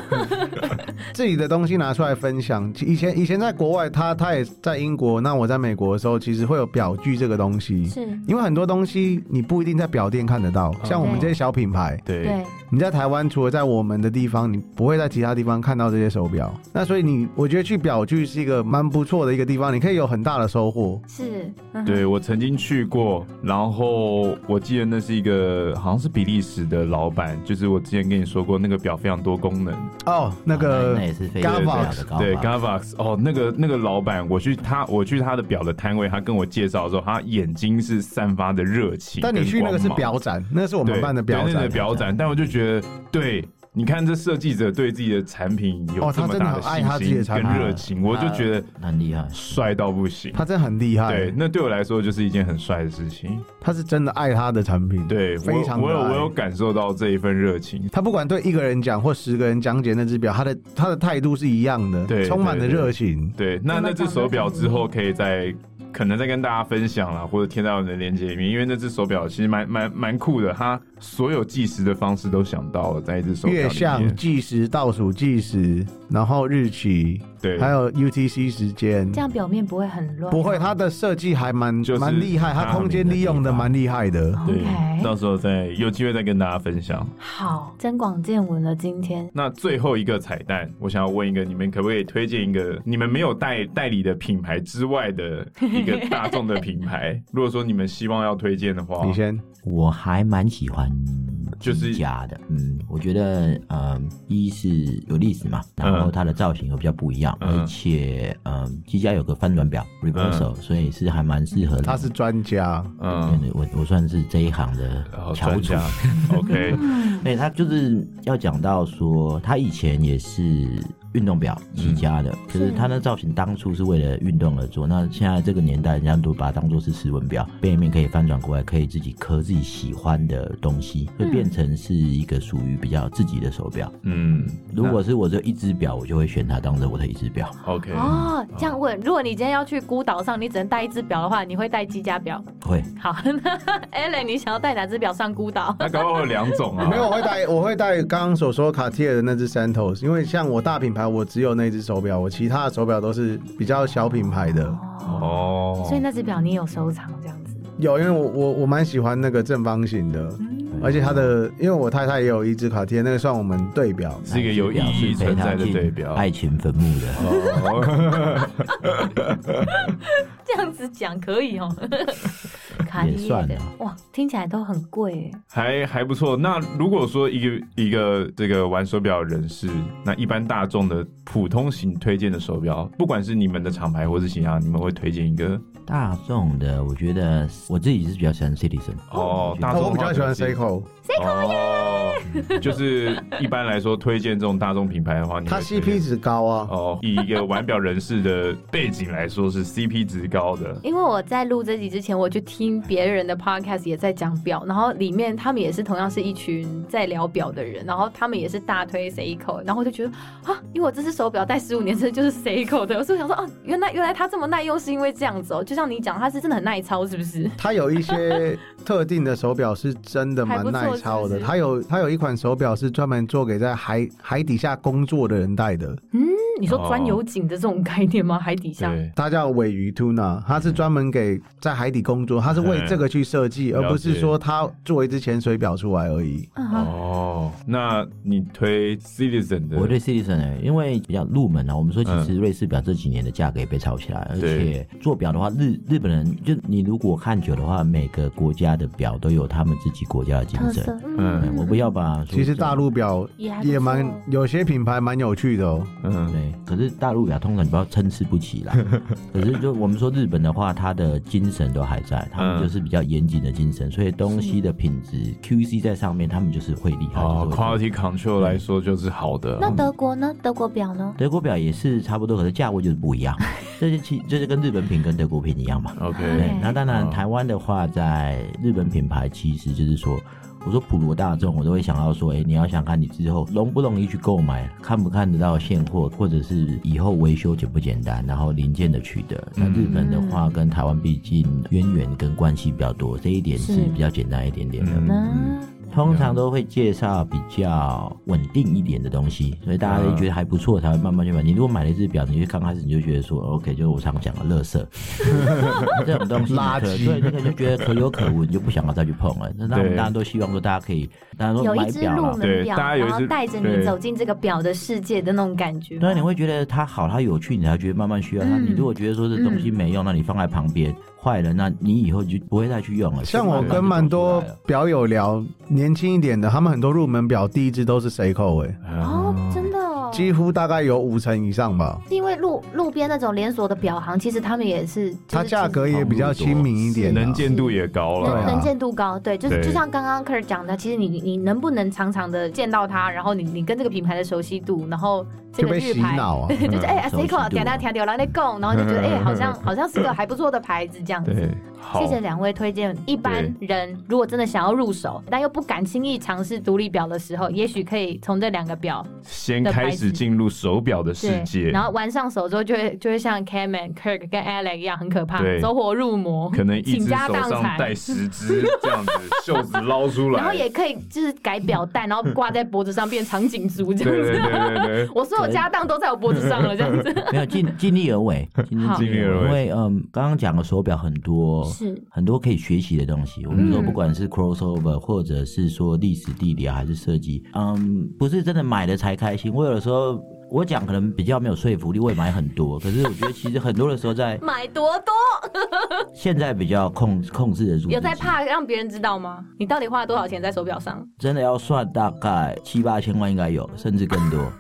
Speaker 2: 自己的东西拿出来分享。其以前以前在国外，他他也在英国，那我在美国的时候，其实会有表具这个东西。
Speaker 6: 是
Speaker 2: 因为很多东西你不一定在表店看得到，像我们这些小品牌，
Speaker 4: 对，
Speaker 6: 对，
Speaker 2: 你在台湾除了在我们的地方，你不会在其他地方看到这些手表。那所以你，我觉得去表具是一个蛮不错的一个地方，你可以有很大的收获。
Speaker 6: 是，
Speaker 4: 对我曾经去过，然后我记得那是一个好像是比利时的老板，就是我之前跟你说过那个表非常多功能，
Speaker 2: 哦，那个
Speaker 5: 那也是非常
Speaker 2: Gavax，
Speaker 5: 的高
Speaker 4: 对
Speaker 5: 吧。
Speaker 4: Gavax 哦，那个那个老板，我去他我去他的表的摊位，他跟我介绍的时候，他眼睛是散发的热情跟光
Speaker 2: 但
Speaker 4: 芒。
Speaker 2: 你去那个是表展，那是我
Speaker 4: 我
Speaker 2: 们办的表
Speaker 4: 对那
Speaker 2: 展
Speaker 4: 个。表展，但我就觉得对。你看这设计者对自己的产品有
Speaker 2: 哦
Speaker 4: 这
Speaker 2: 他
Speaker 4: 么
Speaker 2: 真的
Speaker 4: 大
Speaker 2: 很
Speaker 4: 的
Speaker 2: 爱他自己
Speaker 4: 信
Speaker 2: 的
Speaker 4: 心
Speaker 2: 产
Speaker 4: 跟
Speaker 2: 品
Speaker 4: 热情，我就觉得
Speaker 5: 他很厉害。
Speaker 4: 帅到不行。
Speaker 2: 他真的很厉害，
Speaker 4: 对，那对我来说就是一件很帅的事情。
Speaker 2: 他是真的爱他的产品，
Speaker 4: 对，我
Speaker 2: 非常的
Speaker 4: 我有
Speaker 2: 爱
Speaker 4: 我有感受到这一份热情。
Speaker 2: 他不管对一个人讲或十个人讲解那只表，他的他的态度是一样的，
Speaker 4: 对
Speaker 2: 充满了
Speaker 4: 对对
Speaker 2: 热情。
Speaker 4: 对，那
Speaker 6: 慢慢
Speaker 4: 那只
Speaker 6: 长
Speaker 4: 手
Speaker 6: 大
Speaker 4: 表
Speaker 6: 的
Speaker 4: 之后可以再可能再跟大家分享啦，或者贴在我们的链接里面，因为那只手表其实蛮蛮蛮酷的，它所有计时的方式都想到了在一只手
Speaker 2: 月
Speaker 4: 表里
Speaker 2: 相
Speaker 4: 面。
Speaker 2: 计时、倒数计时，然后日期，
Speaker 4: 对，
Speaker 2: 还有 UTC 时间，
Speaker 8: 这样表面不会很乱。
Speaker 2: 不会，它的设计还蛮
Speaker 4: 就是
Speaker 2: 蛮厉害，它空间利用的蛮厉害的。
Speaker 4: 对
Speaker 8: OK
Speaker 4: 到时候再有机会再跟大家分享。
Speaker 8: 好，
Speaker 6: 增广见闻了。今天
Speaker 4: 那最后一个彩蛋，我想要问一个，你们可不可以推荐一个你们没有代代理的品牌之外的一个大众的品牌？如果说你们希望要推荐的
Speaker 8: 哦
Speaker 4: 话，
Speaker 2: 你先，
Speaker 5: 我还蛮喜欢
Speaker 4: 就是
Speaker 5: 金家的，嗯，我觉得，嗯，一是有历史嘛，然后它的造型又比较不一样，
Speaker 4: 嗯
Speaker 5: 而且，嗯，机家有个翻转表 reversal，、所以是还蛮适合的。
Speaker 2: 他是专家，
Speaker 4: 嗯，
Speaker 5: 对我我算是这一行的
Speaker 4: 然后
Speaker 5: 翘
Speaker 4: 专
Speaker 5: 楚
Speaker 4: 家。，OK，
Speaker 5: 对他就是要讲到说，他以前也是运动表
Speaker 4: 嗯
Speaker 5: 起家的，就是他那造型当初是为了运动而做，那现在这个年代，人家都把它当做是斯文表，背面可以翻转过来，可以自己刻自己喜欢的东西，会变成是一个属于比较自己的手表。
Speaker 4: 嗯，
Speaker 5: 如果是我只有一只表，我就会选它当成我的一只表。
Speaker 4: OK，
Speaker 3: 哦，这样问，如果你今天要去孤岛上，你只能带一只表的话，你会带机加表？
Speaker 5: 会，
Speaker 3: 好 a l a n 你想要带哪只表上孤岛？
Speaker 4: 那搞不好有两种啊，
Speaker 2: 没有，我会带我会带刚刚所说卡地尔的那只 Santos，因为像我大品牌，我只有那只手表，我其他的手表都是比较小品牌的。
Speaker 4: 哦，
Speaker 3: 所以那只表你有收藏这样子？
Speaker 2: 有，因为我我我蛮喜欢那个正方形的，
Speaker 8: 嗯
Speaker 2: 而且它的，
Speaker 4: 嗯
Speaker 2: 因为我太太也有一只卡地尔，那个算我们对表。
Speaker 4: 是一个有意义存在的对哦标。
Speaker 5: 爱情坟墓的。
Speaker 3: 这样子讲可以 哦。
Speaker 5: 卡地亚的也算啊了
Speaker 3: 哇，听起来都很贵
Speaker 4: 还还不错。那如果说一个一个这个玩手表人士，那一般大众的普通型推荐的手表，不管是你们的厂牌或是其他，你们会推荐一个
Speaker 5: 大众的，我觉得我自己是比较喜欢 Citizen。
Speaker 4: 哦，大
Speaker 2: 那
Speaker 4: 众的
Speaker 2: 我
Speaker 4: 话
Speaker 2: 比较喜欢
Speaker 4: 可能是
Speaker 2: Seiko，
Speaker 4: 哦，就是一般来说推荐这种大众品牌的话，你
Speaker 2: 它
Speaker 4: 会推
Speaker 2: CP
Speaker 4: 荐
Speaker 2: 值高啊。
Speaker 4: 哦，以一个腕表人士的背景来说，是 CP 值高的。
Speaker 3: 因为我在录这集之前，我去听别人的 podcast 也在讲表，然后里面他们也是同样是一群在聊表的人，然后他们也是大推 Seiko，然后我就觉得啊，因为我这只手表戴十五年，这就是 Seiko 的，所以我想说啊，原来原来它这么耐用是因为这样子哦，就像你讲，它是真的很耐操，是不是？
Speaker 2: 它有一些特定的手表是真的蛮耐操
Speaker 3: 还不错是
Speaker 2: 的，
Speaker 3: 不是
Speaker 2: 它有它有一款手表是专门做给在海海底下工作的人戴的，
Speaker 3: 你说钻油井的这种概念吗？海底下？
Speaker 4: 对，
Speaker 2: 它叫尾鱼 tuna，它是专门给在海底工作，它是为这个去设计，
Speaker 4: 嗯
Speaker 2: 而不是说它做一只潜水表出来而已。
Speaker 3: 嗯
Speaker 4: 哦，那你推 Citizen 的，
Speaker 5: 我对 Citizen 呢因为比较入门啊，我们说其
Speaker 2: 嗯
Speaker 5: 实瑞士表这几年的价格也被炒起来，而且做表的话，日日本人就你如果看久的话，每个国家的表都有他们自己国家的精
Speaker 6: 特
Speaker 5: 神
Speaker 6: 色。，
Speaker 4: 嗯
Speaker 5: 嗯，我不要把
Speaker 2: 其实大陆表
Speaker 3: 嗯
Speaker 6: 也还不错
Speaker 2: 也蛮有些品牌蛮有趣的哦，
Speaker 4: 嗯，
Speaker 5: 对，可是大陆表通常你不要参差不 齐啦。可是就我们说日本的话，它的精神都还在，他
Speaker 2: 嗯
Speaker 5: 们就是比较严谨的精神，所以东西的品质 QC 在上面，他们就是会厉害。
Speaker 4: 哦
Speaker 5: 就是会做
Speaker 4: ，Quality Control 来说就是好的。
Speaker 6: 那德国呢？德国表呢？
Speaker 5: 德国表也是差不多，可是价位就是不 一样。这是其这是跟日本品跟德国品一样嘛？
Speaker 4: OK，
Speaker 5: 对，那当然，台湾的话，在日本品牌其实就是说，我说普罗大众，我都会想到说，哎、你要想看你之后容不容易去购买，看不看得到现货，或者是以后维修简不简单，然后零件的取得。那日本的话，跟台湾毕竟渊源跟关系比较多，这一点是
Speaker 6: 是
Speaker 5: 比较简单一点点的。
Speaker 4: 嗯
Speaker 6: 嗯，
Speaker 5: 通常都会介绍比较稳定一点的东西，
Speaker 2: 嗯
Speaker 5: 所以大家就觉得还不错，才会慢慢去买。你如果买了一只表，你就刚开始你就觉得说，OK，就是我哦常讲的垃 圾这种东西，
Speaker 2: 垃
Speaker 5: 可
Speaker 2: 圾
Speaker 5: 对那个就觉得可有可无，你就不想要再去碰了。那我们大家都希望说，大家可以，大家
Speaker 6: 有
Speaker 5: 都
Speaker 6: 一
Speaker 5: 买
Speaker 6: 只
Speaker 5: 表
Speaker 6: 入
Speaker 5: 了
Speaker 2: 啊
Speaker 6: 门。
Speaker 4: 对
Speaker 6: 表，
Speaker 4: 大家有一
Speaker 6: 然后
Speaker 4: 只
Speaker 6: 带着
Speaker 4: 对
Speaker 6: 你走进这个表的世界的那种感觉吧。
Speaker 5: 对，你会觉得它好，它有趣，你才会觉得慢慢需要
Speaker 2: 嗯
Speaker 5: 它。你如果觉得说这东西没用，那你放在旁边坏了，那你以后就不会再去用了。
Speaker 2: 像我
Speaker 5: 慢慢就
Speaker 2: 跟蛮
Speaker 5: 走
Speaker 2: 多
Speaker 5: 出来了
Speaker 2: 表友聊，年轻一点的，他们很多入门表第一只都是 Seiko 哎、
Speaker 6: 哦，
Speaker 4: 嗯
Speaker 6: 真的哦。
Speaker 2: 几乎大概有五成以上吧。
Speaker 6: 是因为路路边那种连锁的表行，其实他们也是，就是
Speaker 2: 它价格也比较亲民一点、啊，
Speaker 4: 能见度也高
Speaker 6: 能、
Speaker 2: 对啊
Speaker 4: 了。
Speaker 6: 能见度高，对，就是
Speaker 4: 对
Speaker 6: 就像刚刚
Speaker 3: 刚刚 Kerr 讲的，其实你你你能不能常常的见到它，然后你你跟这个品牌的熟悉度，然后这
Speaker 2: 就
Speaker 3: 个
Speaker 2: 被
Speaker 3: 日
Speaker 2: 洗
Speaker 3: 牌，
Speaker 2: 脑啊。
Speaker 3: 对，就是哎
Speaker 5: 熟悉度
Speaker 3: ，Seiko
Speaker 5: 啊
Speaker 3: 点到调调，然后在供，然后就觉得哎、好 像好像是个还不错的牌子 这样子。
Speaker 4: 对，好
Speaker 6: 谢，谢两位推荐，
Speaker 3: 一般人如果真的想要入手，但又不敢轻易尝试独立表的时候，也许可以从这两个表
Speaker 4: 先开始进入手表的世
Speaker 3: 对，
Speaker 4: 界
Speaker 3: 然，后玩上手之后，就会就会像 Cameron、Kirk 跟 Alex 一样很可怕，
Speaker 4: 对
Speaker 3: 走火入魔，
Speaker 4: 可能一
Speaker 3: 倾
Speaker 4: 只
Speaker 3: 家
Speaker 4: 手
Speaker 3: 荡
Speaker 4: 上
Speaker 3: 产。
Speaker 4: 戴十只这样子，袖子捞出来，
Speaker 3: 然后也可以就是改表带，然后挂在脖子上变长颈族这
Speaker 4: 对
Speaker 3: 样
Speaker 4: 对
Speaker 3: 子。
Speaker 4: 对对对，
Speaker 3: 我所有家当都在我脖子上了，这样子。
Speaker 5: 没有尽尽力而为，尽力
Speaker 3: 好
Speaker 5: 尽力而为，因为嗯，刚刚讲的手表很多
Speaker 6: 是
Speaker 5: 很多可以学习的东西。我们说不管是 crossover，或者是说历史地理啊，还是设计，嗯，不是真的买了才开心。我有的时候我讲可能比较没有说服力，我也买很多，可是我觉得其实很多的时候在
Speaker 3: 买多多，
Speaker 5: 现在比较控控制得住自己。
Speaker 3: 有 在怕让别人知道吗？你到底花了多少钱在手表上？
Speaker 5: 真的要算大概七八千万应该有，甚至更多。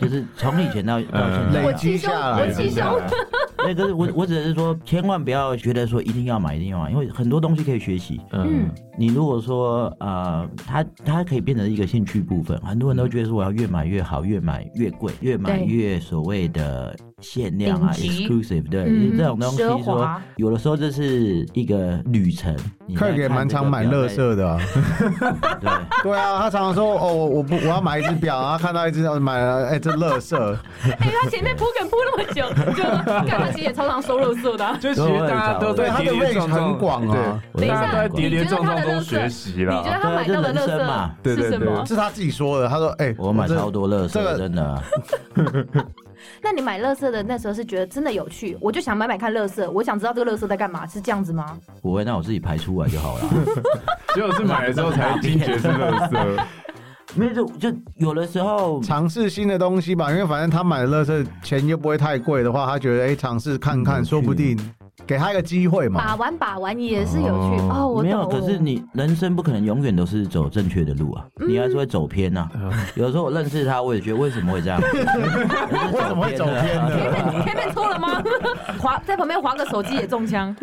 Speaker 5: 就是从以前到到现在
Speaker 2: 呃
Speaker 5: 啊，
Speaker 2: 累积下来
Speaker 3: 我气胸，我气胸。
Speaker 5: 对，可是我我只是说，千万不要觉得说一定要买，一定要买，因为很多东西可以学习。
Speaker 4: 嗯，
Speaker 5: 你如果说呃，它它可以变成一个兴趣部分，很多人
Speaker 2: 嗯
Speaker 5: 都觉得说我要越买越好，越买越贵，越买
Speaker 3: 对
Speaker 5: 越所谓的限量啊
Speaker 3: 顶级
Speaker 5: ，exclusive，对，
Speaker 3: 嗯
Speaker 5: 这种东西
Speaker 3: 奢
Speaker 5: 说
Speaker 3: 华
Speaker 5: 有的时候这是一个旅程。你 在
Speaker 2: 克也
Speaker 5: 看
Speaker 2: 蛮
Speaker 5: 这个
Speaker 2: 常买
Speaker 5: 表
Speaker 2: 乐
Speaker 5: 在
Speaker 2: 色的、啊，
Speaker 5: 对。
Speaker 2: 对啊，他常常说哦，我我不我要买一只表， 然后看到一只哦买了，哎、这乐色，
Speaker 3: 哎，他前面铺梗铺那么久，就干他其实也超常收肉色的啊。
Speaker 4: 就其实 大家都
Speaker 2: 对
Speaker 4: 在
Speaker 2: 他的
Speaker 4: 跌跌
Speaker 2: range
Speaker 4: 撞撞
Speaker 2: 很广啊，
Speaker 5: 我在
Speaker 4: 大家都在
Speaker 5: 看过
Speaker 4: 跌跌撞撞中学习
Speaker 3: 你觉得
Speaker 4: 啦。
Speaker 3: 他买到的乐
Speaker 5: 对这人生嘛
Speaker 3: 色是什
Speaker 4: 对对
Speaker 3: 么
Speaker 4: 对？
Speaker 2: 是他自己说的，他说哎、
Speaker 5: 我买
Speaker 2: 这
Speaker 5: 超多乐色
Speaker 2: 这，个
Speaker 5: 真的。啊
Speaker 8: 那你买乐色的那时候是觉得真的有趣，我就想买买看乐色，我想知道这个乐色在干嘛，是这样子吗？
Speaker 5: 不会，那我自己排出来就好了。啊
Speaker 4: 只有是买了之后才惊觉是垃圾，
Speaker 5: 没有，就就有的时候
Speaker 2: 尝试新的东西吧，因为反正他买的乐色钱又不会太贵的话，他觉得哎尝试看看，说不定给他一个机会
Speaker 8: 把
Speaker 2: 嘛。
Speaker 8: 玩把玩也是有趣
Speaker 4: 哦
Speaker 8: 哦我
Speaker 5: 没有，
Speaker 8: 懂
Speaker 5: 可是你人生不可能永远都是走正确的路啊，你还是会走偏呐、啊。有时候我认识他，我也觉得为什么会这样，为
Speaker 2: 为什么会走偏呢？
Speaker 3: Kevin 错 了吗？划在旁边划个手机也中枪。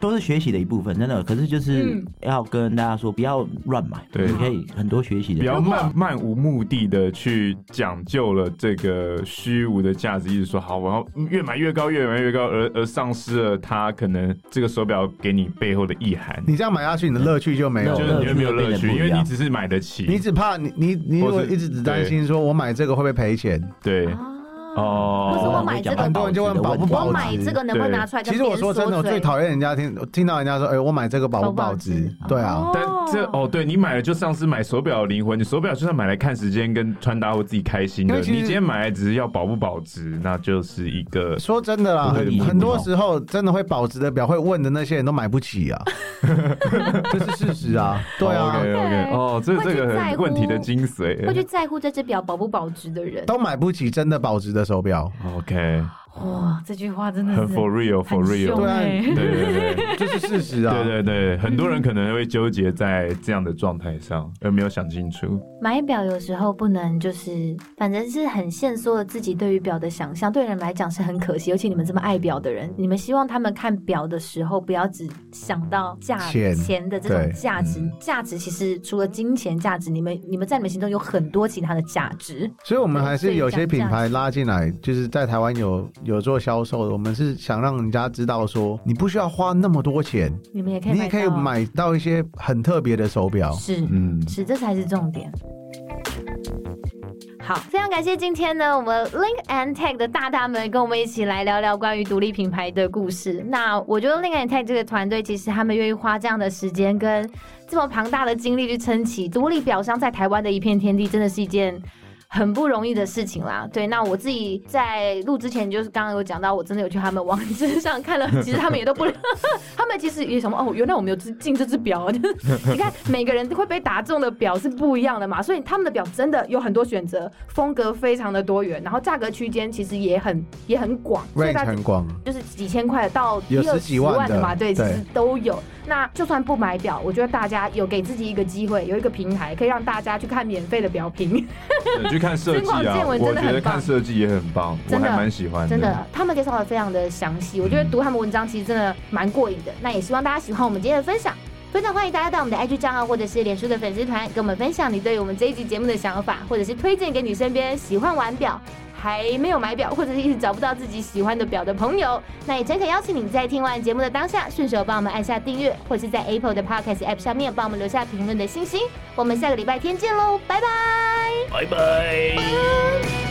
Speaker 5: 都是学习的一部分，真的。可是就是要跟大家说，不要乱买，
Speaker 4: 对
Speaker 5: 你可以很多学习
Speaker 4: 不
Speaker 5: 的。
Speaker 4: 要漫漫无目的的去讲究了这个虚无的价值，一直说好，我要越买越高，越买越高，而而丧失了它可能这个手表给你背后的意涵，
Speaker 2: 你这样买下去，你的乐趣就没有
Speaker 6: 哦
Speaker 4: 就
Speaker 2: 了
Speaker 4: 是。你会没有乐
Speaker 5: 乐趣
Speaker 4: 趣，
Speaker 5: 就变得不一
Speaker 4: 因
Speaker 5: 样
Speaker 4: 为你只是买得起。
Speaker 2: 你只怕你你你如
Speaker 4: 或
Speaker 2: 果
Speaker 4: 是
Speaker 2: 一直只担心说，我买这个会不会赔钱？
Speaker 4: 对
Speaker 6: 啊或是我
Speaker 4: 哦，
Speaker 6: 买这
Speaker 5: 讲
Speaker 6: 个
Speaker 2: 很多人就问保不
Speaker 6: 我
Speaker 2: 保
Speaker 6: 买
Speaker 2: 值
Speaker 6: 这。个能不能
Speaker 4: 对
Speaker 6: 拿出来
Speaker 2: 其
Speaker 6: 跟
Speaker 2: 实
Speaker 6: 别
Speaker 2: 我
Speaker 6: 人
Speaker 2: 说真的，我最
Speaker 6: 嘴？
Speaker 2: 讨厌人家听听到人家说，哎，我买这个保不
Speaker 8: 保
Speaker 2: 保
Speaker 8: 不保
Speaker 2: 值
Speaker 8: 值？
Speaker 2: 对啊，
Speaker 4: 但这哦，对你买了就像是买手表的灵魂，你手表就算买来看时间跟穿搭或自己开心
Speaker 2: 因
Speaker 4: 的，
Speaker 2: 为其实
Speaker 4: 你今天买来只是要保不保值，那就是一个
Speaker 2: 说真的啦，
Speaker 5: 不会
Speaker 2: 很
Speaker 5: 理你
Speaker 2: 很多
Speaker 5: 不好
Speaker 2: 时候真的会保值的表会问的那些人都买不起啊， 这是事实啊。对啊
Speaker 4: o，k OK，哦，这
Speaker 6: 会去
Speaker 4: 这个
Speaker 6: 在
Speaker 4: 很
Speaker 6: 乎
Speaker 4: 问题的精髓。
Speaker 6: 会去在乎这只表保不保值的人，
Speaker 2: 都买不起真的保值的手 表。
Speaker 4: OK，
Speaker 8: 哇，这句话真的
Speaker 4: 很
Speaker 6: 嗯
Speaker 8: 是
Speaker 4: for real，for
Speaker 8: 很
Speaker 4: real，
Speaker 8: 凶
Speaker 2: 对啊
Speaker 8: 欸
Speaker 4: 对对对 对。
Speaker 2: 这是事实啊。
Speaker 4: 对对对，很多人可能会纠结在这样的状态上，而没有想清楚。
Speaker 6: 买表有时候不能就是，反正是很限缩了自己对于表的想象，对人来讲是很可惜。尤其你们这么爱表的人，你们希望他们看表的时候，不要只想到价
Speaker 2: 钱
Speaker 6: 钱的这种
Speaker 2: 对嗯
Speaker 6: 价值。价值其实除了金钱价值，你们你们在你们心中有很多其他的价值。
Speaker 2: 所以我们还是有些品牌拉进来，就是在台湾有有做销售的，我们是想让人家知道说，你不需要花那么多钱，
Speaker 6: 你们也可以
Speaker 2: 你
Speaker 6: 买，啊
Speaker 2: 也可以。买到一些很特别的手表。
Speaker 6: 是，
Speaker 4: 嗯，
Speaker 6: 是，这才是重点。好，非常感谢今天呢，我们 Link and Tech 的大大们跟我们一起来聊聊关于独立品牌的故事。那我觉得 Link and Tech 这个团队，其实他们愿意花这样的时间跟这么庞大的精力去撑起独立表商在台湾的一片天地，真的是一件。很不容易的事情啦，对。那我自己在录之前，就是刚刚有讲到，我真的有去他们网站上看 了，其实他们也都不了， 他们其实也想说，哦，原来我们有进这只表，就是 你看每个人会被打中的表是不一样的嘛，所以他们的表真的有很多选择，风格非常的多元，然后价格区间其实也很也很广，所以
Speaker 2: range
Speaker 6: 大家
Speaker 2: 很广，
Speaker 6: 就是几千块到
Speaker 2: 有
Speaker 6: 一二
Speaker 2: 十
Speaker 6: 十
Speaker 2: 几
Speaker 6: 万
Speaker 2: 万
Speaker 6: 的
Speaker 2: 的
Speaker 6: 嘛，对，其
Speaker 2: 对
Speaker 6: 实都有。那就算不买表，我觉得大家有给自己一个机会，有一个平台可以让大家去看免费的表评，
Speaker 4: 对去看设计
Speaker 6: 增广
Speaker 4: 啊，
Speaker 6: 见闻
Speaker 4: 我
Speaker 6: 嗯真的
Speaker 4: 觉得
Speaker 6: 很棒
Speaker 4: 看设计也很棒，我
Speaker 6: 真的
Speaker 4: 还蛮喜欢嗯
Speaker 6: 真的，他们介绍的非常的详细，我觉得读他们文章其实真的蛮过瘾的。那也希望大家喜欢我们今天的分享。非常欢迎大家到我们的 IG 账号或者是脸书的粉丝团，跟我们分享你对于我们这一集节目的想法，或者是推荐给你身边喜欢玩表、还没有买表，或者是一直找不到自己喜欢的表的朋友。那也诚恳邀请你在听完节目的当下，顺手帮我们按下订阅，或是在 Apple 的 Podcast App 上面帮我们留下评论的信息。我们下个礼拜天见喽，拜拜。
Speaker 4: 拜拜。
Speaker 6: 拜拜